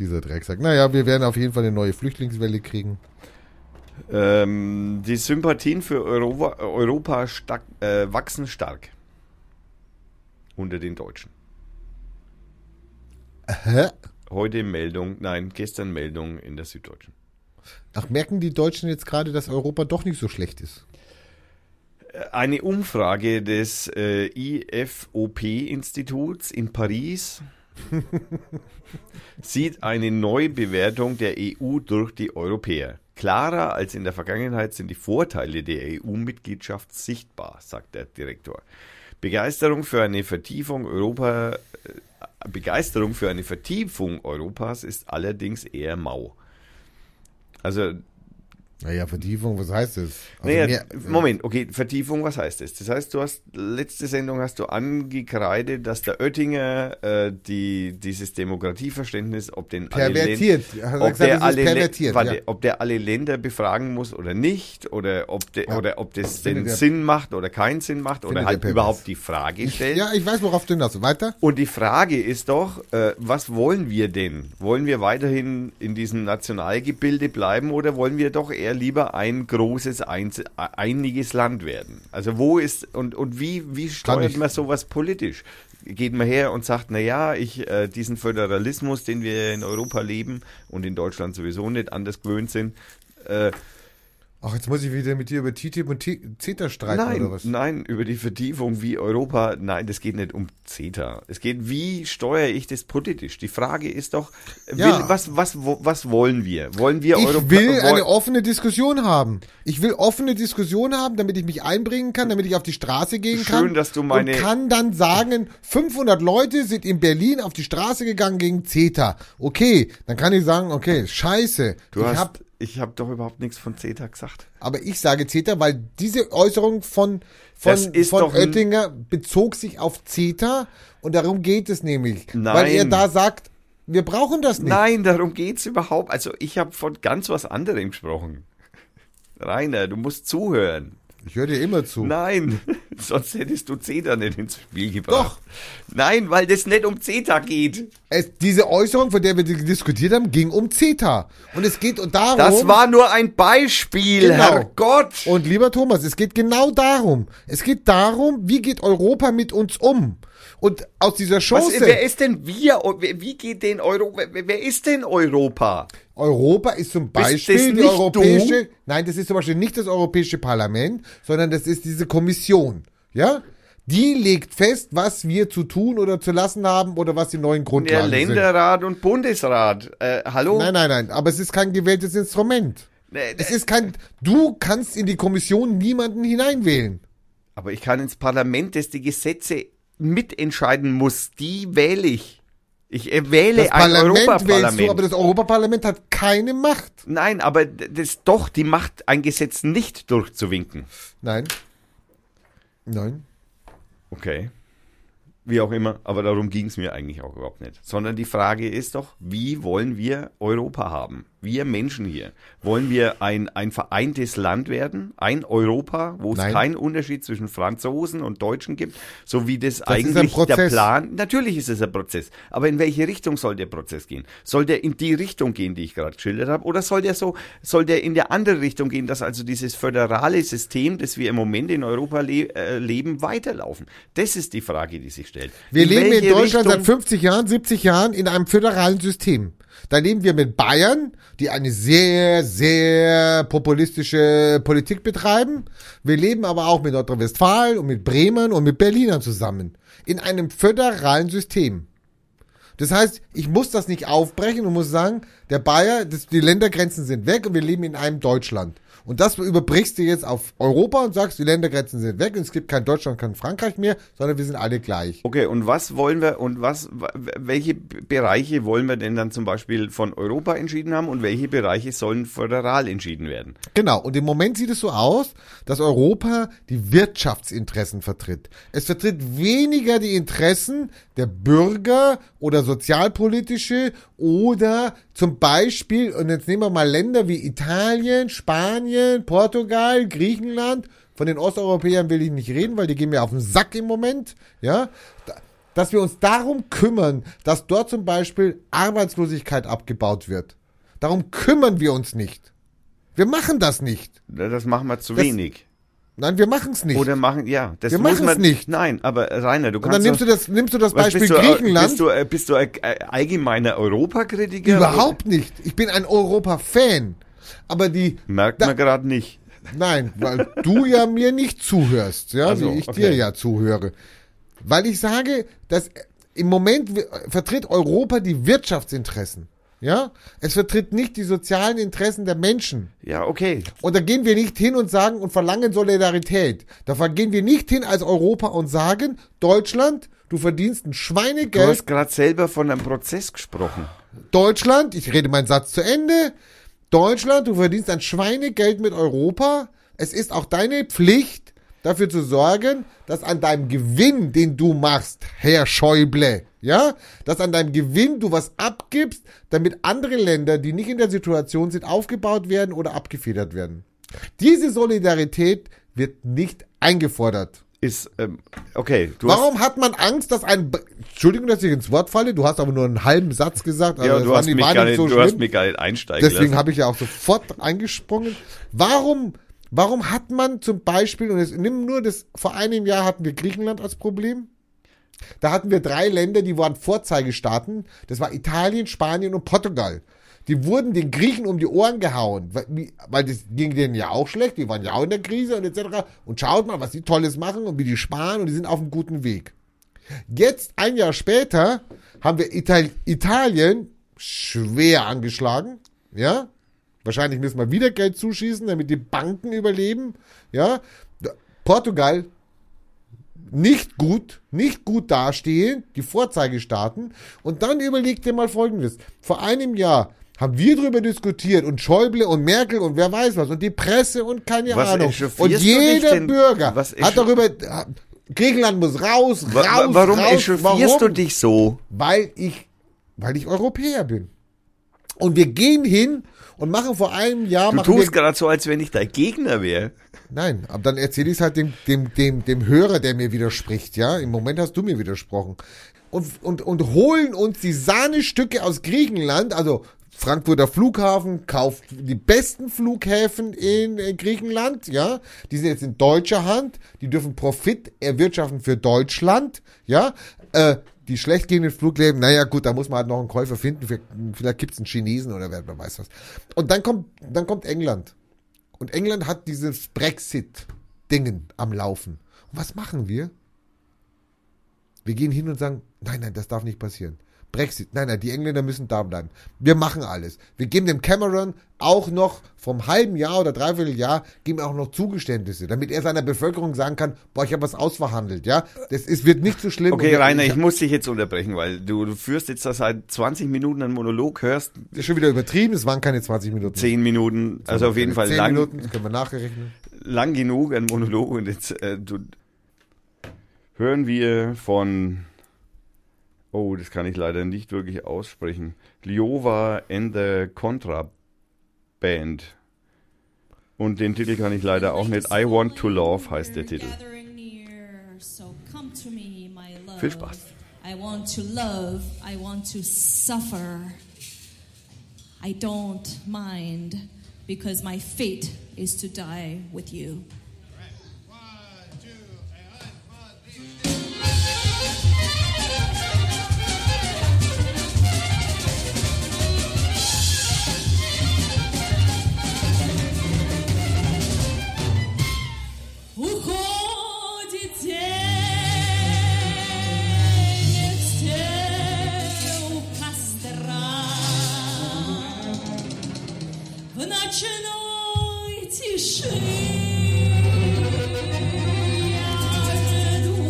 dieser Drecksack. Naja, wir werden auf jeden Fall eine neue Flüchtlingswelle kriegen. Ähm, die Sympathien für Europa, Europa stark, äh, wachsen stark unter den Deutschen. Hä? Heute Meldung, nein, gestern Meldung in der Süddeutschen. Ach, merken die Deutschen jetzt gerade, dass Europa doch nicht so schlecht ist? Eine Umfrage des äh, IFOP-Instituts in Paris sieht eine Neubewertung der EU durch die Europäer. Klarer als in der Vergangenheit sind die Vorteile der EU-Mitgliedschaft sichtbar, sagt der Direktor. Begeisterung für eine Vertiefung Europa, äh, Begeisterung für eine Vertiefung Europas ist allerdings eher mau. Also Naja, Vertiefung, was heißt das? Also naja, mehr- Moment, okay, Vertiefung, was heißt das? Das heißt, du hast, letzte Sendung hast du angekreidet, dass der Oettinger äh, die, dieses Demokratieverständnis, ob den Pervertiert. Also Alle Hat er Länder, ob, gesagt, der es ist alle Lä- pervertiert, warte, ja. ob der alle Länder befragen muss oder nicht, oder ob, de, Ja. oder ob das Finde den der- Sinn macht oder keinen Sinn macht, Finde oder der halt pervers. überhaupt die Frage Ich, stellt. ja, ich weiß, worauf du hinaus willst. Weiter? Und die Frage ist doch, äh, was wollen wir denn? Wollen wir weiterhin in diesem Nationalgebilde bleiben oder wollen wir doch eher lieber ein großes, einz- einiges Land werden? Also wo ist und, und wie, wie steuert ich- man sowas politisch? Geht man her und sagt, na ja, ich äh, diesen Föderalismus, den wir in Europa leben und in Deutschland sowieso nicht anders gewöhnt sind, äh, Ach, jetzt muss ich wieder mit dir über TTIP und T- CETA streiten Nein, oder was? nein, über die Vertiefung wie Europa, nein, das geht nicht um CETA. Es geht, wie steuere ich das politisch? Die Frage ist doch, will, Ja. was, was, wo- was wollen wir? Wollen wir Ich Europa- will eine woll- offene Diskussion haben. Ich will offene Diskussion haben, damit ich mich einbringen kann, damit ich auf die Straße gehen kann. Schön, dass du meine- Und kann dann sagen, 500 Leute sind in Berlin auf die Straße gegangen gegen CETA. Okay, dann kann ich sagen, okay, scheiße. Du ich hast, hab, ich habe doch überhaupt nichts von CETA gesagt. aber ich sage CETA, weil diese Äußerung von, von, Das ist von doch ein- Oettinger bezog sich auf CETA und darum geht es nämlich. Weil Nein. er da sagt, wir brauchen das nicht. Nein, darum geht's überhaupt. Also ich habe von ganz was anderem gesprochen. Rainer, du musst zuhören. Ich höre dir immer zu. Nein, sonst hättest du CETA nicht ins Spiel gebracht. Doch. Nein, weil das nicht um CETA geht. Es, diese Äußerung, von der wir diskutiert haben, ging um CETA. Und es geht darum. Das war nur ein Beispiel, Genau. Herrgott. Und lieber Thomas, es geht genau darum. Es geht darum, wie geht Europa mit uns um? Und aus dieser Was, Chance, wer ist denn wir? Und wer- Wie geht denn Europa? Wer wer ist denn Europa? Europa ist zum Beispiel das die nicht europäische, nein, das ist zum Beispiel nicht das Europäische Parlament, sondern das ist diese Kommission, ja? Die legt fest, was wir zu tun oder zu lassen haben oder was die neuen Der Grundlagen sind. Länderrat und Bundesrat. Äh, hallo? Nein, nein, nein, aber es ist kein gewähltes Instrument. Äh, Es äh, ist kein. Du kannst in die Kommission niemanden hineinwählen. Aber ich kann ins Parlament, das die Gesetze mitentscheiden muss. Die wähle ich. Ich äh, wähle Das ein Parlament wählst du, aber Europaparlament. das Europaparlament hat keine Macht. Nein, aber d- das doch, die macht ein Gesetz nicht durchzuwinken. Nein. Nein. Okay. wie auch immer, aber darum ging es mir eigentlich auch überhaupt nicht. Sondern die Frage ist doch, wie wollen wir Europa haben? Wir Menschen hier. Wollen wir ein, ein vereintes Land werden? Ein Europa, wo es Nein. keinen Unterschied zwischen Franzosen und Deutschen gibt? So wie das, ein eigentlich der Prozess. Plan. Natürlich ist es ein Prozess. Aber in welche Richtung soll der Prozess gehen? Soll der in die Richtung gehen, die ich gerade geschildert habe? Oder soll der so, soll der in der andere Richtung gehen, dass also dieses föderale System, das wir im Moment in Europa le äh, leben, weiterlaufen? Das ist die Frage, die sich stellt. Wir leben in welche Deutschland seit Richtung- 50 Jahren, 70 Jahren in einem föderalen System. Da leben wir mit Bayern, die eine sehr, sehr populistische Politik betreiben. Wir leben aber auch mit Nordrhein-Westfalen und mit Bremern und mit Berlinern zusammen. In einem föderalen System. Das heißt, ich muss das nicht aufbrechen und muss sagen, der Bayer, das, die Ländergrenzen sind weg und wir leben in einem Deutschland. Und das überbrichst du jetzt auf Europa und sagst, die Ländergrenzen sind weg und es gibt kein Deutschland, kein Frankreich mehr, sondern wir sind alle gleich. Okay, und was wollen wir und was w- welche B- Bereiche wollen wir denn dann zum Beispiel von Europa entschieden haben und welche Bereiche sollen föderal entschieden werden? Genau, und im Moment sieht es so aus, dass Europa die Wirtschaftsinteressen vertritt. Es vertritt weniger die Interessen der Bürger oder sozialpolitische oder zum Beispiel, und jetzt nehmen wir mal Länder wie Italien, Spanien, Portugal, Griechenland. Von den Osteuropäern will ich nicht reden, weil die gehen mir auf den Sack im Moment. Ja, Da- dass wir uns darum kümmern, dass dort zum Beispiel Arbeitslosigkeit abgebaut wird. Darum kümmern wir uns nicht. Wir machen das nicht. Na, Das machen wir zu Das- wenig. Nein, wir machen es nicht. Oder machen, ja, das Wir muss machen's man, nicht. Nein, aber Rainer, du und kannst. dann nimmst du doch- das, nimmst du das was Beispiel bist du, äh, Griechenland? Bist du, äh, bist du ein äh, allgemeiner Europakritiker? Überhaupt nicht. Ich bin ein Europa-Fan. Aber die, Merkt Da- man gerade nicht. nein, weil du ja mir nicht zuhörst, ja, Ach so, wie ich okay. dir ja zuhöre. Weil ich sage, dass im Moment wi- vertritt Europa die Wirtschaftsinteressen. Ja, es vertritt nicht die sozialen Interessen der Menschen. Ja, okay. Und da gehen wir nicht hin und sagen und verlangen Solidarität. Da gehen wir nicht hin als Europa und sagen, Deutschland, du verdienst ein Du Schweinegeld. hast gerade selber von einem Prozess gesprochen. Deutschland, ich rede meinen Satz zu Ende. Deutschland, du verdienst ein Schweinegeld mit Europa. Es ist auch deine Pflicht, dafür zu sorgen, dass an deinem Gewinn, den du machst, Herr Schäuble, ja, dass an deinem Gewinn du was abgibst, damit andere Länder, die nicht in der Situation sind, aufgebaut werden oder abgefedert werden. Diese Solidarität wird nicht eingefordert. Ist, ähm, okay. Du hast, Warum hat man Angst, dass ein... Be- Entschuldigung, dass ich ins Wort falle. Du hast aber nur einen halben Satz gesagt. also ja, das du war hast, nicht- mich war gar nicht nicht, so du hast schlimm. mich gar nicht einsteigen Deswegen lassen. habe ich ja auch sofort eingesprungen. Warum, warum hat man zum Beispiel, und jetzt nimm nur das, vor einem Jahr hatten wir Griechenland als Problem. Da hatten wir drei Länder, die waren Vorzeigestaaten. Das war Italien, Spanien und Portugal. Die wurden den Griechen um die Ohren gehauen, weil, wie- weil das ging denen ja auch schlecht. Die waren ja auch in der Krise und etc. Und schaut mal, was die Tolles machen und wie die sparen und die sind auf einem guten Weg. Jetzt, ein Jahr später, haben wir Ital Italien schwer angeschlagen. Ja, wahrscheinlich müssen wir wieder Geld zuschießen, damit die Banken überleben. Ja, D- Portugal nicht gut, nicht gut dastehen, die Vorzeigestaaten. Und dann überlegt ihr mal Folgendes. Vor einem Jahr haben wir darüber diskutiert und Schäuble und Merkel und wer weiß was und die Presse und keine Was Ahnung. echauffierst Und du dich jeder denn? Bürger Was hat echauffi- darüber, Griechenland muss raus, Wa- wa- raus, warum raus. echauffierst du dich so? Weil ich, weil ich Europäer bin. Und wir gehen hin und machen vor einem Jahr, Du machen wir, tust gerade so, als wenn ich dein Gegner wäre. nein, aber dann erzähle ich es halt dem, dem, dem, dem Hörer, der mir widerspricht, ja. Im Moment hast du mir widersprochen. Und, und, und holen uns die Sahnestücke aus Griechenland, also Frankfurter Flughafen kauft die besten Flughäfen in äh, Griechenland, ja. Die sind jetzt in deutscher Hand, die dürfen Profit erwirtschaften für Deutschland, ja. Äh, die schlecht gehenden Flugleben, naja gut, da muss man halt noch einen Käufer finden, Vielleicht- vielleicht gibt's einen Chinesen oder wer weiß was. Und dann kommt, dann kommt England. Und England hat dieses Brexit-Dingen am Laufen. Und was machen wir? Wir gehen hin und sagen, nein, nein, das darf nicht passieren. Brexit, nein, nein, die Engländer müssen da bleiben. Wir machen alles. Wir geben dem Cameron auch noch vom halben Jahr oder dreiviertel Jahr geben wir auch noch Zugeständnisse, damit er seiner Bevölkerung sagen kann, boah, ich habe was ausverhandelt, ja. Das ist, wird nicht so schlimm. Und Okay, wir- Rainer, ich muss dich jetzt unterbrechen, weil du, du führst jetzt da seit 20 Minuten einen Monolog, hörst ist schon wieder übertrieben, es waren keine 20 Minuten. 10 Minuten, also auf jeden Fall 10 lang, Minuten, das können wir nachrechnen. lang genug einen Monolog und jetzt äh, du, hören wir von Oh, das kann ich leider nicht wirklich aussprechen. Liova and the Contraband. Und den Titel kann ich leider auch nicht. I Want to Love heißt der Titel. Viel Spaß. I want to love, I want to suffer. I don't mind because my fate is to die with you. Уходите, не все у костра. В ночной тиши я жду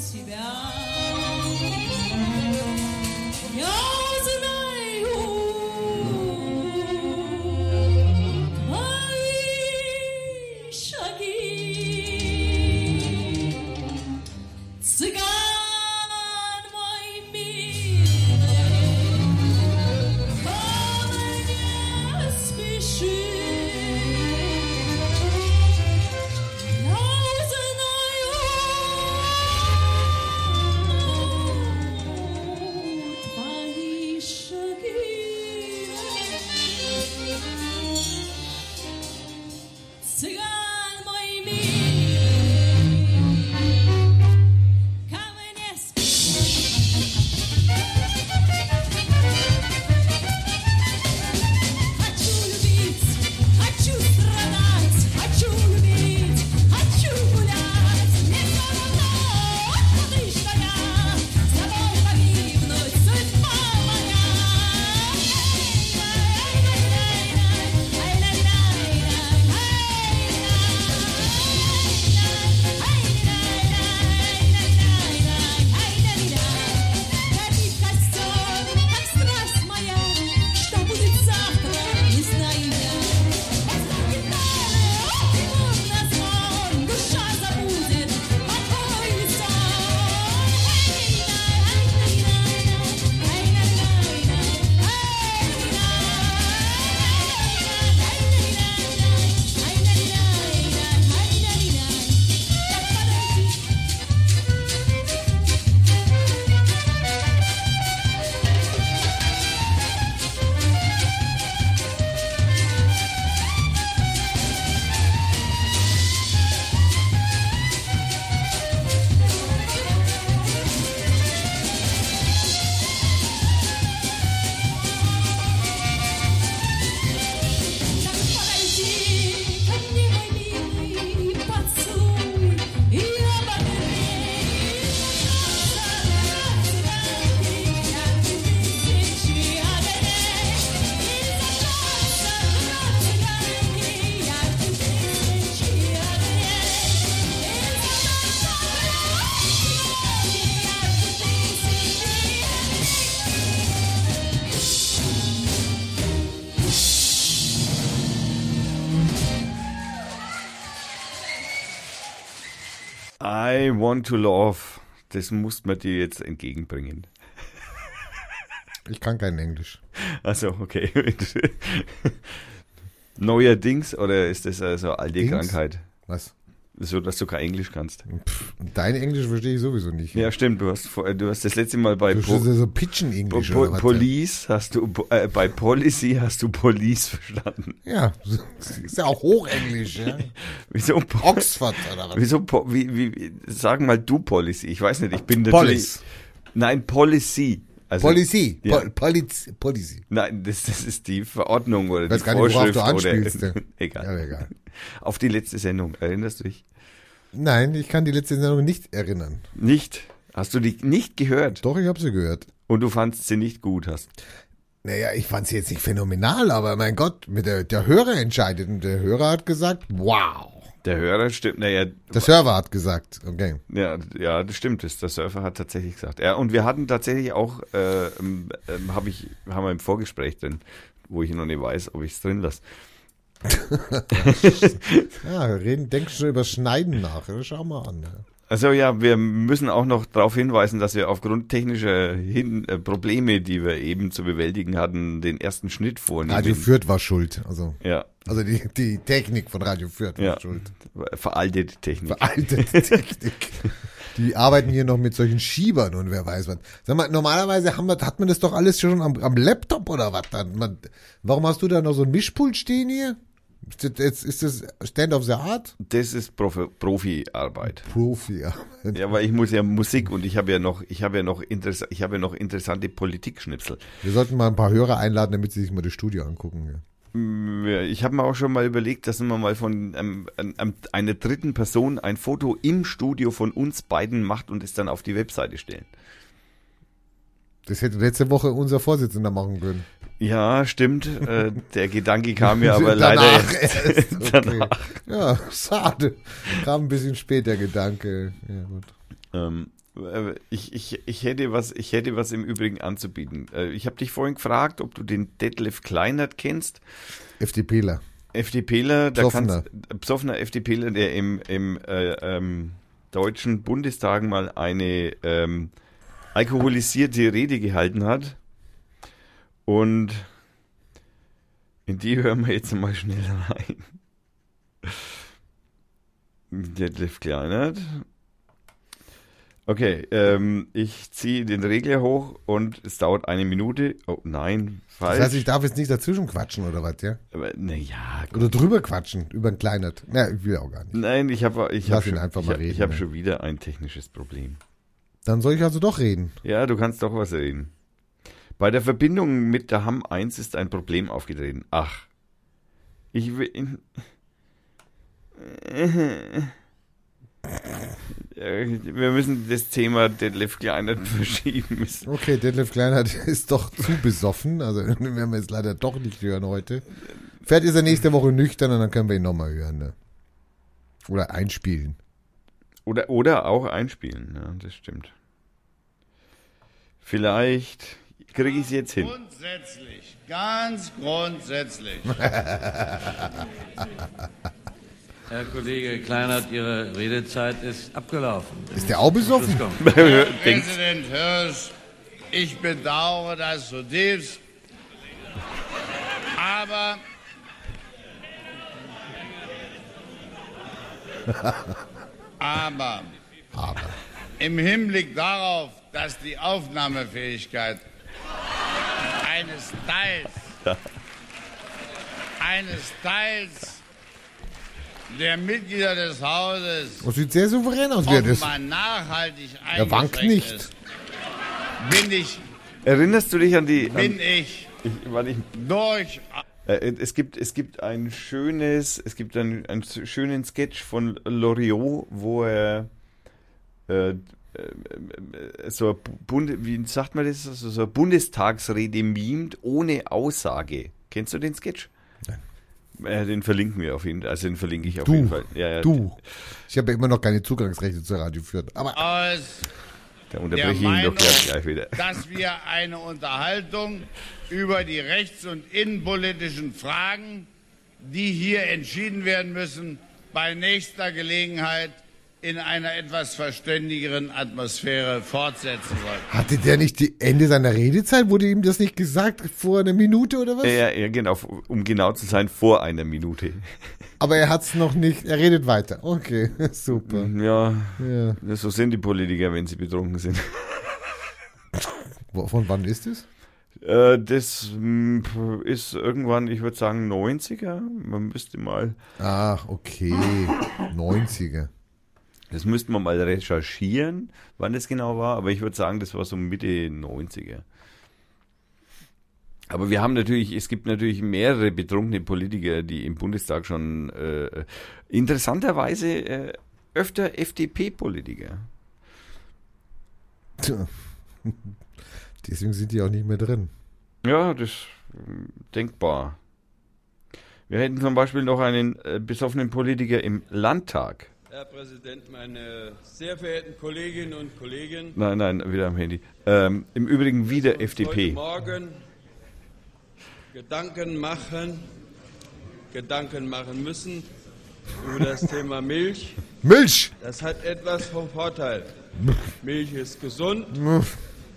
тебя. Я знаю, Мои шаги Цыган мой милый Полный не спеши Я узнаю Твои шаги Цыган мой милый, ко мне спеши. Хочу любить, хочу страдать, хочу любить, хочу гулять. Не все равно, откуда ж я, с тобой погибнуть судьба Горит костер, как страсть моя, что будет завтра, не знаю я. Оставит дары, тимур на звон, душа забудет покой и сон. Thank you. Подойди ко мне, мой милый, поцелуй и обогрей. Яркие тысячи огней. И зажжется вновь яркие, яркие тысячи огней. И зажжется вновь яркие, яркие тысячи огней. I Want to Love. Das muss man dir jetzt entgegenbringen. Ich kann kein Englisch. Also, okay. Neuerdings oder ist das also alte Dings? Krankheit? Was? So, dass du kein Englisch kannst. Pff, dein Englisch verstehe ich sowieso nicht. Ja, stimmt. Du hast, vor- äh, du hast das letzte Mal bei Du Pro- verstehst ja so Pitchen-Englisch. Po- oder was Police hast du äh, bei Policy hast du Police verstanden. denn? Ja, ist ja auch Hochenglisch. Ja? Wieso po, Oxford oder was? wieso po, wie, wie- wie sag mal du Policy? Ich weiß nicht, ich bin Police. natürlich Nein, Policy. Also, Policy. Ja. Pol Poliz Policy. Nein, das, das ist die Verordnung oder Weiß die gar nicht, worauf Vorschrift du anspielst, oder ja. egal. Ja, egal. Auf die letzte Sendung, erinnerst du dich? Nein, ich kann die letzte Sendung nicht erinnern. Nicht. Hast du die nicht gehört Doch, ich habe sie gehört. und du fandst sie nicht gut hast. Naja, ich fand sie jetzt nicht phänomenal, aber mein Gott, mit der, der Hörer entscheidet. Und der Hörer hat gesagt, wow. Der Hörer stimmt, naja, Der Server hat gesagt, okay. Ja, ja, das stimmt. Das, der Surfer hat tatsächlich gesagt. Ja, und wir hatten tatsächlich auch, äh, ähm, ähm, hab ich, haben wir im Vorgespräch drin, wo ich noch nicht weiß, ob ich es drin lasse. Ja, reden, denk schon über Schneiden nach. Schau mal an. ja. Also ja, wir müssen auch noch darauf hinweisen, dass wir aufgrund technischer Hin äh, Probleme, die wir eben zu bewältigen hatten, den ersten Schnitt vornehmen. Radio Fürth war schuld. Also, ja, also die, die Technik von Radio Fürth war Ja. schuld. veraltete Technik. Veraltete Technik. Die arbeiten hier noch mit solchen Schiebern und wer weiß was. Sag mal, normalerweise haben wir, hat man das doch alles schon am, am Laptop oder was? Dann, man, warum hast du da noch so ein Mischpult stehen hier? Ist das, jetzt- ist das Stand of the Art? das ist Profi Profiarbeit. Profi. Ja. Ja, weil ich muss ja Musik und ich habe ja noch, ich habe ja noch interess ich habe ja noch interessante Politikschnipsel. Wir sollten mal ein paar Hörer einladen, damit sie sich mal das Studio angucken. Ja. Ja, Ich habe mir auch schon mal überlegt, dass man mal von ähm, an- an- einer dritten Person ein Foto im Studio von uns beiden macht und es dann auf die Webseite stellen. Das hätte letzte Woche unser Vorsitzender machen können. Ja, stimmt. Äh, der Gedanke kam mir aber leider. Danach erst. Okay. Ja, schade. Kam ein bisschen spät der Gedanke. Ja, gut. Ähm, äh, ich, ich, ich, hätte was, ich hätte was im Übrigen anzubieten. Äh, ich habe dich vorhin gefragt, ob du den Detlef Kleinert kennst. FDPler. FDPler, da Psoffener. kannst Psoffener FDPler, der im, im äh, ähm, Deutschen Bundestag mal eine ähm, alkoholisierte Rede gehalten hat. Und in die hören wir jetzt mal schnell rein. Detlef Kleinert. Okay, ähm, ich ziehe den Regler hoch und es dauert eine Minute. Oh nein, falsch. Das heißt, ich darf jetzt nicht dazwischen quatschen oder was, ja? naja, Oder drüber quatschen, über ein Kleinert. Na, ich will auch gar nicht. Nein, ich habe ich Lass hab ihn schon, einfach ich, mal hab- reden, Ich habe ja. schon wieder ein technisches Problem. Dann soll ich also doch reden. Ja, du kannst doch was reden. Bei der Verbindung mit der Ham 1 ist ein Problem aufgetreten. Ach. Ich will. Wir müssen das Thema Deadlift Kleiner verschieben. Okay, Detlef Kleinert ist doch zu besoffen. Also den werden wir jetzt leider doch nicht hören heute. Vielleicht ist er nächste Woche nüchtern und dann können wir ihn nochmal hören. Ne? Oder einspielen. Oder, oder auch einspielen, ja, das stimmt. Vielleicht kriege ich es jetzt hin. Grundsätzlich, ganz grundsätzlich. Herr Kollege Kleinert, Ihre Redezeit ist abgelaufen. Ist der auch besoffen? Denkst Präsident Hirsch, ich bedauere das zutiefst. Aber aber im Hinblick darauf, dass die Aufnahmefähigkeit eines Teils eines Teils der Mitglieder des Hauses Das sieht sehr souverän aus, wie er das. offenbar nachhaltig eingeschränkt Er wankt nicht. Ist, bin ich, Erinnerst du dich an die. An, bin ich ich, warte, ich durch. Äh, Es gibt, es gibt ein schönes, es gibt einen, einen schönen Sketch von Loriot, wo er äh, äh, äh, so ein Bund, wie sagt man das, also so eine Bundestagsrede mimt ohne Aussage. Kennst du den Sketch? Nein. Äh, den verlinken wir auf jeden Fall. Also den verlinke ich auf jeden Du, Fall. Ja, ja, du. Ich habe ja immer noch keine Zugangsrechte zu Radio Fürth. Aber Aus, Da unterbreche ich ihn Meinung- doch gleich, gleich wieder. dass wir eine Unterhaltung über die rechts- und innenpolitischen Fragen, die hier entschieden werden müssen, bei nächster Gelegenheit in einer etwas verständigeren Atmosphäre fortsetzen wollen. hatte der nicht die Ende seiner Redezeit? Wurde ihm das nicht gesagt vor einer Minute oder was? Ja, ja, genau, um genau zu sein, vor einer Minute. Aber er hat's noch nicht. Er redet weiter. Okay, super. Ja, Ja. so sind die Politiker, wenn sie betrunken sind. Wo- Von wann ist es? Äh, das mm, pf, ist irgendwann, ich würde sagen, 90er. Man müsste mal, Ach, okay. 90er. das müsste man mal recherchieren, wann das genau war, aber ich würde sagen, das war so Mitte 90er. Aber wir haben natürlich, es gibt natürlich mehrere betrunkene Politiker, die im Bundestag schon äh, interessanterweise äh, öfter FDP-Politiker. Tja. Deswegen sind die auch nicht mehr drin. Ja, das ist denkbar. Wir hätten zum Beispiel noch einen äh, besoffenen Politiker im Landtag. Herr Präsident, meine sehr verehrten Kolleginnen und Kollegen. Nein, nein, wieder am Handy. Ähm, Im Übrigen wieder Heute FDP. Morgen Gedanken machen, Gedanken machen müssen über das Thema Milch. Milch! Das hat etwas vom Vorteil. Milch ist gesund.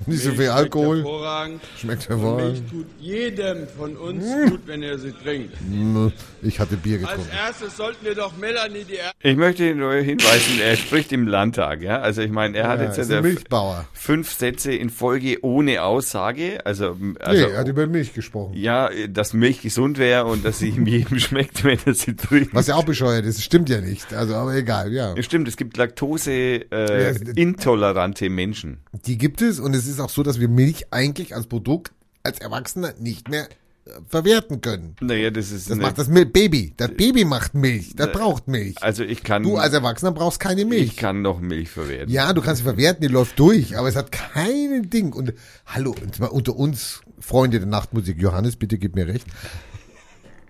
Nicht so Milch viel schmeckt Alkohol. Hervorragend. Schmeckt Milch hervorragend. tut jedem von uns gut, wenn er sie trinkt. Ich hatte Bier Als getrunken. erstes sollten wir doch Melanie die er Ich möchte nur hinweisen, er spricht im Landtag, ja. Also ich meine, er hat Ja, jetzt ist ja ein der- Äh, Milchbauer. fünf Sätze in Folge ohne Aussage. Also, Nee, also er hat über Milch gesprochen. ja, dass Milch gesund wäre und dass sie jedem schmeckt, wenn er sie trinkt. Was ja auch bescheuert ist, stimmt ja nicht. Also, aber egal, ja. Ja, Stimmt, es gibt Ja, Laktose es- äh, intolerante Menschen. Die gibt es und es ist auch so, dass wir Milch eigentlich als Produkt als Erwachsener nicht mehr äh, verwerten können. Naja, das ist Das eine- macht das Mil- Baby. Das Baby macht Milch. Das braucht Milch. also ich kann Du als Erwachsener brauchst keine Milch. ich kann noch Milch verwerten. Ja, du kannst sie verwerten, die läuft durch, aber es hat keinen Ding. Und hallo, und mal unter uns, Freunde der Nachtmusik, Johannes, bitte gib mir recht.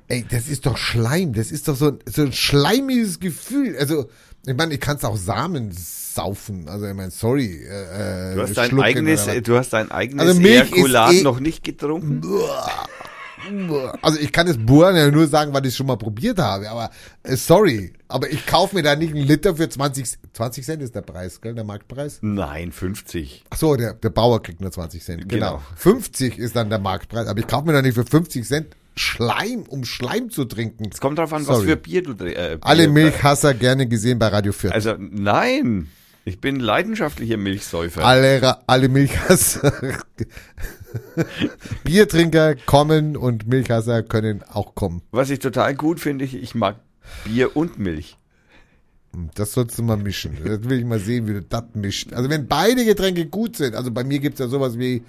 Ey, das ist doch Schleim, das ist doch so ein, so ein schleimiges Gefühl. Also, ich meine, ich kannst auch Samen saufen. Also, ich meine, sorry. Äh, Du hast dein schlucken eigenes, oder was. äh, du hast dein eigenes Also also Milch ist Ejakulat eh- noch nicht getrunken. Also ich kann es bohren ja nur sagen, weil ich es schon mal probiert habe, aber äh, sorry. Aber ich kaufe mir da nicht einen Liter für 20, 20 Cent ist der Preis, gell? Der Marktpreis. Nein, 50. Ach so, der, der Bauer kriegt nur 20 Cent. Genau. Genau. 50 ist dann der Marktpreis, aber ich kaufe mir doch nicht für 50 Cent Schleim, um Schleim zu trinken. Es kommt drauf an, was Sorry. für Bier du trinkst. Äh, Alle Bier- Milchhasser gerne gesehen bei Radio 4. Also nein, ich bin leidenschaftlicher Milchsäufer. alle, Ra- alle Milchhasser. Biertrinker kommen und Milchhasser können auch kommen. Was ich total gut finde, ich, ich mag Bier und Milch. Das sollst du mal mischen. Das will ich mal sehen, wie du das mischt. Also wenn beide Getränke gut sind, also bei mir gibt's ja sowas wie,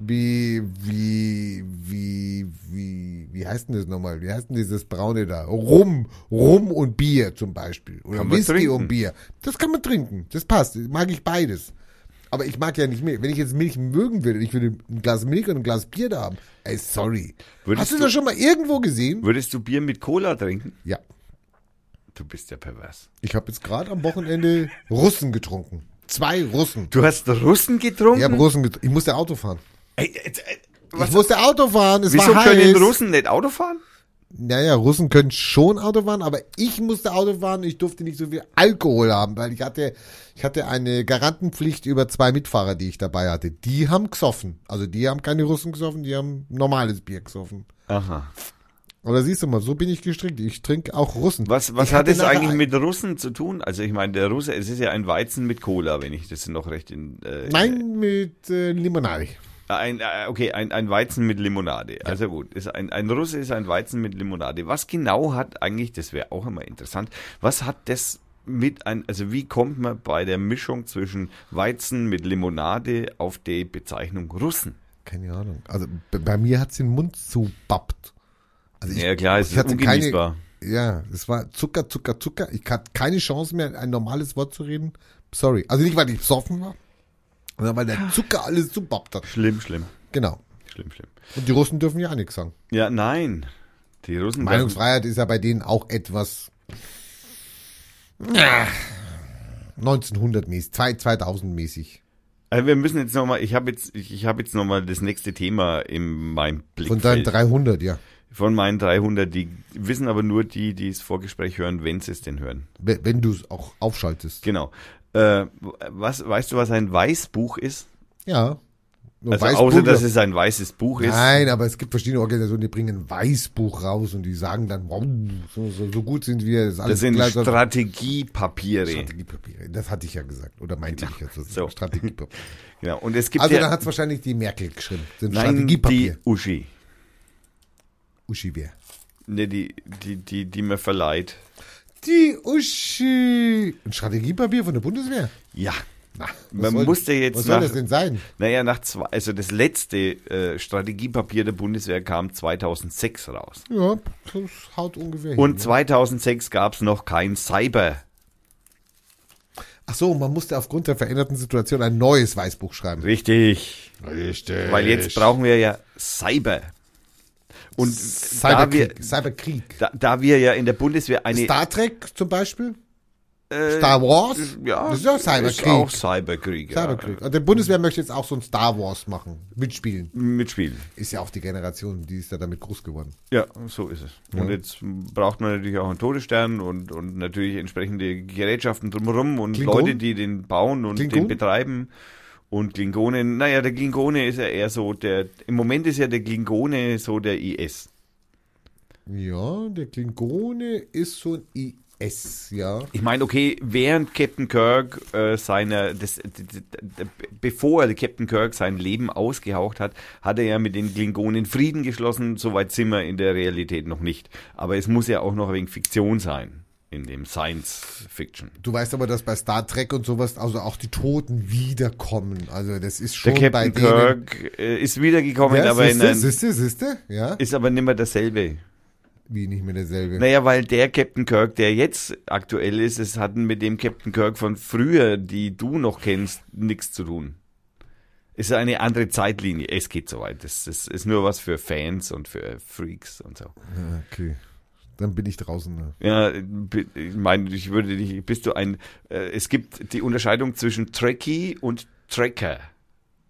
wie, wie, wie, wie, wie heißt denn das nochmal? Wie heißt denn dieses Braune da? Rum, Rum und Bier zum Beispiel. Oder Kann man Whisky trinken. und Bier. Das kann man trinken. Das passt. Mag ich beides. Aber ich mag ja nicht Milch. Wenn ich jetzt Milch mögen würde, ich würde ein Glas Milch und ein Glas Bier da haben. Ey, sorry. Würdest Hast du, du- das schon mal irgendwo gesehen? Würdest du Bier mit Cola trinken? Ja. Du bist ja pervers. Ich habe jetzt gerade am Wochenende Russen getrunken. Zwei Russen. Du hast Russen getrunken? Ich habe Russen getrunken. Ich musste Auto fahren. Ey, jetzt, äh, ich was, musste Auto fahren. Es wieso war heiß. können Russen nicht Auto fahren? Naja, Russen können schon Auto fahren, aber ich musste Auto fahren. Ich durfte nicht so viel Alkohol haben, weil ich hatte, ich hatte eine Garantenpflicht über zwei Mitfahrer, die ich dabei hatte. Die haben gesoffen. Also die haben keine Russen gesoffen, die haben normales Bier gesoffen. Aha. Aber siehst du mal, so bin ich gestrickt. Ich trinke auch Russen. Was, was Ich hat hatte es nachher eigentlich ein- mit Russen zu tun? Also ich meine, der Russe, es ist ja ein Weizen mit Cola, wenn ich das noch recht in... Äh, Nein, mit äh, Limonade. Ein, äh, okay, ein, ein Weizen mit Limonade. Also gut, ist ein, ein Russe ist ein Weizen mit Limonade. Was genau hat eigentlich, das wäre auch immer interessant, was hat das mit ein, also wie kommt man bei der Mischung zwischen Weizen mit Limonade auf die Bezeichnung Russen? Keine Ahnung. Also b- bei mir hat's den Mund zubappt. Also Ja, klar, es ist ungenießbar. Keine, ja, es war Zucker, Zucker, Zucker. Ich hatte keine Chance mehr, ein normales Wort zu reden. Sorry. Also nicht, weil ich besoffen war, sondern weil der Zucker alles zubappt hat. Schlimm, schlimm, Genau. schlimm, schlimm. Und die Russen dürfen ja auch nichts sagen. Ja, nein. Die Russen. Meinungsfreiheit ist ja bei denen auch etwas 1900 mäßig, 2000 mäßig. Also wir müssen jetzt nochmal, ich habe jetzt, ich, ich habe jetzt nochmal das nächste Thema in meinem Blick. Von deinen 300, ja. Von meinen 300, die wissen aber nur die, die das Vorgespräch hören, wenn sie es denn hören. Wenn wenn du es auch aufschaltest. Genau. Äh, was, weißt du, was ein Weißbuch ist? Ja. Nur Also weiß außer, Bruder- dass es ein weißes Buch ist. Nein, aber es gibt verschiedene Organisationen, die bringen ein Weißbuch raus und die sagen dann, wow, so, so, so gut sind wir, das ist Das alles also sind gleich- Strategiepapiere. Strategiepapiere. Das hatte ich ja gesagt. Oder meinte ich jetzt. Das Genau. So. Strategiepapier. Genau. Und es gibt Also da ja hat es wahrscheinlich die Merkel geschrieben. Das sind nein, die Strategiepapier. Uschi, Uschi wer? ne, die, die, die, die mir verleiht. Die Uschi. Ein Strategiepapier von der Bundeswehr? Ja. Na, was Man soll- musste jetzt Was soll nach- das denn sein? Naja, nach zwei, also das letzte äh, Strategiepapier der Bundeswehr kam 2006 raus. Ja, das haut ungefähr Und hin. ne? 2006 gab es noch kein Cyber. Ach so, man musste aufgrund der veränderten Situation ein neues Weißbuch schreiben. Richtig. Richtig. Weil jetzt brauchen wir ja Cyber. Und da wir, Cyberkrieg. Cyberkrieg. Da, da wir ja in der Bundeswehr eine. Star Trek zum Beispiel? Äh, Star Wars? Ja, Das ist ja Cyberkrieg. Ist auch Cyberkrieg. Ja. Cyberkrieg. Und die Bundeswehr möchte jetzt auch so ein Star Wars machen. Mitspielen. Mitspielen. Ist ja auch die Generation, die ist ja damit groß geworden. Ja, so ist es. Und jetzt braucht man natürlich auch einen Todesstern und, und natürlich entsprechende Gerätschaften drumherum und Klingonen? Leute, die den bauen und Klingonen? den betreiben. Und Klingonen, naja, der Klingone ist ja eher so der, im Moment ist ja der Klingone so der IS. Ja, der Klingone ist so ein IS, ja. Ich meine, okay, während Captain Kirk äh, seiner, das, d- d- d- bevor Captain Kirk sein Leben ausgehaucht hat, hat er ja mit den Klingonen Frieden geschlossen. Soweit sind wir in der Realität noch nicht. Aber es muss ja auch noch wegen Fiktion sein. In dem Science Fiction. Du weißt aber, dass bei Star Trek und sowas, also auch die Toten wiederkommen. Also das ist Der schon bei Captain denen. Kirk äh, ist wiedergekommen, ja, aber in siehste, ein, siehste, siehste, ja. ist aber nimmer dasselbe. Wie nicht mehr derselbe. Naja, weil der Captain Kirk, der jetzt aktuell ist, es hat mit dem Captain Kirk von früher, die du noch kennst, nichts zu tun. Es ist eine andere Zeitlinie. Es geht soweit. Das, das ist nur was für Fans und für Freaks und so. Okay. Dann bin ich draußen. Ne? Ja, bi- ich meine, ich würde dich, bist du ein, äh, es gibt die Unterscheidung zwischen Trekkie und Trekker.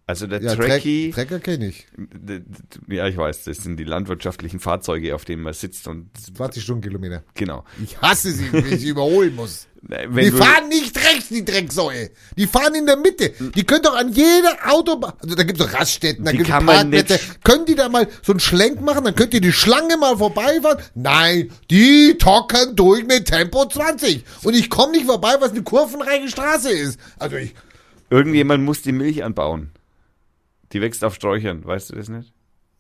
Also der Ja, Trekkie, Trek, Trekker kenne ich. d- d- ja, ich weiß, das sind die landwirtschaftlichen Fahrzeuge, auf denen man sitzt und 20 Stundenkilometer. genau. Äh, Ich hasse sie, wenn ich sie überholen muss. Wenn Die du- fahren nicht rechts, die Drecksäue. Die fahren in der Mitte. Die können doch an jeder Autobahn, also da gibt es Raststätten, da Hm. Die gibt es kann man Parkplätze. nicht- Können die da mal so einen Schlenk machen? Dann könnt ihr die Schlange mal vorbeifahren. Nein, die tockern durch mit Tempo 20. Und ich komme nicht vorbei, was eine kurvenreiche Straße ist. Also ich, Irgendjemand muss die Milch anbauen. Die wächst auf Sträuchern, weißt du das nicht?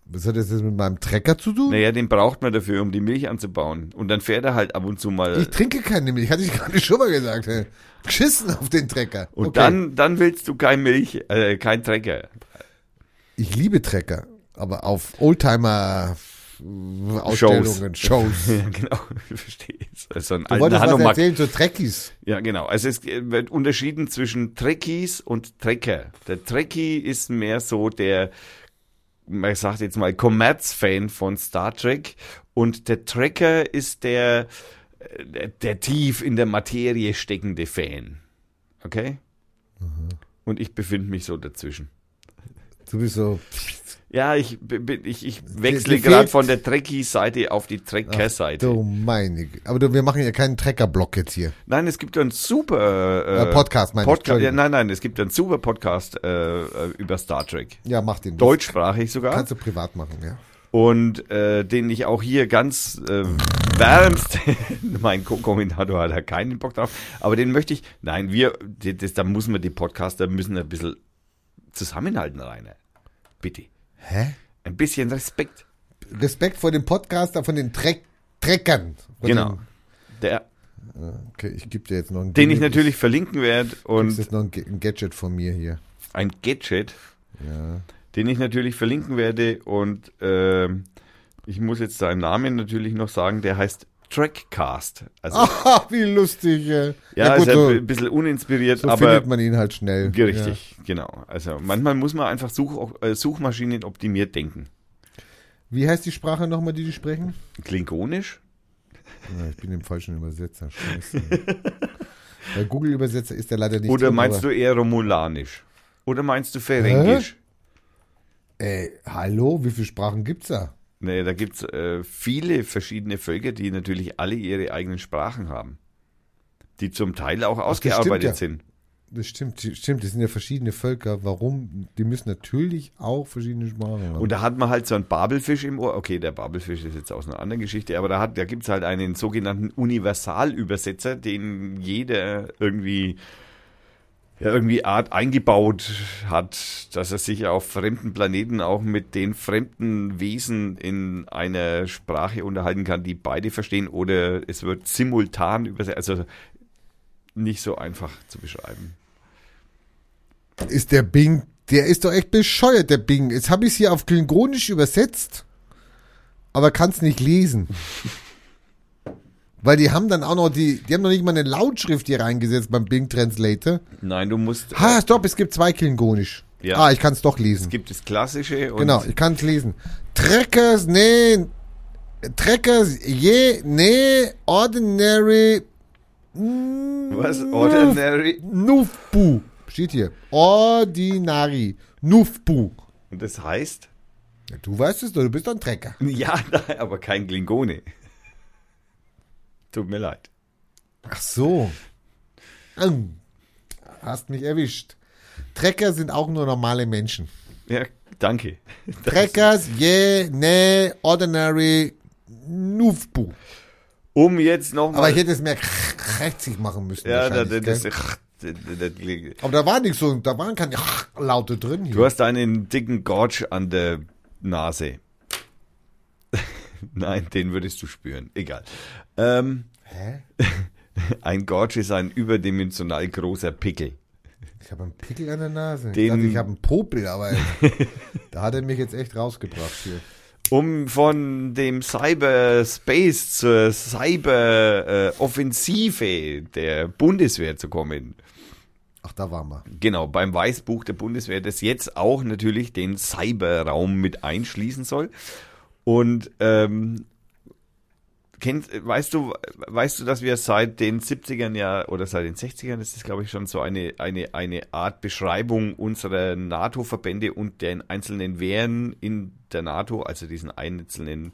was hat das jetzt mit meinem Trecker zu tun? Naja, den braucht man dafür, um die Milch anzubauen. Und dann fährt er halt ab und zu mal. Ich trinke keine Milch, hatte ich gerade schon mal gesagt. ey. Geschissen auf den Trecker. und Okay. dann, dann willst du kein Milch, äh, kein Trecker. Ich liebe Trecker, aber auf Oldtimer äh, Ausstellungen, Shows. Ja, genau, ich verstehe es. Also ein Du alten wolltest was Hanomag. erzählen zu Trekkies. Ja, genau. Also es wird unterschieden zwischen Trekkies und Trekker. Der Trekkie ist mehr so der, man sagt jetzt mal, Kommerzfan von Star Trek. Und der Trekker ist der, äh, der, der tief in der Materie steckende Fan. Okay? Mhm. Und ich befinde mich so dazwischen. Du bist so, Ja, ich, b- bin- ich, ich Dir- wechsle dir gerade fehlt- von der Trekkie-Seite auf die Trekker-Seite. du meine. Gü- Aber du, wir machen ja keinen Trecker-Block jetzt hier. Nein, es gibt einen super Äh, Podcast, meine ich, Podcast. Ja, Entschuldigung. nein, nein, es gibt einen super Podcast äh, äh, über Star Trek. Ja, mach den. Deutschsprachig sogar. Kannst du privat machen, ja. Und äh, den ich auch hier ganz äh, wärmst. mein Co-Kommentator hat da keinen Bock drauf. Aber den möchte ich. Nein, wir, die- das, da müssen wir die Podcaster müssen ein bisschen zusammenhalten, Rainer. Bitte. Hä? Ein bisschen Respekt. Respekt vor dem Podcaster, von den Trek Treckern. Von Genau. Der, Den, okay, ich gebe dir jetzt noch ein den ich natürlich verlinken werde. Das Und ist noch ein, Ga- ein Gadget von mir hier. ein Gadget, den ich natürlich verlinken werde. Und ähm, ich muss jetzt seinen Namen natürlich noch sagen, der heißt Trackcast. Also, Aha, wie lustig. äh. ja, gut, ist ja so, ein bisschen uninspiriert, so aber findet man ihn halt schnell. Ja, richtig, genau. Also manchmal muss man einfach Such, äh, Suchmaschinen optimiert denken. Ja. Wie heißt die Sprache nochmal, die die sprechen? Klingonisch? Ja, ich bin im falschen Übersetzer. Scheiße. Bei Google-Übersetzer ist der leider nicht Oder drin, meinst aber- du eher Romulanisch? Oder meinst du Ferengisch? Ey, hallo, wie viele Sprachen gibt's da? Nee, da gibt's äh, viele verschiedene Völker, die natürlich alle ihre eigenen Sprachen haben. Die zum Teil auch stimmt ausgearbeitet ja. sind. Das stimmt, stimmt, das sind ja verschiedene Völker. Warum? Die müssen natürlich auch verschiedene Sprachen haben. Und da hat man halt so einen Babelfisch im Ohr. Okay, der Babelfisch ist jetzt aus einer anderen Geschichte, aber da, hat, da gibt es halt einen sogenannten Universalübersetzer, den jeder irgendwie, ja, irgendwie Art eingebaut hat, dass er sich auf fremden Planeten auch mit den fremden Wesen in einer Sprache unterhalten kann, die beide verstehen oder es wird simultan übersetzt. Also nicht so einfach zu beschreiben. ist der Bing, der ist doch echt bescheuert, der Bing. Jetzt habe ich es hier auf Klingonisch übersetzt, aber kann's nicht lesen. Weil die haben dann auch noch die, die haben noch nicht mal eine Lautschrift hier reingesetzt beim Bing Translator. Nein, du musst. Ha, stopp, es gibt zwei Klingonisch. Ja. Ah, ich kann's doch lesen. es gibt das Klassische und Genau, ich kann's lesen. Trekkers, nee. Trekkers, je, nee, ordinary Was? Ordinary? Nufbu. Steht hier. Ordinari. Nufbu. Und das heißt? Ja, Du weißt es doch, du bist doch ein Trecker. Ja, nein, aber kein Klingone. Tut mir leid. Ach so. Ähm, Hast mich erwischt. Trecker sind auch nur normale Menschen. Ja, danke. Treckers, je, ne, ordinary, nufbu. Um jetzt Aber nochmal. ich hätte es mehr krächzig machen müssen. Ja, da, da, wahrscheinlich, das, gell? ach, da, da, da, Aber da war nichts so, da waren keine Laute drin. Hier. du hast einen dicken Gorge an der Nase. Nein, den würdest du spüren. Egal. Ähm, Hä? ein Gorge ist ein überdimensional großer Pickel. Ich habe einen Pickel an der Nase. Den- ich dachte, ich habe einen Popel, aber da hat er mich jetzt echt rausgebracht hier. Um von dem Cyberspace zur Cyberoffensive der Bundeswehr zu kommen. Ach, da war wir. Genau, beim Weißbuch der Bundeswehr, das jetzt auch natürlich den Cyberraum mit einschließen soll. Und ähm, kennst, weißt du, weißt du, dass wir seit den 70ern ja oder seit den 60ern, das ist glaube ich schon so eine, eine, eine Art Beschreibung unserer NATO-Verbände und den einzelnen Wehren in der NATO, also diesen einzelnen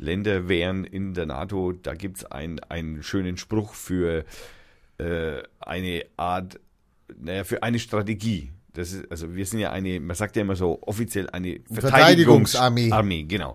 Länderwehren in der NATO, da gibt es ein, einen schönen Spruch für äh, eine Art, naja, für eine Strategie. Das ist, also wir sind ja eine, man sagt ja immer so offiziell eine Verteidigungsarmee. Verteidigungsarmee. Armee, genau.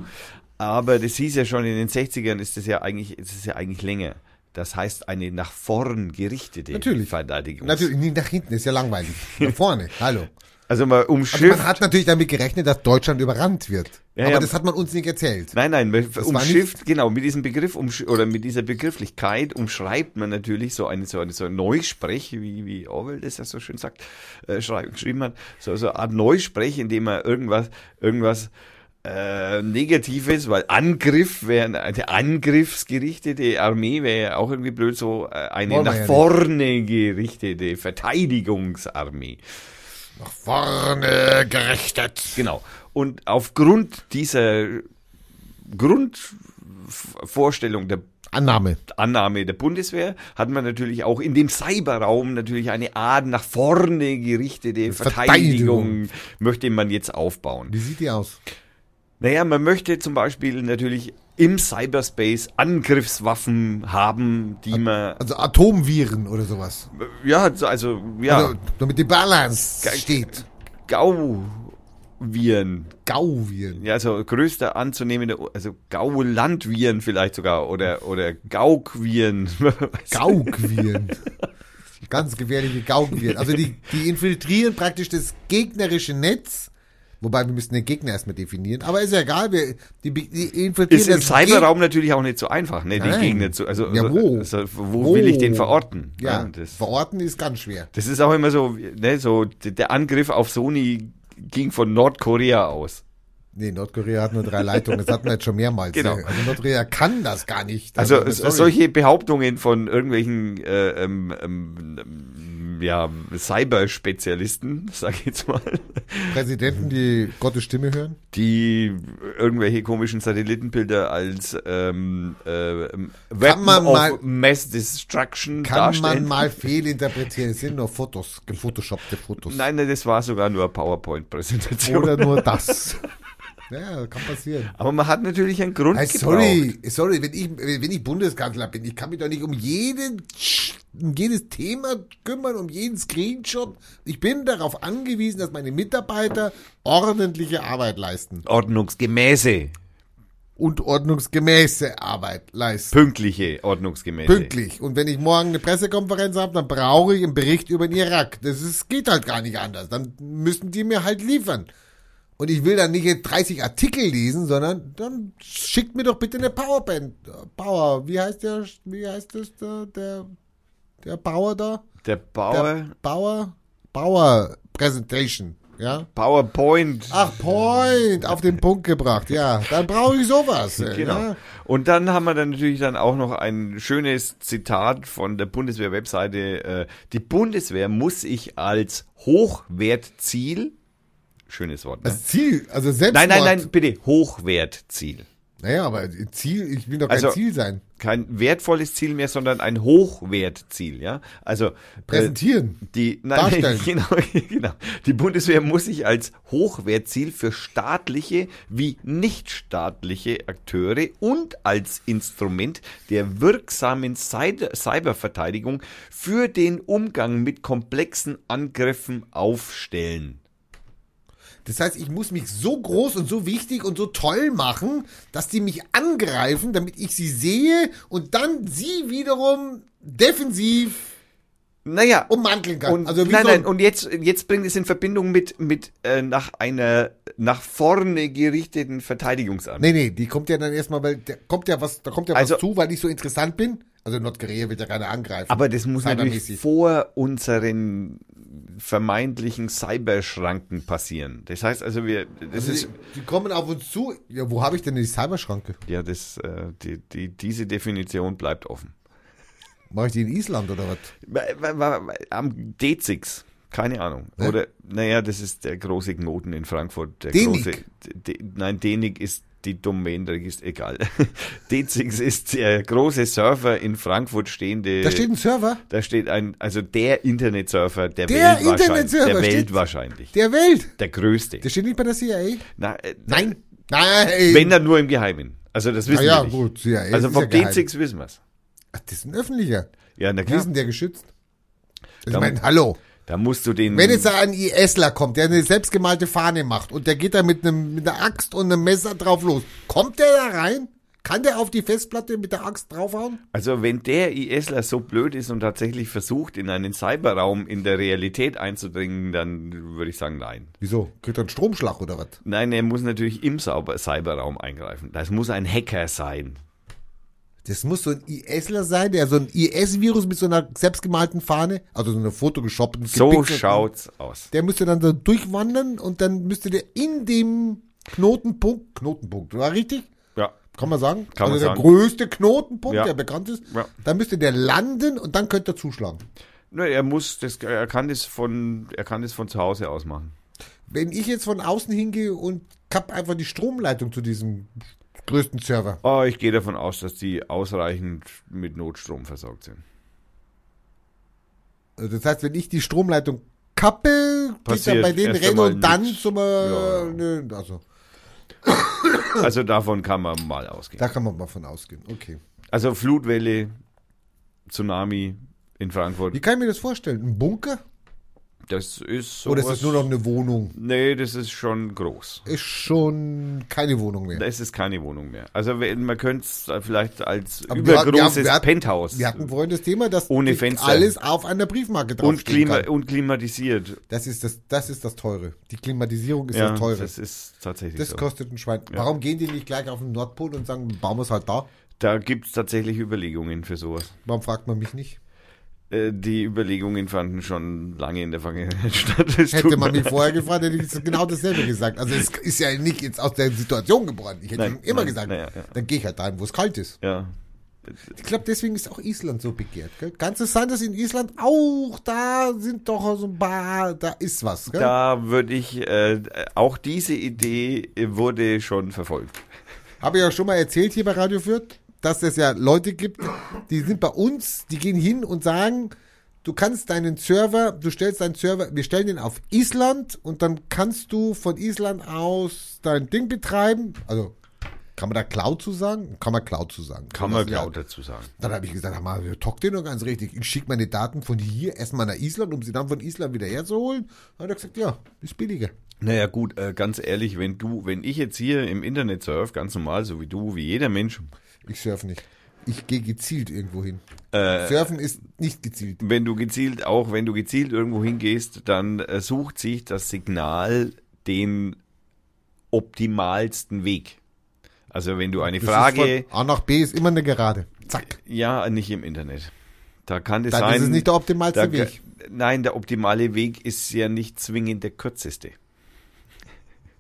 Aber das hieß ja schon in den 60ern, ist das ja eigentlich, ist das ja eigentlich länger. Das heißt, eine nach vorn gerichtete Natürlich. Verteidigung. Natürlich, nicht nach hinten, ist ja langweilig. Nach vorne, hallo. Also mal Also umschifft. man hat natürlich damit gerechnet, dass Deutschland überrannt wird. Ja, aber ja. das hat man uns nicht erzählt. Nein, nein, man war umschifft, genau, mit diesem Begriff umsch oder mit dieser Begrifflichkeit umschreibt man natürlich so eine, so eine, so ein Neusprech, wie, wie Orwell das ja so schön sagt, äh, schreiben, geschrieben hat, so, so eine Art Neusprech, indem man irgendwas, irgendwas, äh, Negatives, weil Angriff wäre, eine angriffsgerichtete Armee wäre ja auch irgendwie blöd, so äh, eine Wollen wir nach ja nicht. vorne gerichtete Verteidigungsarmee. Nach vorne gerichtet. Genau. Und aufgrund dieser Grundvorstellung der Annahme. Annahme der Bundeswehr hat man natürlich auch in dem Cyberraum natürlich eine Art nach vorne gerichtete Verteidigung. Verteidigung möchte man jetzt aufbauen. Wie sieht die aus? Naja, man möchte zum Beispiel natürlich im Cyberspace Angriffswaffen haben, die man Also Atomviren oder sowas. ja also ja Also, damit die Balance Ge- steht. Gauviren Gauviren. Ja, also größter anzunehmende, also Gaulandviren vielleicht sogar oder, oder Gaukviren. Gaugviren. Ganz gefährliche Gaugviren. Also die, die infiltrieren praktisch das gegnerische Netz. Wobei wir müssen den Gegner erstmal definieren. Aber ist ja egal. Wir, die, be- die infiltrieren Ist im das Cyberraum natürlich auch nicht so einfach, ne? Die Nein. Gegner zu. Also, Ja, wo? also wo, Wo? will ich den verorten? Geg- Oh. Ja, das, verorten ist ganz schwer. das ist auch immer so, ne, so, d- der Angriff auf Sony ging von Nordkorea aus. Nee, Nordkorea hat nur drei Leitungen. Das hatten wir jetzt schon mehrmals. Genau. ne? Also Nordkorea kann das gar nicht. Also es- sorry. solche Behauptungen von irgendwelchen äh, ähm, ähm, ähm, ja, Cyberspezialisten, sag ich jetzt mal, Präsidenten, die Gottes Stimme hören. die irgendwelche komischen Satellitenbilder als ähm, äh, ähm, Weapon man of mal- Mass Destruction Kann darstellen. man mal fehlinterpretieren. Es sind nur Fotos, gefotoshoppte Fotos. Nein, nein, das war sogar nur eine PowerPoint-Präsentation. Oder nur das. Ja, kann passieren. Aber man hat natürlich einen Grund Ah, gebraucht. sorry, sorry, wenn ich, wenn ich Bundeskanzler bin, ich kann mich doch nicht um, jeden, Sch- um jedes Thema kümmern, um jeden Screenshot. Ich bin darauf angewiesen, dass meine Mitarbeiter ordentliche Arbeit leisten Ordnungsgemäße, und ordnungsgemäße Arbeit leisten. pünktliche, ordnungsgemäße. Pünktlich. Und wenn ich morgen eine Pressekonferenz habe, dann brauche ich einen Bericht über den Irak. Das ist, geht halt gar nicht anders. Dann müssen die mir halt liefern. Und ich will dann nicht jetzt 30 Artikel lesen, sondern dann schickt mir doch bitte eine Powerband. Power, wie heißt der, wie heißt das, der, der, der Bauer da? Der Der Bauer, Bauer, Bauer Presentation, ja? PowerPoint. Ach, Point, auf den Punkt gebracht, ja. Dann brauche ich sowas. äh, Genau. Ja? Und dann haben wir dann natürlich dann auch noch ein schönes Zitat von der Bundeswehr-Webseite. Äh, die Bundeswehr muss sich als Hochwertziel, schönes Wort. Ne? Das Ziel, also selbst Nein, nein, nein, bitte, Hochwertziel. Naja, aber Ziel, ich will doch kein Also- Ziel sein. Kein wertvolles Ziel mehr, sondern ein Hochwertziel, ja. Also äh, Präsentieren. die, nein, Darstellen. genau, genau. Die Bundeswehr muss sich als Hochwertziel für staatliche wie nichtstaatliche Akteure und als Instrument der wirksamen Cy- Cyberverteidigung für den Umgang mit komplexen Angriffen aufstellen. Das heißt, ich muss mich so groß und so wichtig und so toll machen, dass die mich angreifen, damit ich sie sehe und dann sie wiederum defensiv Naja, ummanteln kann. Und, also wie nein, so ein, nein, und jetzt, jetzt bringt es in Verbindung mit, mit äh, nach einer nach vorne gerichteten Verteidigungsarmee. Nee, nee, die kommt ja dann erstmal, weil da kommt ja was, da kommt ja Also- was zu, weil ich so interessant bin. Also Nordkorea wird ja keiner angreifen. Aber das muss natürlich Cybermäßig. vor unseren vermeintlichen Cyberschranken passieren. Das heißt also, wir, das ist, die, die kommen auf uns zu. Ja, wo habe ich denn die Cyberschranke? ja, das, äh, die, die, diese Definition bleibt offen. Mache ich die in Island oder was? Wa- wa- wa- Am D6, keine Ahnung. Hä? Oder, naja, das ist der große Knoten in Frankfurt. Der Denig. Große, D- nein, Denig ist die Domänenregister, egal. D6 ist der große Surfer in Frankfurt stehende. Da steht ein Server da steht ein, also der Internetsurfer der, Der Welt wahrscheinlich. Internetsurfer Der Welt steht's? wahrscheinlich. der Welt. Der größte. Der steht nicht bei der CIA. Na, äh, Nein. Nein. Wenn dann nur im Geheimen. Also das wissen Naja, wir nicht. gut, CIA also ist vom ja geheim. D6 wissen wir es. Ach, das ist ein öffentlicher. Ja, Hm. na Wie klar. ist denn der geschützt? Ich Da- meine, hallo. Da musst du den. Wenn jetzt da ein ISler kommt, der eine selbstgemalte Fahne macht und der geht da mit, einem, mit einer Axt und einem Messer drauf los, kommt der da rein? Kann der auf die Festplatte mit der Axt draufhauen? also wenn der ISler so blöd ist und tatsächlich versucht, in einen Cyberraum in der Realität einzudringen, dann würde ich sagen, nein. Wieso? Kriegt er einen Stromschlag oder was? Nein, er muss natürlich im Sauber Cyberraum eingreifen. Das muss ein Hacker sein. Das muss so ein ISler sein, der so ein IS-Virus mit so einer selbstgemalten Fahne, also so einer fotogeshoppten So gepixelten- schaut's aus. Der müsste dann so durchwandern und dann müsste der in dem Knotenpunkt, Knotenpunkt, war richtig? Ja. Kann man sagen? Kann man also sagen. der größte Knotenpunkt, Ja. der bekannt ist. Ja. Dann müsste der landen und dann könnte er zuschlagen. Nur er muss das, er kann das von, er kann das von zu Hause aus machen. Wenn ich jetzt von außen hingehe und kapp einfach die Stromleitung zu diesem größten Server. Oh, ich gehe davon aus, dass die ausreichend mit Notstrom versorgt sind. Also Das heißt, wenn ich die Stromleitung kappe, geht Passiert dann bei denen erst rennen einmal und dann nix. zum äh, Ja, ja. nö, also Also davon kann man mal ausgehen. da kann man mal von ausgehen. Okay. Also Flutwelle, Tsunami in Frankfurt. Wie kann ich mir das vorstellen? Ein Bunker? Das ist so. Oder ist Oh, das nur noch eine Wohnung? Nee, das ist schon groß. Ist schon keine Wohnung mehr. Es ist keine Wohnung mehr. Also wenn- man könnte es vielleicht als Aber wir hatten- wir übergroßes hatten- wir hatten- Penthouse Wir hatten vorhin das Thema, dass Ohne die- Fenster. alles auf einer Briefmarke und, draufstehen klima kann. und klimatisiert. Das ist das, das ist das Teure. Die Klimatisierung ist ja, das Teure. das ist tatsächlich Das so. kostet ein Schwein. Warum gehen die nicht gleich auf den Nordpol und sagen, bauen wir es halt da? Da gibt es tatsächlich Überlegungen für sowas. Warum fragt man mich nicht? Äh, die Überlegungen fanden schon lange in der Vergangenheit statt. Es Hätte tut man mir- mich vorher gefragt, hätte ich jetzt genau dasselbe gesagt. Also es ist ja nicht jetzt aus der Situation geboren. Ich hätte Nein, schon immer nein, gesagt, naja, ja. dann gehe ich halt dahin, wo es kalt ist. ja. Ich glaube, deswegen ist auch Island so begehrt. Gell? Kann es sein, dass in Island auch da sind doch so ein paar, da ist was. Gell? Da würde ich, äh, auch diese Idee äh, wurde schon verfolgt. Habe ich ja schon mal erzählt hier bei Radio Fürth, dass es ja Leute gibt, die sind bei uns, die gehen hin und sagen, du kannst deinen Server, du stellst deinen Server, wir stellen den auf Island und dann kannst du von Island aus dein Ding betreiben. Also kann man da Cloud zu sagen? Kann man Cloud zu sagen. Kann man Ja. Cloud dazu sagen. Dann habe ich gesagt, hör mal, wir talk den doch ganz richtig. Ich schicke meine Daten von hier erstmal nach Island, um sie dann von Island wieder herzuholen. Dann hat er gesagt, ja, ist billiger. Naja, gut, äh, ganz ehrlich, wenn du, wenn ich jetzt hier im Internet surf, ganz normal, so wie du, wie jeder Mensch, Ich surfe nicht. Ich gehe gezielt irgendwo hin. Äh, Surfen ist nicht gezielt. wenn du gezielt, auch wenn du gezielt irgendwo hingehst, dann äh, sucht sich das Signal den optimalsten Weg. Also wenn du eine Das Frage, ist von A nach B ist immer eine Gerade. Zack. ja, nicht im Internet. Da kann es Dann sein. ist es nicht der optimalste da, Weg. Nein, der optimale Weg ist ja nicht zwingend der kürzeste.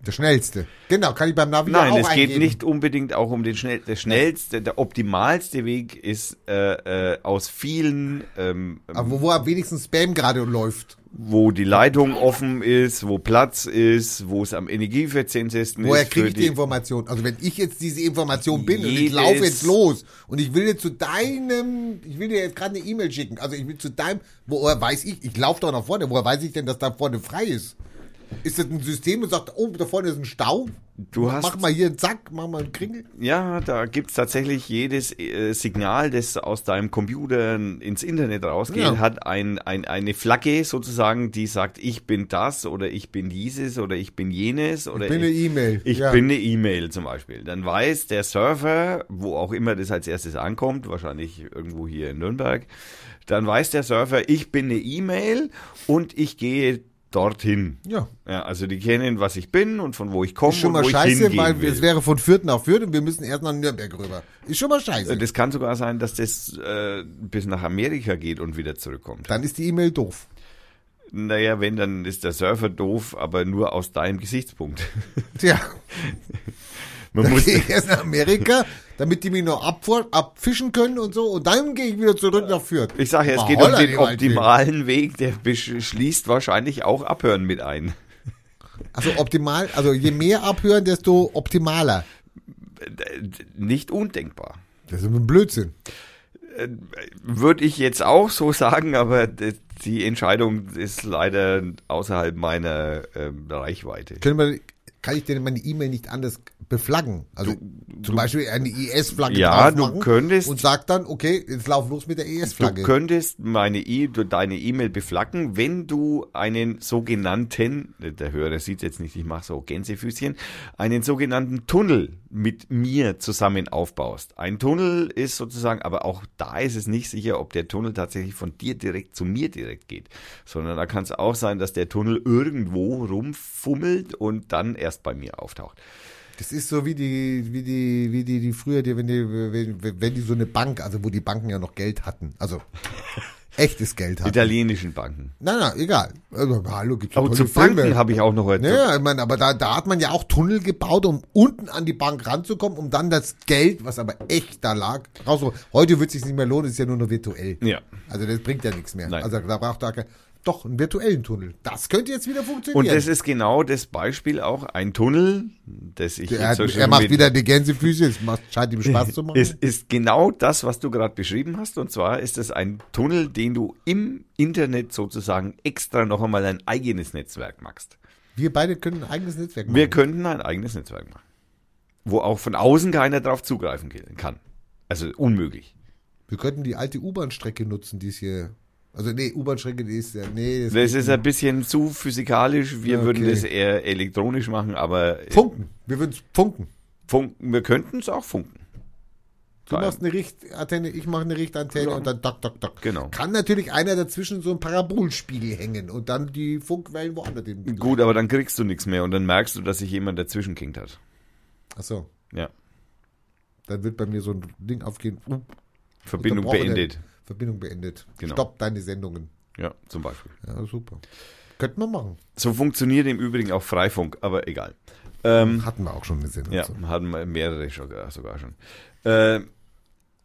Der schnellste. Genau, kann ich beim Navi ja auch Nein, es eingeben. geht nicht unbedingt auch um den schnell, der schnellste, der optimalste Weg ist äh, äh, aus vielen ähm, Aber wo, wo am wenigsten Spam gerade läuft. wo die Leitung offen ist, wo Platz ist, wo es am energieeffizientesten ist. Woher für kriege ich die, Information? Also wenn ich jetzt diese Information bin und ich Jedes- laufe jetzt los und ich will jetzt zu deinem, ich will dir jetzt gerade eine E-Mail schicken, also ich will zu deinem, woher weiß ich, ich laufe doch nach vorne, woher weiß ich denn, dass da vorne frei ist? Ist das ein System und sagt, oh, da vorne ist ein Stau? Du hast- Mach mal hier einen Zack, mach mal einen Kringel. Ja, da gibt's tatsächlich jedes äh, Signal, das aus deinem Computer ins Internet rausgeht, Ja. hat ein, ein, eine Flagge sozusagen, die sagt, ich bin das oder ich bin dieses oder ich bin jenes oder bin eine E-Mail, Ich ja. bin eine E-Mail zum Beispiel. Dann weiß der Surfer, wo auch immer das als erstes ankommt, wahrscheinlich irgendwo hier in Nürnberg, dann weiß der Surfer, ich bin eine E-Mail und ich gehe dorthin. Ja. Ja, also die kennen, was ich bin und von wo ich komme Ist schon und mal wo ich scheiße, hingehen weil will. es wäre von Fürth nach Fürth und wir müssen erst nach Nürnberg rüber. Ist schon mal scheiße. Das kann sogar sein, dass das äh, bis nach Amerika geht und wieder zurückkommt. Dann ist die E-Mail doof. Naja, wenn, dann ist der Surfer doof, aber nur aus deinem Gesichtspunkt. Tja, Man dann muss, gehe ich erst nach Amerika, damit die mich noch abfor- abfischen können und so. Und dann gehe ich wieder zurück nach Fürth. ich sage ja, es Mal geht um holla, den die Waldfee. optimalen Weg, der besch- schließt wahrscheinlich auch Abhören mit ein. Also optimal, also je mehr abhören, desto optimaler. Äh, D- Nicht undenkbar. Das ist ein Blödsinn. Würde ich jetzt auch so sagen, aber d- die Entscheidung ist leider außerhalb meiner ähm, Reichweite. Können wir, kann ich denn meine E-Mail nicht anders beflaggen? Also zum Beispiel eine IS-Flagge Ja, du draufmachen könntest- Und sag dann, okay, jetzt lauf los mit der E IS-Flagge. Du könntest meine e deine E-Mail beflaggen, wenn du einen sogenannten, der Hörer sieht jetzt nicht, ich mache so Gänsefüßchen, einen sogenannten Tunnel mit mir zusammen aufbaust. Ein Tunnel ist sozusagen, aber auch da ist es nicht sicher, ob der Tunnel tatsächlich von dir direkt zu mir direkt geht, sondern da kann es auch sein, dass der Tunnel irgendwo rumfummelt und dann erst bei mir auftaucht. Das ist so wie die, wie die, wie die, die früher, die, wenn die, wenn, wenn die so eine Bank, also wo die Banken ja noch Geld hatten, also echtes Geld hatten. Italienischen Banken. Nein, nein, egal. Also, hallo, gibt's ja Oh, tolle zu Filme. Banken habe ich auch noch heute. Ja, ich meine, aber da, da hat man ja auch Tunnel gebaut, um unten an die Bank ranzukommen, um dann das Geld, was aber echt da lag, rauszuholen. Heute wird es sich nicht mehr lohnen, ist ja nur noch virtuell. Ja. Also das bringt ja nichts mehr. Nein. Also da braucht da kein, doch einen virtuellen Tunnel. Das könnte jetzt wieder funktionieren. Und das ist genau das Beispiel auch, ein Tunnel, das ich er, jetzt hat, so schön er macht mit- wieder die Gänsefüße, es macht, scheint ihm Spaß zu machen. Es ist genau das, was du gerade beschrieben hast. Und zwar ist es ein Tunnel, den du im Internet sozusagen extra noch einmal ein eigenes Netzwerk machst. Wir beide können ein eigenes Netzwerk machen. Wir könnten ein eigenes Netzwerk machen, wo auch von außen keiner drauf zugreifen ge- kann. Also unmöglich. Wir könnten die alte U-Bahn-Strecke nutzen, die ist hier. Also nee, U-Bahn-Strecke, die ist ja. Nee, das Das ist ein bisschen zu physikalisch. Wir Okay. würden das eher elektronisch machen, aber Funken. Wir würden funken. funken, wir könnten es auch funken. Du Geil. machst eine Richtantenne, ich mache eine Richtantenne und dann tak, tak, tak. Genau. Kann natürlich einer dazwischen so einen Parabolspiegel hängen und dann die Funkwellen woanders hin. Gut, aber dann kriegst du nichts mehr und dann merkst du, dass sich jemand dazwischen kinkt hat. Achso, Ja. dann wird bei mir so ein Ding aufgehen. Uh, Verbindung unterbrochene beendet. Verbindung beendet. Genau. Stopp deine Sendungen. Ja, zum Beispiel. Ja, super. Könnten wir machen. So funktioniert im Übrigen auch Freifunk, aber egal. Ähm, Hatten wir auch schon eine Sendung. ja, zu. hatten wir mehrere sogar, sogar schon. Äh,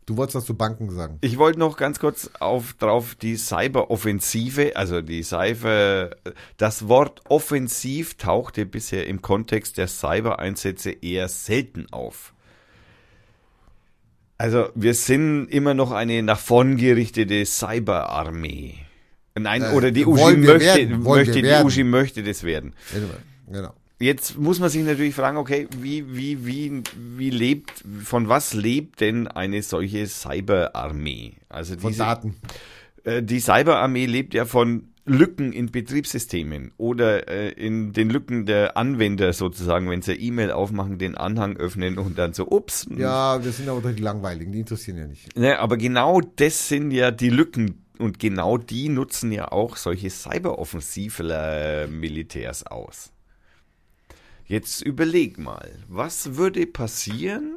Du wolltest was zu Banken sagen. ich wollte noch ganz kurz auf, drauf die Cyberoffensive, also die Cyber, das Wort offensiv tauchte bisher im Kontext der Cybereinsätze eher selten auf. Also wir sind immer noch eine nach vorn gerichtete Cyberarmee. Nein, Äh, oder die Uschi wollen wir möchte, werden, wollen möchte, wir die werden. Uschi möchte das werden. Genau. Jetzt muss man sich natürlich fragen, okay, wie, wie, wie, wie lebt, von was lebt denn eine solche Cyberarmee? Also Von diese, Daten. äh, die Cyberarmee lebt ja von Lücken in Betriebssystemen oder äh, in den Lücken der Anwender sozusagen, wenn sie E-Mail aufmachen, den Anhang öffnen und dann so, ups. Ja, das sind aber doch die langweiligen, die interessieren ja nicht. Ne, aber genau das sind ja die Lücken und genau die nutzen ja auch solche Cyberoffensiv-Militärs aus. Jetzt überleg mal, was würde passieren,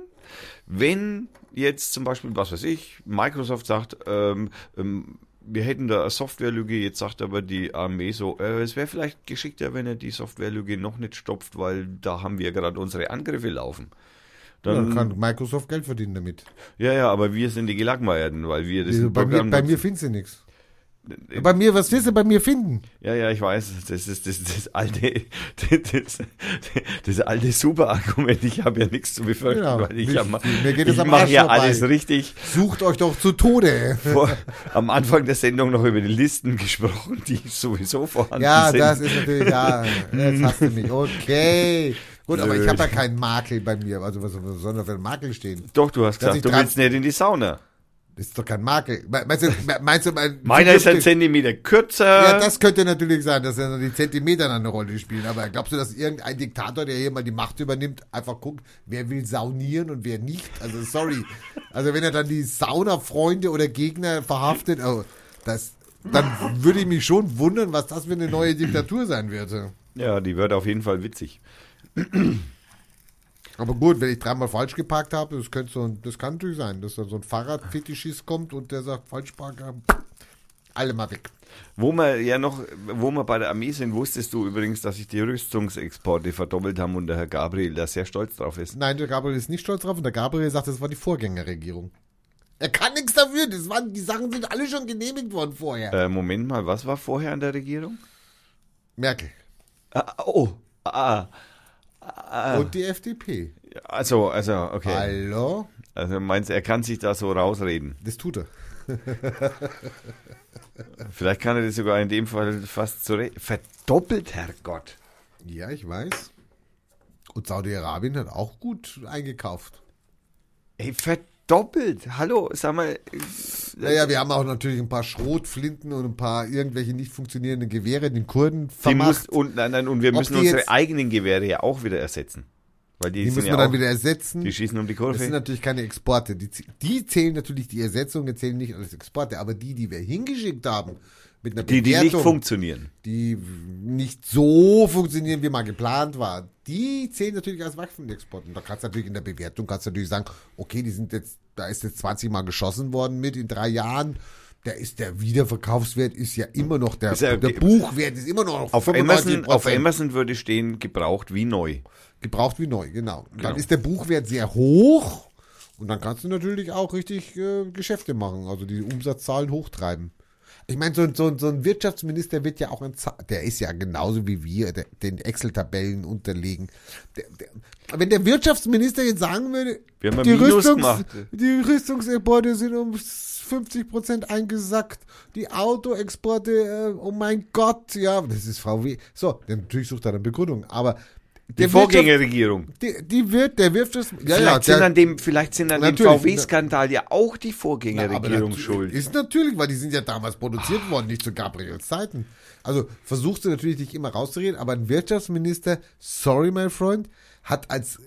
wenn jetzt zum Beispiel, was weiß ich, Microsoft sagt, ähm, ähm, wir hätten da eine Softwarelüge, jetzt sagt aber die Armee so, äh, es wäre vielleicht geschickter, wenn er die Softwarelüge noch nicht stopft, weil da haben wir gerade unsere Angriffe laufen. Dann kann Microsoft Geld verdienen damit. Ja, ja, aber wir sind die Gelagmeierten, weil wir das Also bei, mir, Programm Äh, bei nutzen. mir findest du nichts. Bei mir, was willst du bei mir finden? Ja, ja, ich weiß, das ist das, das alte, das, das alte Super-Argument. Ich habe ja nichts zu befürchten, Ja, weil ich, Genau, nicht ja, viel. ma- Mir geht es ich am mache Arsch ja vorbei. alles richtig. Sucht euch doch zu Tode. Vor, am Anfang der Sendung noch über die Listen gesprochen, die sowieso vorhanden Ja, sind. das ist natürlich, ja, jetzt hast du mich. Okay. Gut, aber ich habe ja keinen Makel bei mir. Also was was soll da für ein Makel stehen? Doch, du hast Dass ich gesagt, du dran- willst nicht in die Sauna. Das ist doch kein Makel. Me- Meinst du, me- meinst du mein, Meiner ist ein Zentimeter kürzer. Ja, das könnte natürlich sein, dass ja so die Zentimeter dann eine Rolle spielen. Aber glaubst du, dass irgendein Diktator, der hier mal die Macht übernimmt, einfach guckt, wer will saunieren und wer nicht? Also sorry. Also wenn er dann die Saunafreunde oder Gegner verhaftet, oh, das, dann würde ich mich schon wundern, was das für eine neue Diktatur sein würde. ja, die wird auf jeden Fall witzig. Aber gut, wenn ich dreimal falsch geparkt habe, das könnte so ein, das kann natürlich sein, dass dann so ein Fahrradfetischist kommt und der sagt, falsch parken, alle mal weg. Wo wir ja noch, wo wir bei der Armee sind, wusstest du übrigens, dass sich die Rüstungsexporte verdoppelt haben und der Herr Gabriel da sehr stolz drauf ist. Nein, der Gabriel ist nicht stolz drauf und der Gabriel sagt, das war die Vorgängerregierung. Er kann nichts dafür, das waren, die Sachen sind alle schon genehmigt worden vorher. Äh, Moment mal, was war vorher an der Regierung? Merkel Ah, oh, ah, und die FDP. also, also, okay. Hallo? Also meinst er kann sich da so rausreden. Das tut er. Vielleicht kann er das sogar in dem Fall fast zure- Verdoppelt, Herrgott. Ja, ich weiß. Und Saudi-Arabien hat auch gut eingekauft. Ey, verdoppelt. Hallo, sag mal. Naja, wir haben auch natürlich ein paar Schrotflinten und ein paar irgendwelche nicht funktionierenden Gewehre den Kurden Die vermacht. muss, und, nein, nein, und wir Ob müssen die unsere jetzt- eigenen Gewehre ja auch wieder ersetzen. Weil die, Die sind müssen ja wir dann auch, wieder ersetzen. Die schießen um die Das sind Kurve. natürlich keine Exporte. Die, z- die zählen natürlich, die Ersetzungen zählen nicht als Exporte, aber die, die wir hingeschickt haben, mit einer Die, die nicht Bewertung, funktionieren. die nicht so funktionieren, wie mal geplant war, die zählen natürlich als Waffenexport. Und da kannst du natürlich in der Bewertung kannst du natürlich sagen, okay, die sind jetzt, da ist jetzt 20 Mal geschossen worden mit in drei Jahren. Da ist der Wiederverkaufswert ist ja immer noch der, Ist ja der okay. Buchwert ist immer noch Auf 95 Amazon, auf Prozent. Amazon würde stehen, gebraucht wie neu. Gebraucht wie neu, genau. Und Dann Genau. ist der Buchwert sehr hoch und dann kannst du natürlich auch richtig äh, Geschäfte machen, also die Umsatzzahlen hochtreiben. Ich meine, so, ein- so, ein- so ein Wirtschaftsminister wird ja auch ein Za der ist ja genauso wie wir, der, den Excel-Tabellen unterlegen. Der, der, wenn der Wirtschaftsminister jetzt sagen würde, Wir haben ein Minus gemacht. die Rüstungsexporte sind um 50% eingesackt. Die Autoexporte, äh, oh mein Gott, ja, das ist VW. So, dann natürlich sucht er eine Begründung, aber Die Vorgängerregierung. die, die wird, der wirft das. Ja, vielleicht, ja, sind der, an dem, vielleicht sind an dem Natürlich. VW-Skandal ja auch die aber Vorgängerregierung natu- schuld. Ist natürlich, weil die sind ja damals produziert worden, nicht zu Gabriels Zeiten. Also versuchst du natürlich dich immer rauszureden, aber ein Wirtschaftsminister, sorry mein Freund, hat als,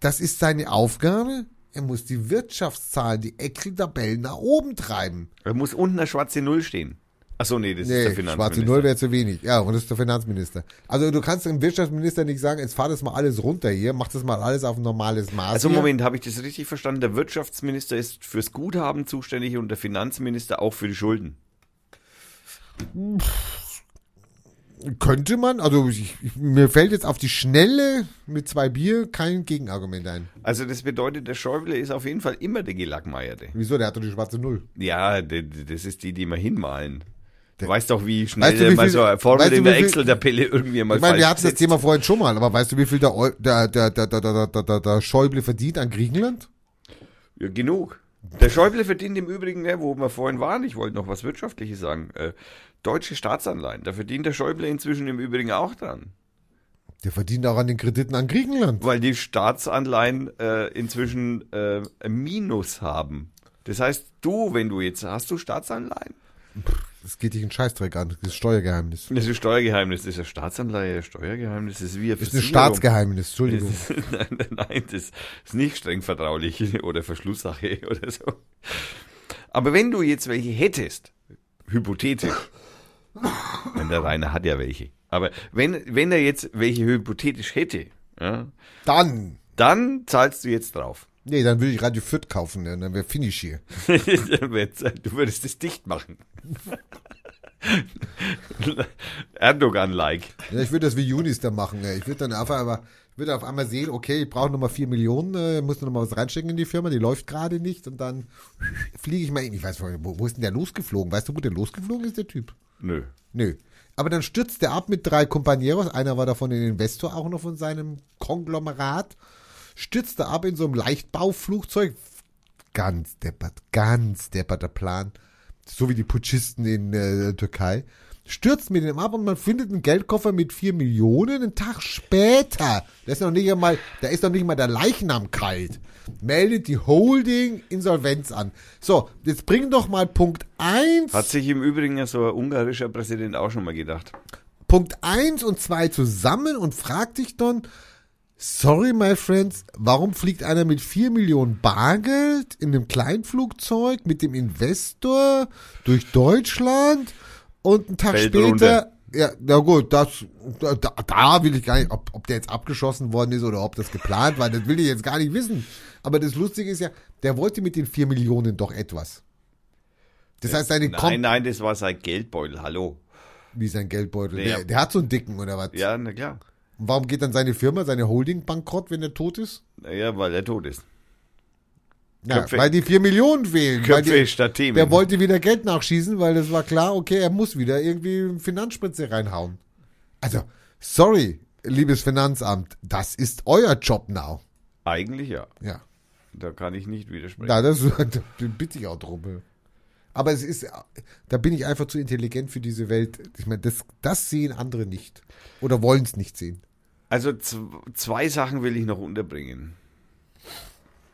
das ist seine Aufgabe, er muss die Wirtschaftszahlen, die Excel-Tabellen nach oben treiben. Da muss unten eine schwarze Null stehen. Achso, nee, das ist der Nee, schwarze Finanzminister. Null wäre zu wenig. Ja, und das ist der Finanzminister. Also du kannst dem Wirtschaftsminister nicht sagen, jetzt fahr das mal alles runter hier, mach das mal alles auf ein normales Maß. also hier. Moment, habe ich das richtig verstanden? Der Wirtschaftsminister ist fürs Guthaben zuständig und der Finanzminister auch für die Schulden. Könnte man, also ich, ich, mir fällt jetzt auf die Schnelle mit zwei Bier kein Gegenargument ein. Also das bedeutet, der Schäuble ist auf jeden Fall immer der Gelackmeierte. Wieso? Der hat doch die schwarze Null. Ja, d- d- das ist die, die wir hinmalen. Du weißt doch, wie schnell Weißt du, der wie mal viel- so eine Formel weißt du, in wie der viel- Excel-Tabelle irgendwie mal Ich meine, wir falsch hatten das sitzt. Thema vorhin schon mal, aber weißt du, wie viel der, Eu- der, der, der, der, der, der, der, der Schäuble verdient an Griechenland? Ja, genug. Der Schäuble verdient im Übrigen, ne, wo wir vorhin waren, ich wollte noch was Wirtschaftliches sagen, äh, deutsche Staatsanleihen, da verdient der Schäuble inzwischen im Übrigen auch dran. Der verdient auch an den Krediten an Griechenland. Weil die Staatsanleihen äh, inzwischen äh, ein Minus haben. Das heißt, du, wenn du jetzt, hast du Staatsanleihen? Das geht dich einen Scheißdreck an. Das ist Steuergeheimnis. Das ist Steuergeheimnis, das ist ja Staatsanleihe, Steuergeheimnis, das ist wie eine Das ist ein Versicherung. Staatsgeheimnis, Entschuldigung. nein, nein, nein, das ist nicht streng vertraulich oder Verschlusssache oder so. Aber wenn du jetzt welche hättest, hypothetisch, denn der Rainer hat ja welche, aber wenn, wenn er jetzt welche hypothetisch hätte, ja, Dann, dann zahlst du jetzt drauf. nee, dann würde ich Radio Fürth kaufen, ne? dann wäre Finish hier. Dann wird's- du würdest es dicht machen. Erdogan-like. Ja, ich würde das wie Junis da machen. Ne? Ich würde dann einfach, aber wird er auf einmal sehen, okay, ich brauche nochmal 4 Millionen, äh, muss nochmal was reinstecken in die Firma, die läuft gerade nicht und dann fliege ich mal hin. Ich weiß, nicht, wo, wo ist denn der losgeflogen? Weißt du, wo der losgeflogen ist, der Typ? Nö. Nö. Aber dann stürzt er ab mit drei Compañeros. Einer war davon ein Investor, auch noch von seinem Konglomerat. Stürzt er ab in so einem Leichtbauflugzeug. Ganz deppert, ganz depperter Plan. So wie die Putschisten in äh, der Türkei. Stürzt mit dem ab und man findet einen Geldkoffer mit vier Millionen einen Tag später. Da ist noch nicht einmal, da ist noch nicht mal der Leichnam kalt. Meldet die Holding Insolvenz an. So, jetzt bring doch mal Punkt eins. Hat sich im Übrigen ja so ein ungarischer Präsident auch schon mal gedacht. Punkt 1 und 2 zusammen und frag dich dann, sorry, my friends, warum fliegt einer mit 4 Millionen Bargeld in einem Kleinflugzeug mit dem Investor durch Deutschland und einen Tag Fällt später. runter. Ja, na gut, das, da, da will ich gar nicht, ob, ob der jetzt abgeschossen worden ist oder ob das geplant war, das will ich jetzt gar nicht wissen. Aber das Lustige ist ja, der wollte mit den 4 Millionen doch etwas. Das heißt, seine Nein, Kom- nein, das war sein Geldbeutel, hallo. wie sein Geldbeutel, Ja. der, der hat so einen dicken oder was? Ja, na klar. Warum geht dann seine Firma, seine Holding bankrott, wenn er tot ist? Naja, weil er tot ist. Ja, Köpfe- weil die vier Millionen fehlen. weil Köpfe die, statt Themen. der wollte wieder Geld nachschießen, weil das war klar, okay, er muss wieder irgendwie Finanzspritze reinhauen. Also, sorry, liebes Finanzamt, das ist euer Job now. Eigentlich ja. Ja, Da kann ich nicht widersprechen. da, das, da bitte ich auch drum. Aber es ist, da bin ich einfach zu intelligent für diese Welt. Ich meine, das, das sehen andere nicht. Oder wollen es nicht sehen. Also zw- zwei Sachen will ich noch unterbringen.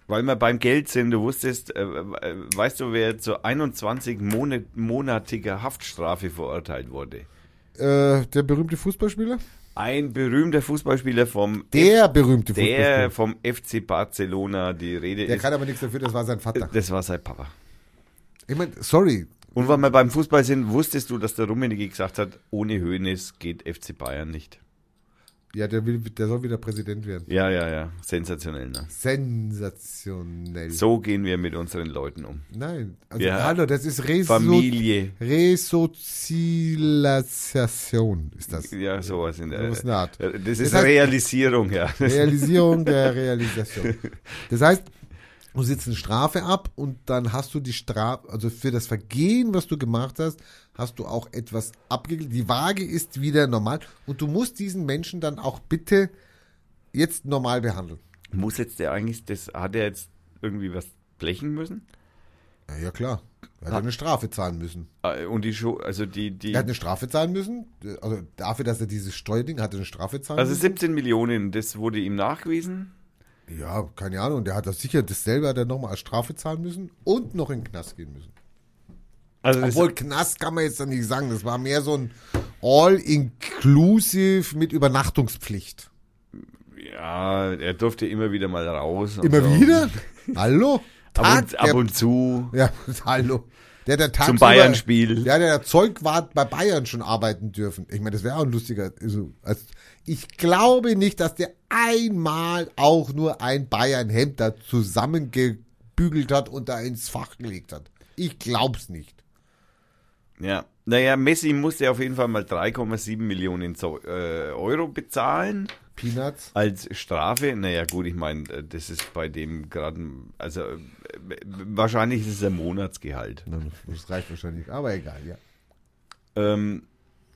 Weil wir beim Geld sind, du wusstest, äh, äh, weißt du, wer zu 21 Monat, monatiger Haftstrafe verurteilt wurde? Äh, der berühmte Fußballspieler? Ein berühmter Fußballspieler vom, Der berühmte Fußballspieler. der vom FC Barcelona, die Rede Der ist, Äh, kann aber nichts dafür, das war sein Vater. das war sein Papa. Ich meine, sorry, Und weil wir beim Fußball sind, wusstest du, dass der Rummenigge gesagt hat, ohne Hoeneß geht FC Bayern nicht. Ja, der, will, der soll wieder Präsident werden. Ja, ja, ja, sensationell. Ne? Sensationell. So gehen wir mit unseren Leuten um. Nein, also, Ja. hallo, das ist Reso Familie. Resozialisation ist das. Ja, sowas in der. Äh, Sowas in der Art. Das Das ist heißt- Realisierung, ja. Realisierung der Realisation. Das heißt, du sitzt eine Strafe ab und dann hast du die Strafe, also für das Vergehen, was du gemacht hast, hast du auch etwas abgeglichen. Die Waage ist wieder normal und du musst diesen Menschen dann auch bitte jetzt normal behandeln. Muss jetzt der eigentlich, das hat er jetzt irgendwie was blechen müssen? Ja, ja klar. Er hat eine Strafe zahlen müssen. Äh, Und die Show, also die, die. Er hat eine Strafe zahlen müssen. Also dafür, dass er dieses Steuerding hatte, eine Strafe zahlen Also müssen. 17 Millionen, das wurde ihm nachgewiesen. Ja, keine Ahnung. Der hat das sicher dasselbe hat er nochmal als Strafe zahlen müssen und noch in den Knast gehen müssen. Also das, Obwohl Knast kann man jetzt dann nicht sagen. Das war mehr so ein All-Inclusive mit Übernachtungspflicht. ja, Ah, er durfte immer wieder mal raus. und Immer so. wieder? Also, Hallo? Ab und, der- ab und zu. ja, hallo. Der der Tag Zum Bayern-Spiel. Ja, der Zeug war bei Bayern schon arbeiten dürfen. Ich meine, das wäre auch ein lustiger. Also, als, ich glaube nicht, dass der einmal auch nur ein Bayern-Hemd da zusammengebügelt hat und da ins Fach gelegt hat. Ich glaub's nicht. Ja. Naja, Messi musste auf jeden Fall mal 3,7 Millionen Zo- äh, Euro bezahlen. Peanuts. Als Strafe, naja gut, ich meine, äh, das ist bei dem gerade, ein- also äh, w- wahrscheinlich ist es ein Monatsgehalt. Das reicht wahrscheinlich, aber egal, ja. Ähm,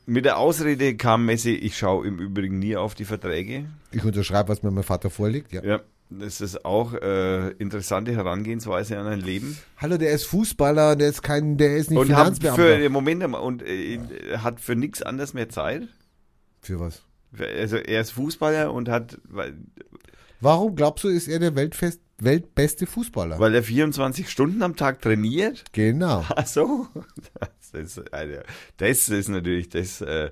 mit der Ausrede kam Messi, ich schaue im Übrigen nie auf die Verträge. Ich unterschreibe, was mir mein Vater vorlegt, ja. Ja, das ist auch äh, interessante Herangehensweise an ein Leben. Hallo, der ist Fußballer, der ist kein, der ist nicht Und hat Finanzbeamter. für den Moment einmal- und äh, hat für nichts anderes mehr Zeit. für was? Also er ist Fußballer und hat, weil, Warum glaubst du, ist er der Weltfest, weltbeste Fußballer? weil er 24 Stunden am Tag trainiert. genau. Ach so. Das ist, Alter, das ist natürlich, das äh,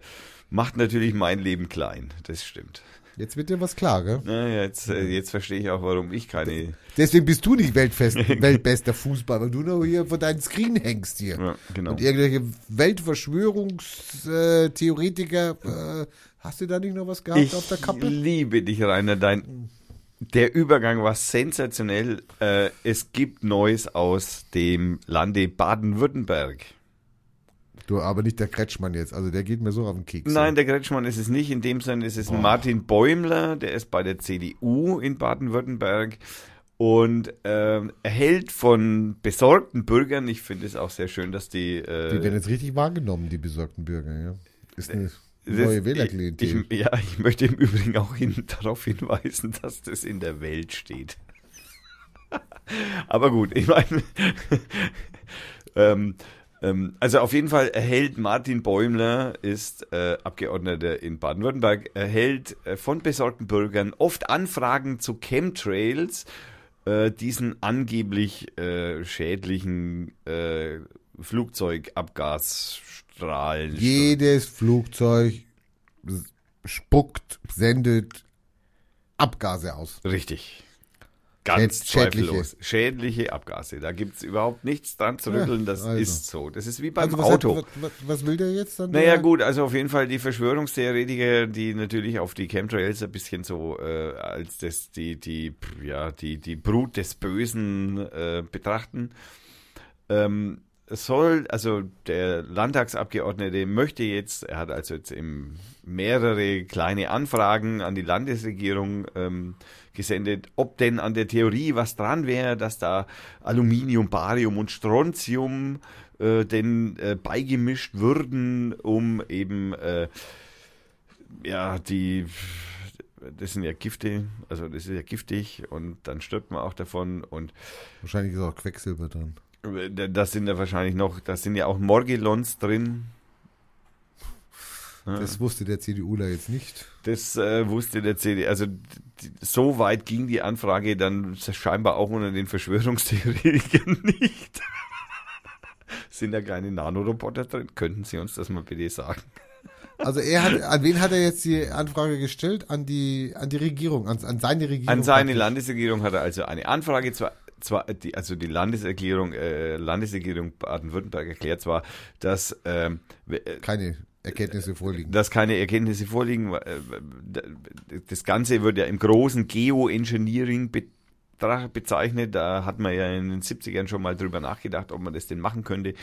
macht natürlich mein Leben klein. Das stimmt. Jetzt wird dir was klar, gell? Na, jetzt, äh, jetzt verstehe ich auch, warum ich keine. Deswegen bist du nicht weltfest, weltbester Fußballer, weil du nur hier vor deinem Screen hängst hier. Ja, genau. Und irgendwelche Weltverschwörungstheoretiker, äh, hast du da nicht noch was gehabt Ich auf der Kappe? liebe dich, Rainer. Dein, der Übergang war sensationell. Äh, es gibt Neues aus dem Lande Baden-Württemberg. Du, aber nicht der Kretschmann jetzt. Also der geht mir so auf den Keks. Nein, der Kretschmann ist es nicht. In dem Sinne ist es Martin Bäumler, der ist bei der CDU in Baden-Württemberg und ähm, erhält von besorgten Bürgern, ich finde es auch sehr schön, dass die, äh, Die werden jetzt richtig wahrgenommen, die besorgten Bürger. Ja. Ist eine das- neue ich- Wählerklientel. Ich, ja, ich möchte im Übrigen auch hin, darauf hinweisen, dass das in der Welt steht. Aber gut, ich meine, ähm, ähm, also auf jeden Fall erhält Martin Bäumler, ist äh, Abgeordneter in Baden-Württemberg, erhält äh, von besorgten Bürgern oft Anfragen zu Chemtrails, äh, diesen angeblich äh, schädlichen äh, Flugzeugabgasstrahlen. Jedes Flugzeug s- spuckt, sendet Abgase aus. Richtig. Ganz Schäd- schädliche. zweifellos. Schädliche Abgase. Da gibt es überhaupt nichts dran zu Ja, rütteln. das also. ist so. Das ist wie beim was, Auto. Hat, was, was will der jetzt dann? naja, der? gut, also auf jeden Fall die Verschwörungstheoretiker, die natürlich auf die Chemtrails ein bisschen so äh, als das, die, die, ja, die, die Brut des Bösen äh, betrachten. Ähm, es soll, also der Landtagsabgeordnete möchte jetzt, er hat also jetzt im mehrere kleine Anfragen an die Landesregierung ähm, gesendet, ob denn an der Theorie was dran wäre, dass da Aluminium, Barium und Strontium äh, denn äh, beigemischt würden, um eben äh, ja die das sind ja Gifte, also das ist ja giftig und dann stirbt man auch davon und Wahrscheinlich ist auch Quecksilber drin. das sind ja wahrscheinlich noch, das sind ja auch Morgellons drin. Das wusste der CDUler jetzt nicht. Das äh, wusste der CD. Also d- d- so weit ging die Anfrage dann scheinbar auch unter den Verschwörungstheoretikern nicht. sind da kleine Nanoroboter drin? Könnten Sie uns das mal bitte sagen? Also er hat, an wen hat er jetzt die Anfrage gestellt? An die, an die Regierung, an, an seine Regierung. An seine Landesregierung hat er also eine Anfrage zwar zwar die, also die Landeserklärung, äh, Landesregierung Baden-Württemberg erklärt zwar, dass ähm, w- äh, Keine Erkenntnisse vorliegen. dass keine Erkenntnisse vorliegen. äh, d- Das Ganze wird ja im großen Geoengineering betra- bezeichnet. Da hat man ja in den 70ern schon mal drüber nachgedacht, ob man das denn machen könnte.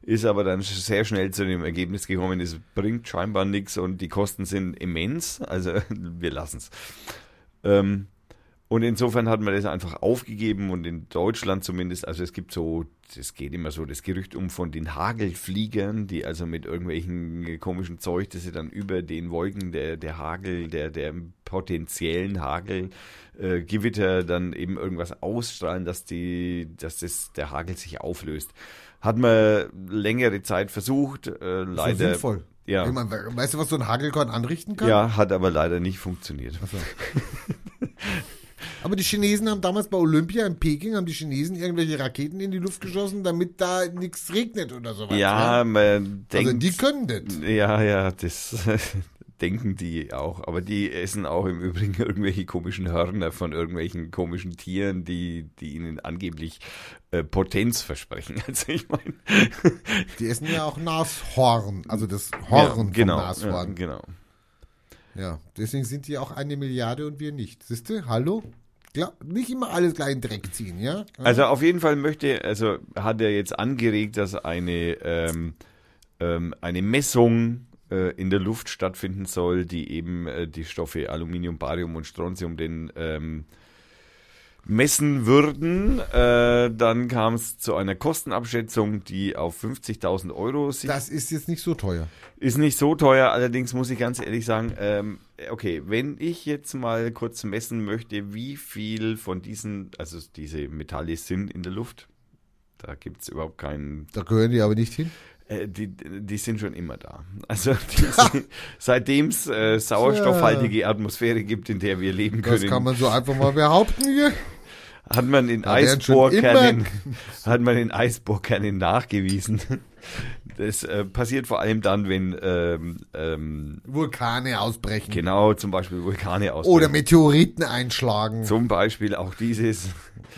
Ist aber dann sch- sehr schnell zu dem Ergebnis gekommen, es bringt scheinbar nichts und die Kosten sind immens. Also wir lassen es. Ähm, und insofern hat man das einfach aufgegeben und in Deutschland zumindest, also es gibt so, es geht immer so das Gerücht um von den Hagelfliegern, die also mit irgendwelchen komischen Zeug, das sie dann über den Wolken der, der Hagel, der, der potenziellen Hagelgewitter äh, Gewitter dann eben irgendwas ausstrahlen, dass die, dass das, der Hagel sich auflöst. Hat man längere Zeit versucht, äh, leider. so sinnvoll. Ja. Ich meine, we- weißt du, was so ein Hagelkorn anrichten kann? Ja, hat aber leider nicht funktioniert. Also Aber die Chinesen haben damals bei Olympia in Peking, haben die Chinesen irgendwelche Raketen in die Luft geschossen, damit da nichts regnet oder sowas. Ja, ne? man denkt. Also die können das. Ja, ja, das denken die auch. Aber die essen auch im Übrigen irgendwelche komischen Hörner von irgendwelchen komischen Tieren, die, die ihnen angeblich äh, Potenz versprechen. Also ich meine. Die essen ja auch Nashorn, also das Horn ja, genau, vom Nashorn. Ja, genau. Ja, deswegen sind die auch eine Milliarde und wir nicht. Siehste, hallo? Klar, nicht immer alles gleich in den Dreck ziehen, ja? Also auf jeden Fall möchte, also hat er jetzt angeregt, dass eine, ähm, ähm, eine Messung äh, in der Luft stattfinden soll, die eben äh, die Stoffe Aluminium, Barium und Strontium den ähm, messen würden. Äh, dann kam es zu einer Kostenabschätzung, die auf 50.000 Euro sich das ist jetzt nicht so teuer. ist nicht so teuer, allerdings muss ich ganz ehrlich sagen, ähm, okay, wenn ich jetzt mal kurz messen möchte, wie viel von diesen, also diese Metalle sind in der Luft, da gibt es überhaupt keinen, Da gehören die aber nicht hin. äh, die, die sind schon immer da. Also die sind- seitdem es äh, sauerstoffhaltige Atmosphäre gibt, in der wir leben Das können, kann man so einfach mal behaupten hier. hat man in Da werden schon Eisbohrkernen, hat man in Eisbohrkernen nachgewiesen. Das äh, passiert vor allem dann, wenn ähm, ähm, Vulkane ausbrechen. Genau, zum Beispiel Vulkane aus. Oder Meteoriten einschlagen. Zum Beispiel auch dieses.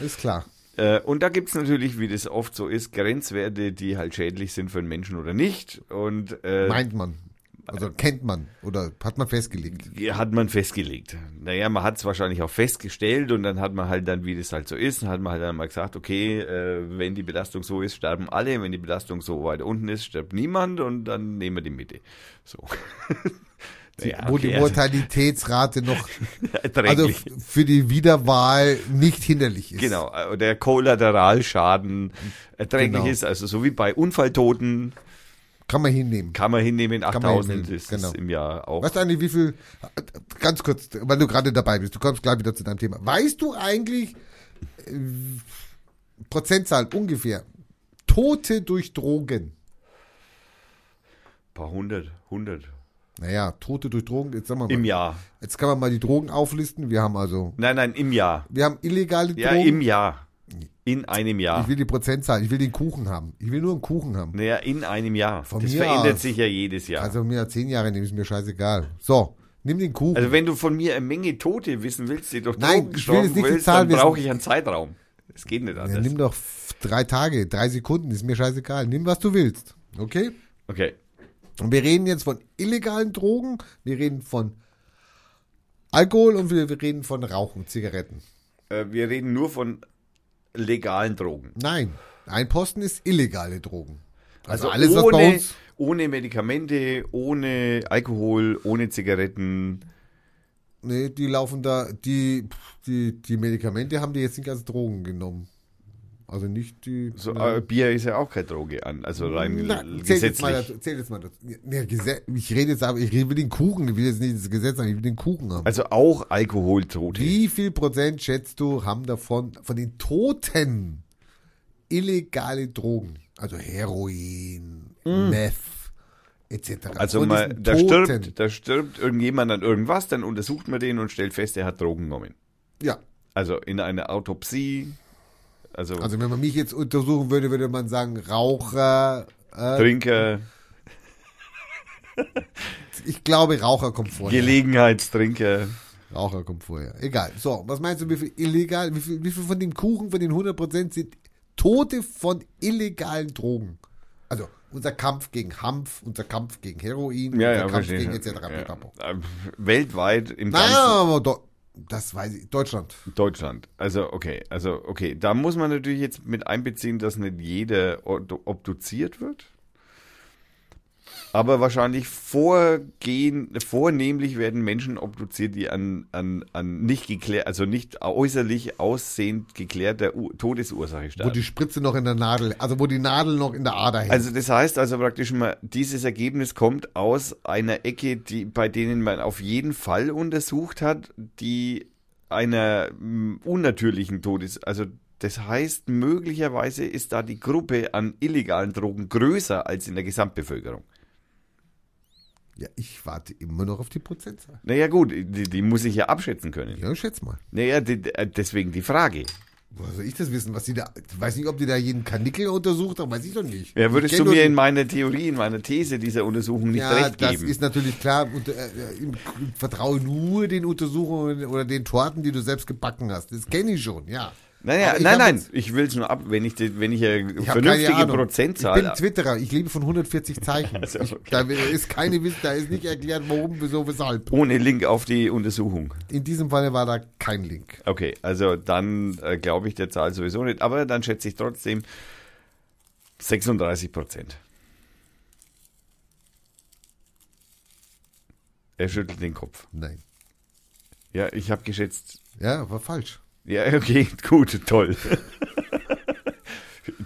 Ist klar. Äh, Und da gibt es natürlich, wie das oft so ist, Grenzwerte, die halt schädlich sind für den Menschen oder nicht. Und äh, Meint man. Also kennt man oder hat man festgelegt. hat man festgelegt. Naja, man hat es wahrscheinlich auch festgestellt und dann hat man halt dann, wie das halt so ist, hat man halt dann mal gesagt, okay, äh, wenn die Belastung so ist, sterben alle, wenn die Belastung so weit unten ist, stirbt niemand und dann nehmen wir die Mitte. So. Naja, Wo okay, also die Mortalitätsrate noch also erträglich. f- für die Wiederwahl nicht hinderlich ist. Genau, äh, der Kollateralschaden erträglich Genau. ist, also so wie bei Unfalltoten Kann man hinnehmen. kann man hinnehmen, man 8000 hinnehmen, ist genau. es im Jahr auch. Weißt du eigentlich, wie viel, ganz kurz, weil du gerade dabei bist, du kommst gleich wieder zu deinem Thema. Weißt du eigentlich, äh, Prozentzahl ungefähr, Tote durch Drogen? Ein paar hundert, hundert Naja, Tote durch Drogen, jetzt sagen wir mal. im Jahr. Jetzt kann man mal die Drogen auflisten. Wir haben also, Nein, nein, im Jahr. wir haben illegale Ja, Drogen. im Jahr. In einem Jahr. Ich will die Prozentzahl, ich will den Kuchen haben. Ich will nur einen Kuchen haben. Naja, in einem Jahr. Von das mir verändert aus. sich ja jedes Jahr. Also, Also mir zehn Jahre nehmen, ist mir scheißegal. So, nimm den Kuchen. Also wenn du von mir eine Menge Tote wissen willst, die doch Nein, Drogen ich will jetzt gestorben nicht die willst, Zahl dann brauche wissen. ich einen Zeitraum. Es geht nicht ja, anders. nimm doch f- drei Tage, drei Sekunden, ist mir scheißegal. Nimm, was du willst. Okay? okay. Und wir reden jetzt von illegalen Drogen, wir reden von Alkohol und wir, wir reden von Rauchen, Zigaretten. Äh, wir reden nur von legalen Drogen. Nein, ein Posten ist illegale Drogen. Also, Also alles, ohne, was bei uns. ohne Medikamente, ohne Alkohol, ohne Zigaretten. Nee, die laufen da, die, die, die Medikamente haben die jetzt nicht als Drogen genommen. Also nicht die. So, Na, äh, Bier ist ja auch keine Droge an, also rein na, l- zähl jetzt mal gesetzlich. dazu. Zähl jetzt mal dazu. Ja, Gesetz, ich rede jetzt aber, ich will den Kuchen, ich will jetzt nicht das Gesetz haben, ich will den Kuchen haben. Also auch Alkoholtote. Wie viel Prozent schätzt du, haben davon, von den Toten illegale Drogen? Also Heroin, Meth, etc. Hm. Also Von mal, diesen da Toten. stirbt, da stirbt irgendjemand an irgendwas, dann untersucht man den und stellt fest, er hat Drogen genommen. Ja, Also in einer Autopsie, also, also wenn man mich jetzt untersuchen würde, würde man sagen, Raucher, äh, Trinker, ich glaube, Raucher kommt vorher. Gelegenheitstrinker. Raucher kommt vorher. Egal. So, was meinst du, wie viel illegal, wie viel, wie viel von den Kuchen, von den 100% sind Tote von illegalen Drogen? Also unser Kampf gegen Hanf, unser Kampf gegen Heroin, Ja, unser ja, Kampf gegen verstehe. etc. Ja. Pipapo. Ähm, Weltweit im Naja, ganzen aber Do das weiß ich. Deutschland. Deutschland. Also okay, also okay, da muss man natürlich jetzt mit einbeziehen, dass nicht jeder od- obduziert wird. Aber wahrscheinlich vorgehen, vornehmlich werden Menschen obduziert, die an, an, an nicht geklärt, also nicht äußerlich aussehend geklärter U Todesursache Wo sterben. die Spritze noch in der Nadel, also wo die Nadel noch in der Ader hängt. Also das heißt also praktisch mal, dieses Ergebnis kommt aus einer Ecke, die, bei denen man auf jeden Fall untersucht hat, die einer mm, unnatürlichen Todes... Also das heißt, möglicherweise ist da die Gruppe an illegalen Drogen größer als in der Gesamtbevölkerung. ja, ich warte immer noch auf die Prozentzahl. Naja gut, die, die muss ich ja abschätzen können. Ja, schätz mal. Naja, die, äh, deswegen die Frage. Woher soll ich das wissen, was die da. Ich weiß nicht, ob die da jeden Kanickel untersucht haben, weiß ich doch nicht. Ja, Ich würdest kenn du nur mir die- in meiner Theorie, in meiner These dieser Untersuchung nicht Ja, recht das geben? ist natürlich klar. Und, äh, im, im Vertraue nur den Untersuchungen oder den Torten, die du selbst gebacken hast. Das kenne ich schon, ja. Naja, Aber ich nein, hab nein, jetzt- ich will es nur ab, wenn ich, die- wenn ich eine Ich hab keine vernünftige Ahnung. Ich Prozentzahl Also, bin Twitterer, ich lebe von 140 Zeichen. ich, da ist keine Wiss, da ist nicht erklärt, warum, wieso, weshalb. ohne Link auf die Untersuchung. In diesem Falle war da kein Link. Okay, also dann äh, glaube ich der Zahl sowieso nicht, aber dann schätze ich trotzdem 36 Prozent. Er schüttelt den Kopf. Nein. Ja, ich habe geschätzt. Ja, war falsch. Ja, okay, gut, toll.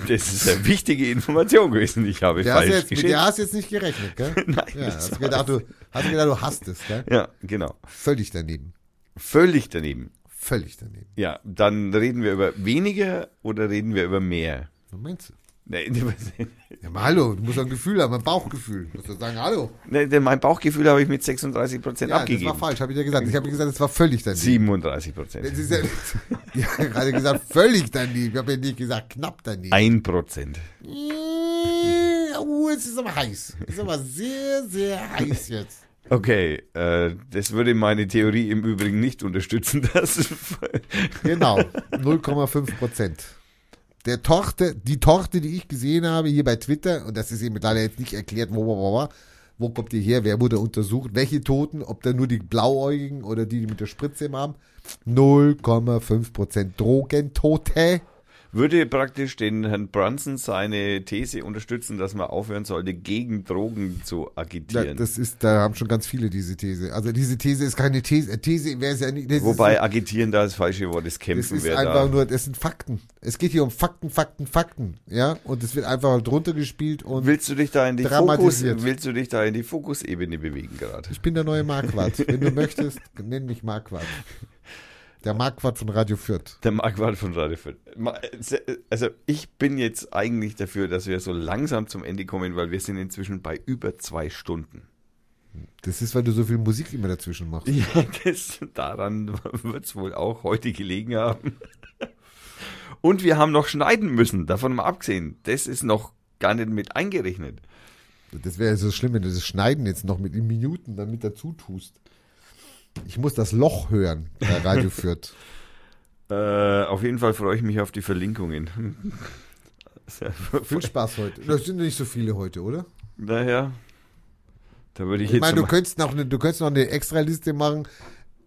Das ist eine wichtige Information gewesen. Ich habe Der hast, falsch du jetzt, mit geschätzt. der hast du jetzt nicht gerechnet, gell? Nein, Ja, das hast gedacht, du, hast gedacht, du hasst es, gell? ja, genau. Völlig daneben. Völlig daneben. Völlig daneben. Ja, dann reden wir über weniger oder reden wir über mehr? Was meinst du? Nee, nee, Ja, mal hallo, du musst doch ein Gefühl haben, ein Bauchgefühl. Du musst doch sagen, hallo. nee, Ne, denn mein Bauchgefühl habe ich mit 36 Prozent Ja, abgegeben. das war falsch, habe ich ja gesagt. Ich habe gesagt, es war völlig daneben. 37 Es Prozent. ist ja, ich habe gerade gesagt, völlig daneben. Ich habe ja nicht gesagt, knapp daneben. Ein Prozent. Oh, es ist aber heiß. Es ist aber sehr, sehr heiß jetzt. Okay, äh, das würde meine Theorie im Übrigen nicht unterstützen. Dass Genau, 0,5 Prozent. Der Torte, die Torte, die ich gesehen habe hier bei Twitter, und das ist eben leider jetzt nicht erklärt, wo, wo, wo, wo, wo kommt ihr her, wer wurde untersucht, welche Toten, ob da nur die Blauäugigen oder die, die mit der Spritze im Arm. 0,5% Drogentote. Würde praktisch den Herrn Brunson seine These unterstützen, dass man aufhören sollte, gegen Drogen zu Ja, agitieren. das ist, da haben schon ganz viele diese These. Also diese These ist keine These. Äh, These wäre es ja nicht. das Wobei ist, agitieren da das falsche Wort ist, das kämpfen ist wäre einfach da. nur, das sind Fakten. Es geht hier um Fakten, Fakten, Fakten. Ja, und es wird einfach halt runtergespielt und Willst du dich da in die Fokus, Dramatisiert. willst du dich da in die Fokusebene bewegen gerade? ich bin der neue Marquardt. Wenn du möchtest, nenn mich Marquardt. Der Marquardt von Radio Fürth. Der Marquardt von Radio Fürth. Ma- Also ich bin jetzt eigentlich dafür, dass wir so langsam zum Ende kommen, weil wir sind inzwischen bei über zwei Stunden. Das ist, weil du so viel Musik immer dazwischen machst. Ja, das, daran wird es wohl auch heute gelegen haben. Und wir haben noch schneiden müssen, davon mal abgesehen. Das ist noch gar nicht mit eingerechnet. Das wäre so schlimm, wenn du das Schneiden jetzt noch mit in Minuten dann mit dazu tust. Ich muss das Loch hören bei Radio Fürth. Äh, auf jeden Fall freue ich mich auf die Verlinkungen. Viel Spaß heute. Das sind nicht so viele heute, oder? Daher, da würde ich, Ich jetzt meine, du mal- könntest, noch eine, du könntest noch eine extra Liste machen.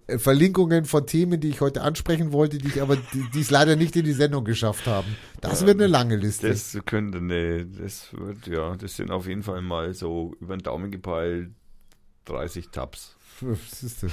äh, Verlinkungen von Themen, die ich heute ansprechen wollte, die ich aber, die, die es leider nicht in die Sendung geschafft haben. Das wird eine lange Liste. Das könnte eine, das wird, ja, das sind auf jeden Fall mal so über den Daumen gepeilt 30 Tabs. Was ist das?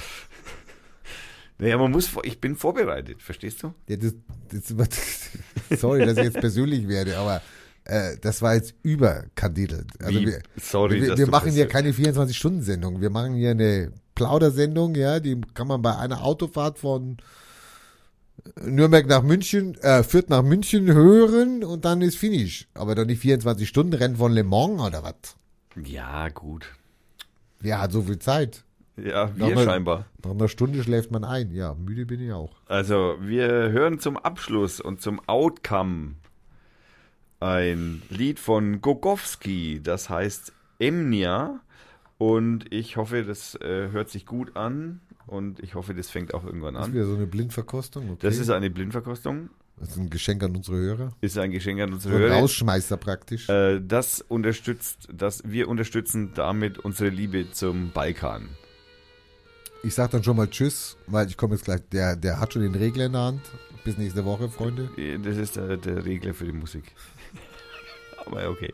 Naja, man muss, vor- ich bin vorbereitet, verstehst du? Ja, das, das, sorry, dass ich jetzt persönlich werde, aber äh, das war jetzt überkandidelt. Also Wie? wir, Sorry, wir, dass wir du machen bist- hier keine 24-Stunden-Sendung. Wir machen hier eine Plaudersendung, ja, die kann man bei einer Autofahrt von Nürnberg nach München, äh, Fürth nach München hören und dann ist Finish. Aber doch nicht 24 Stunden Rennen von Le Mans oder was? Ja, gut. Wer hat so viel Zeit? Ja, wir Nochmal- scheinbar. Nach einer Stunde schläft man ein. Ja, müde bin ich auch. Also, wir hören zum Abschluss und zum Outcome ein Lied von Gogowski, das heißt Emnia. Und ich hoffe, das äh, hört sich gut an. Und ich hoffe, das fängt auch irgendwann Das ist an. wieder so eine Blindverkostung. Okay. Das ist eine Blindverkostung. das ist ein Geschenk an unsere Hörer. Ist ein Geschenk an unsere So ein Hörer. Rausschmeißer praktisch. Äh, das unterstützt, das, wir unterstützen damit unsere Liebe zum Balkan. Ich sag dann schon mal Tschüss, weil ich komme jetzt gleich. Der, der hat schon den Regler in der Hand. Bis nächste Woche, Freunde. Äh, Das ist der, der Regler für die Musik. Aber okay.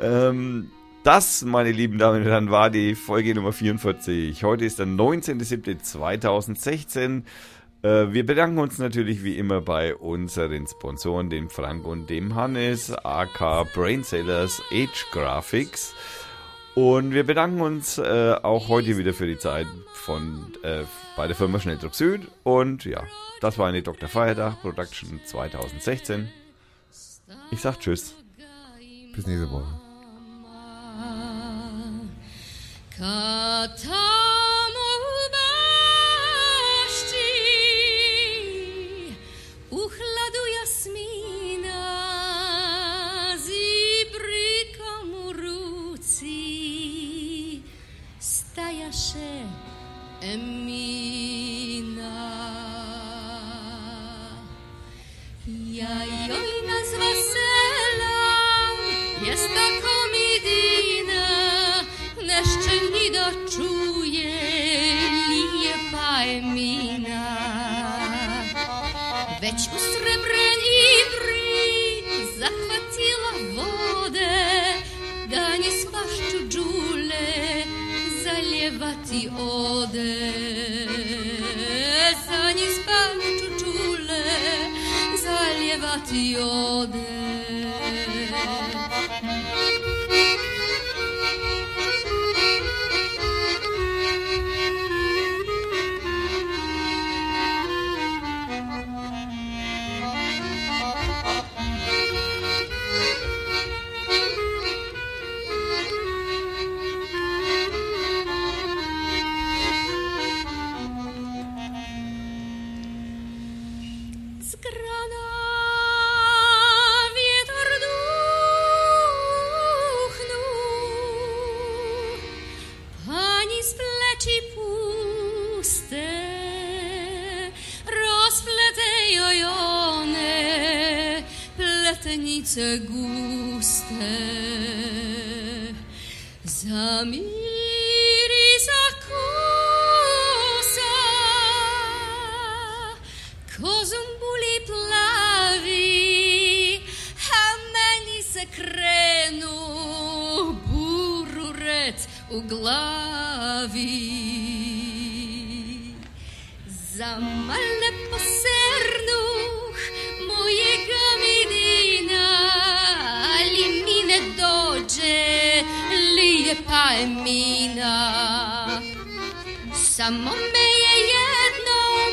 Ähm, das, meine lieben Damen und Herren, war die Folge Nummer 44. Heute ist der 19.07.2016. Äh, Wir bedanken uns natürlich wie immer bei unseren Sponsoren, dem Frank und dem Hannes, AK Brainsailers, Age Graphics. Und wir bedanken uns äh, auch heute wieder für die Zeit von äh, bei der Firma Schnelldruck Süd. Und ja, das war eine Dr. Feiertag Production 2016. Ich sag Tschüss. Bis nächste Woche. Катамовдашти у хладу ясміна зі бриком у руці стаяше еміна. Jajoj nas weselam, jest ta komedina, neszczelni doczuje linie pajmina. Weź u srebrni bryt zachwatila wodę, da nie spaszczu dżule, zalewa ti odę. Za nie spaszczu dżule, zalewa ti odę. Z grana wiatr duchnął, pani z pleci puste, rozplete jojone, pletenice guste. Z Samiri s'accusa Cosa un buli plavi A meni se krenu Bururec u glavi Za male posernuh mojega medina, ali mi ne dođe, lijepa je mina. Samo me je jednom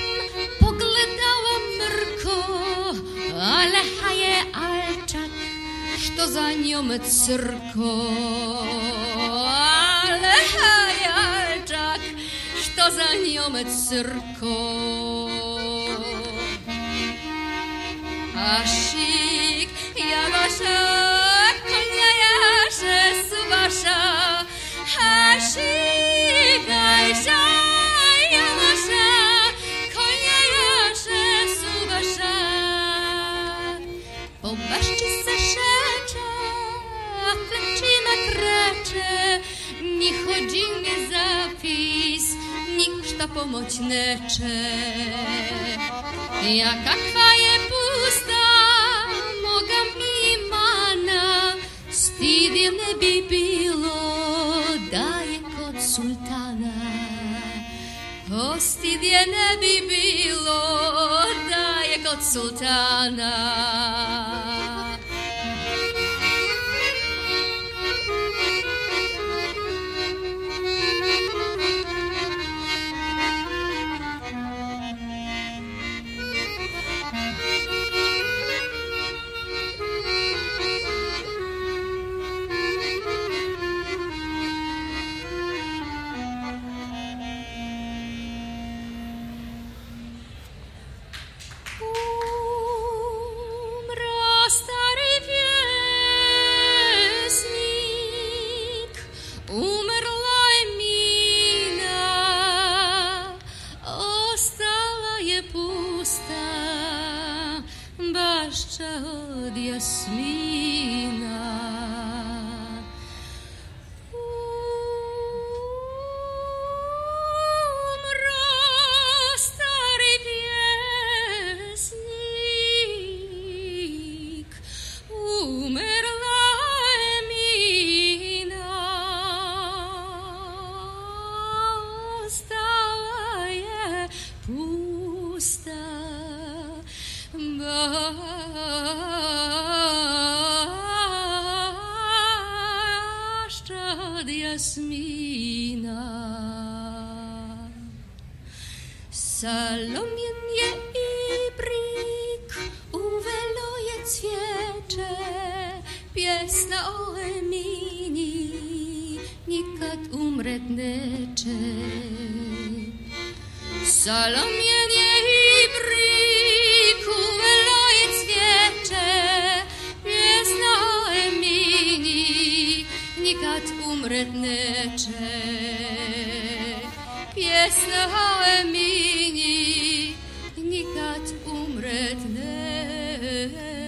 pogledala mrko, aleha je alčak, što za njom crko. Aleha je alčak, što za njom crko. Aşık yavaşa dünyaya şesu başa Aşık Ayşe yavaşa Konya'ya şesu başa Po baszczy se szecza Pleczina krecze Ni chodzimy zapis Nikt ta pomoć necze ja kakva je pusta, moga mimana, stidim ne bi bilo da je kod sultana. Ostidje ne bi bilo da je kod sultana. Umro stary piesnik, umrla je mina, ostala je e pusta bašća od jasmina. Umro stari pjesnik, umrla je mina. Ostala je pusta bašća od jasmina. Salomjen je ibrik, uvelo je cvijeće, pjesna o Emini nikad umret neće. Salomjen je ibrik, uvelo je cvijeće, pjesna o Emini nikad umret neće. Pjesnałem mini, nikad umret nie.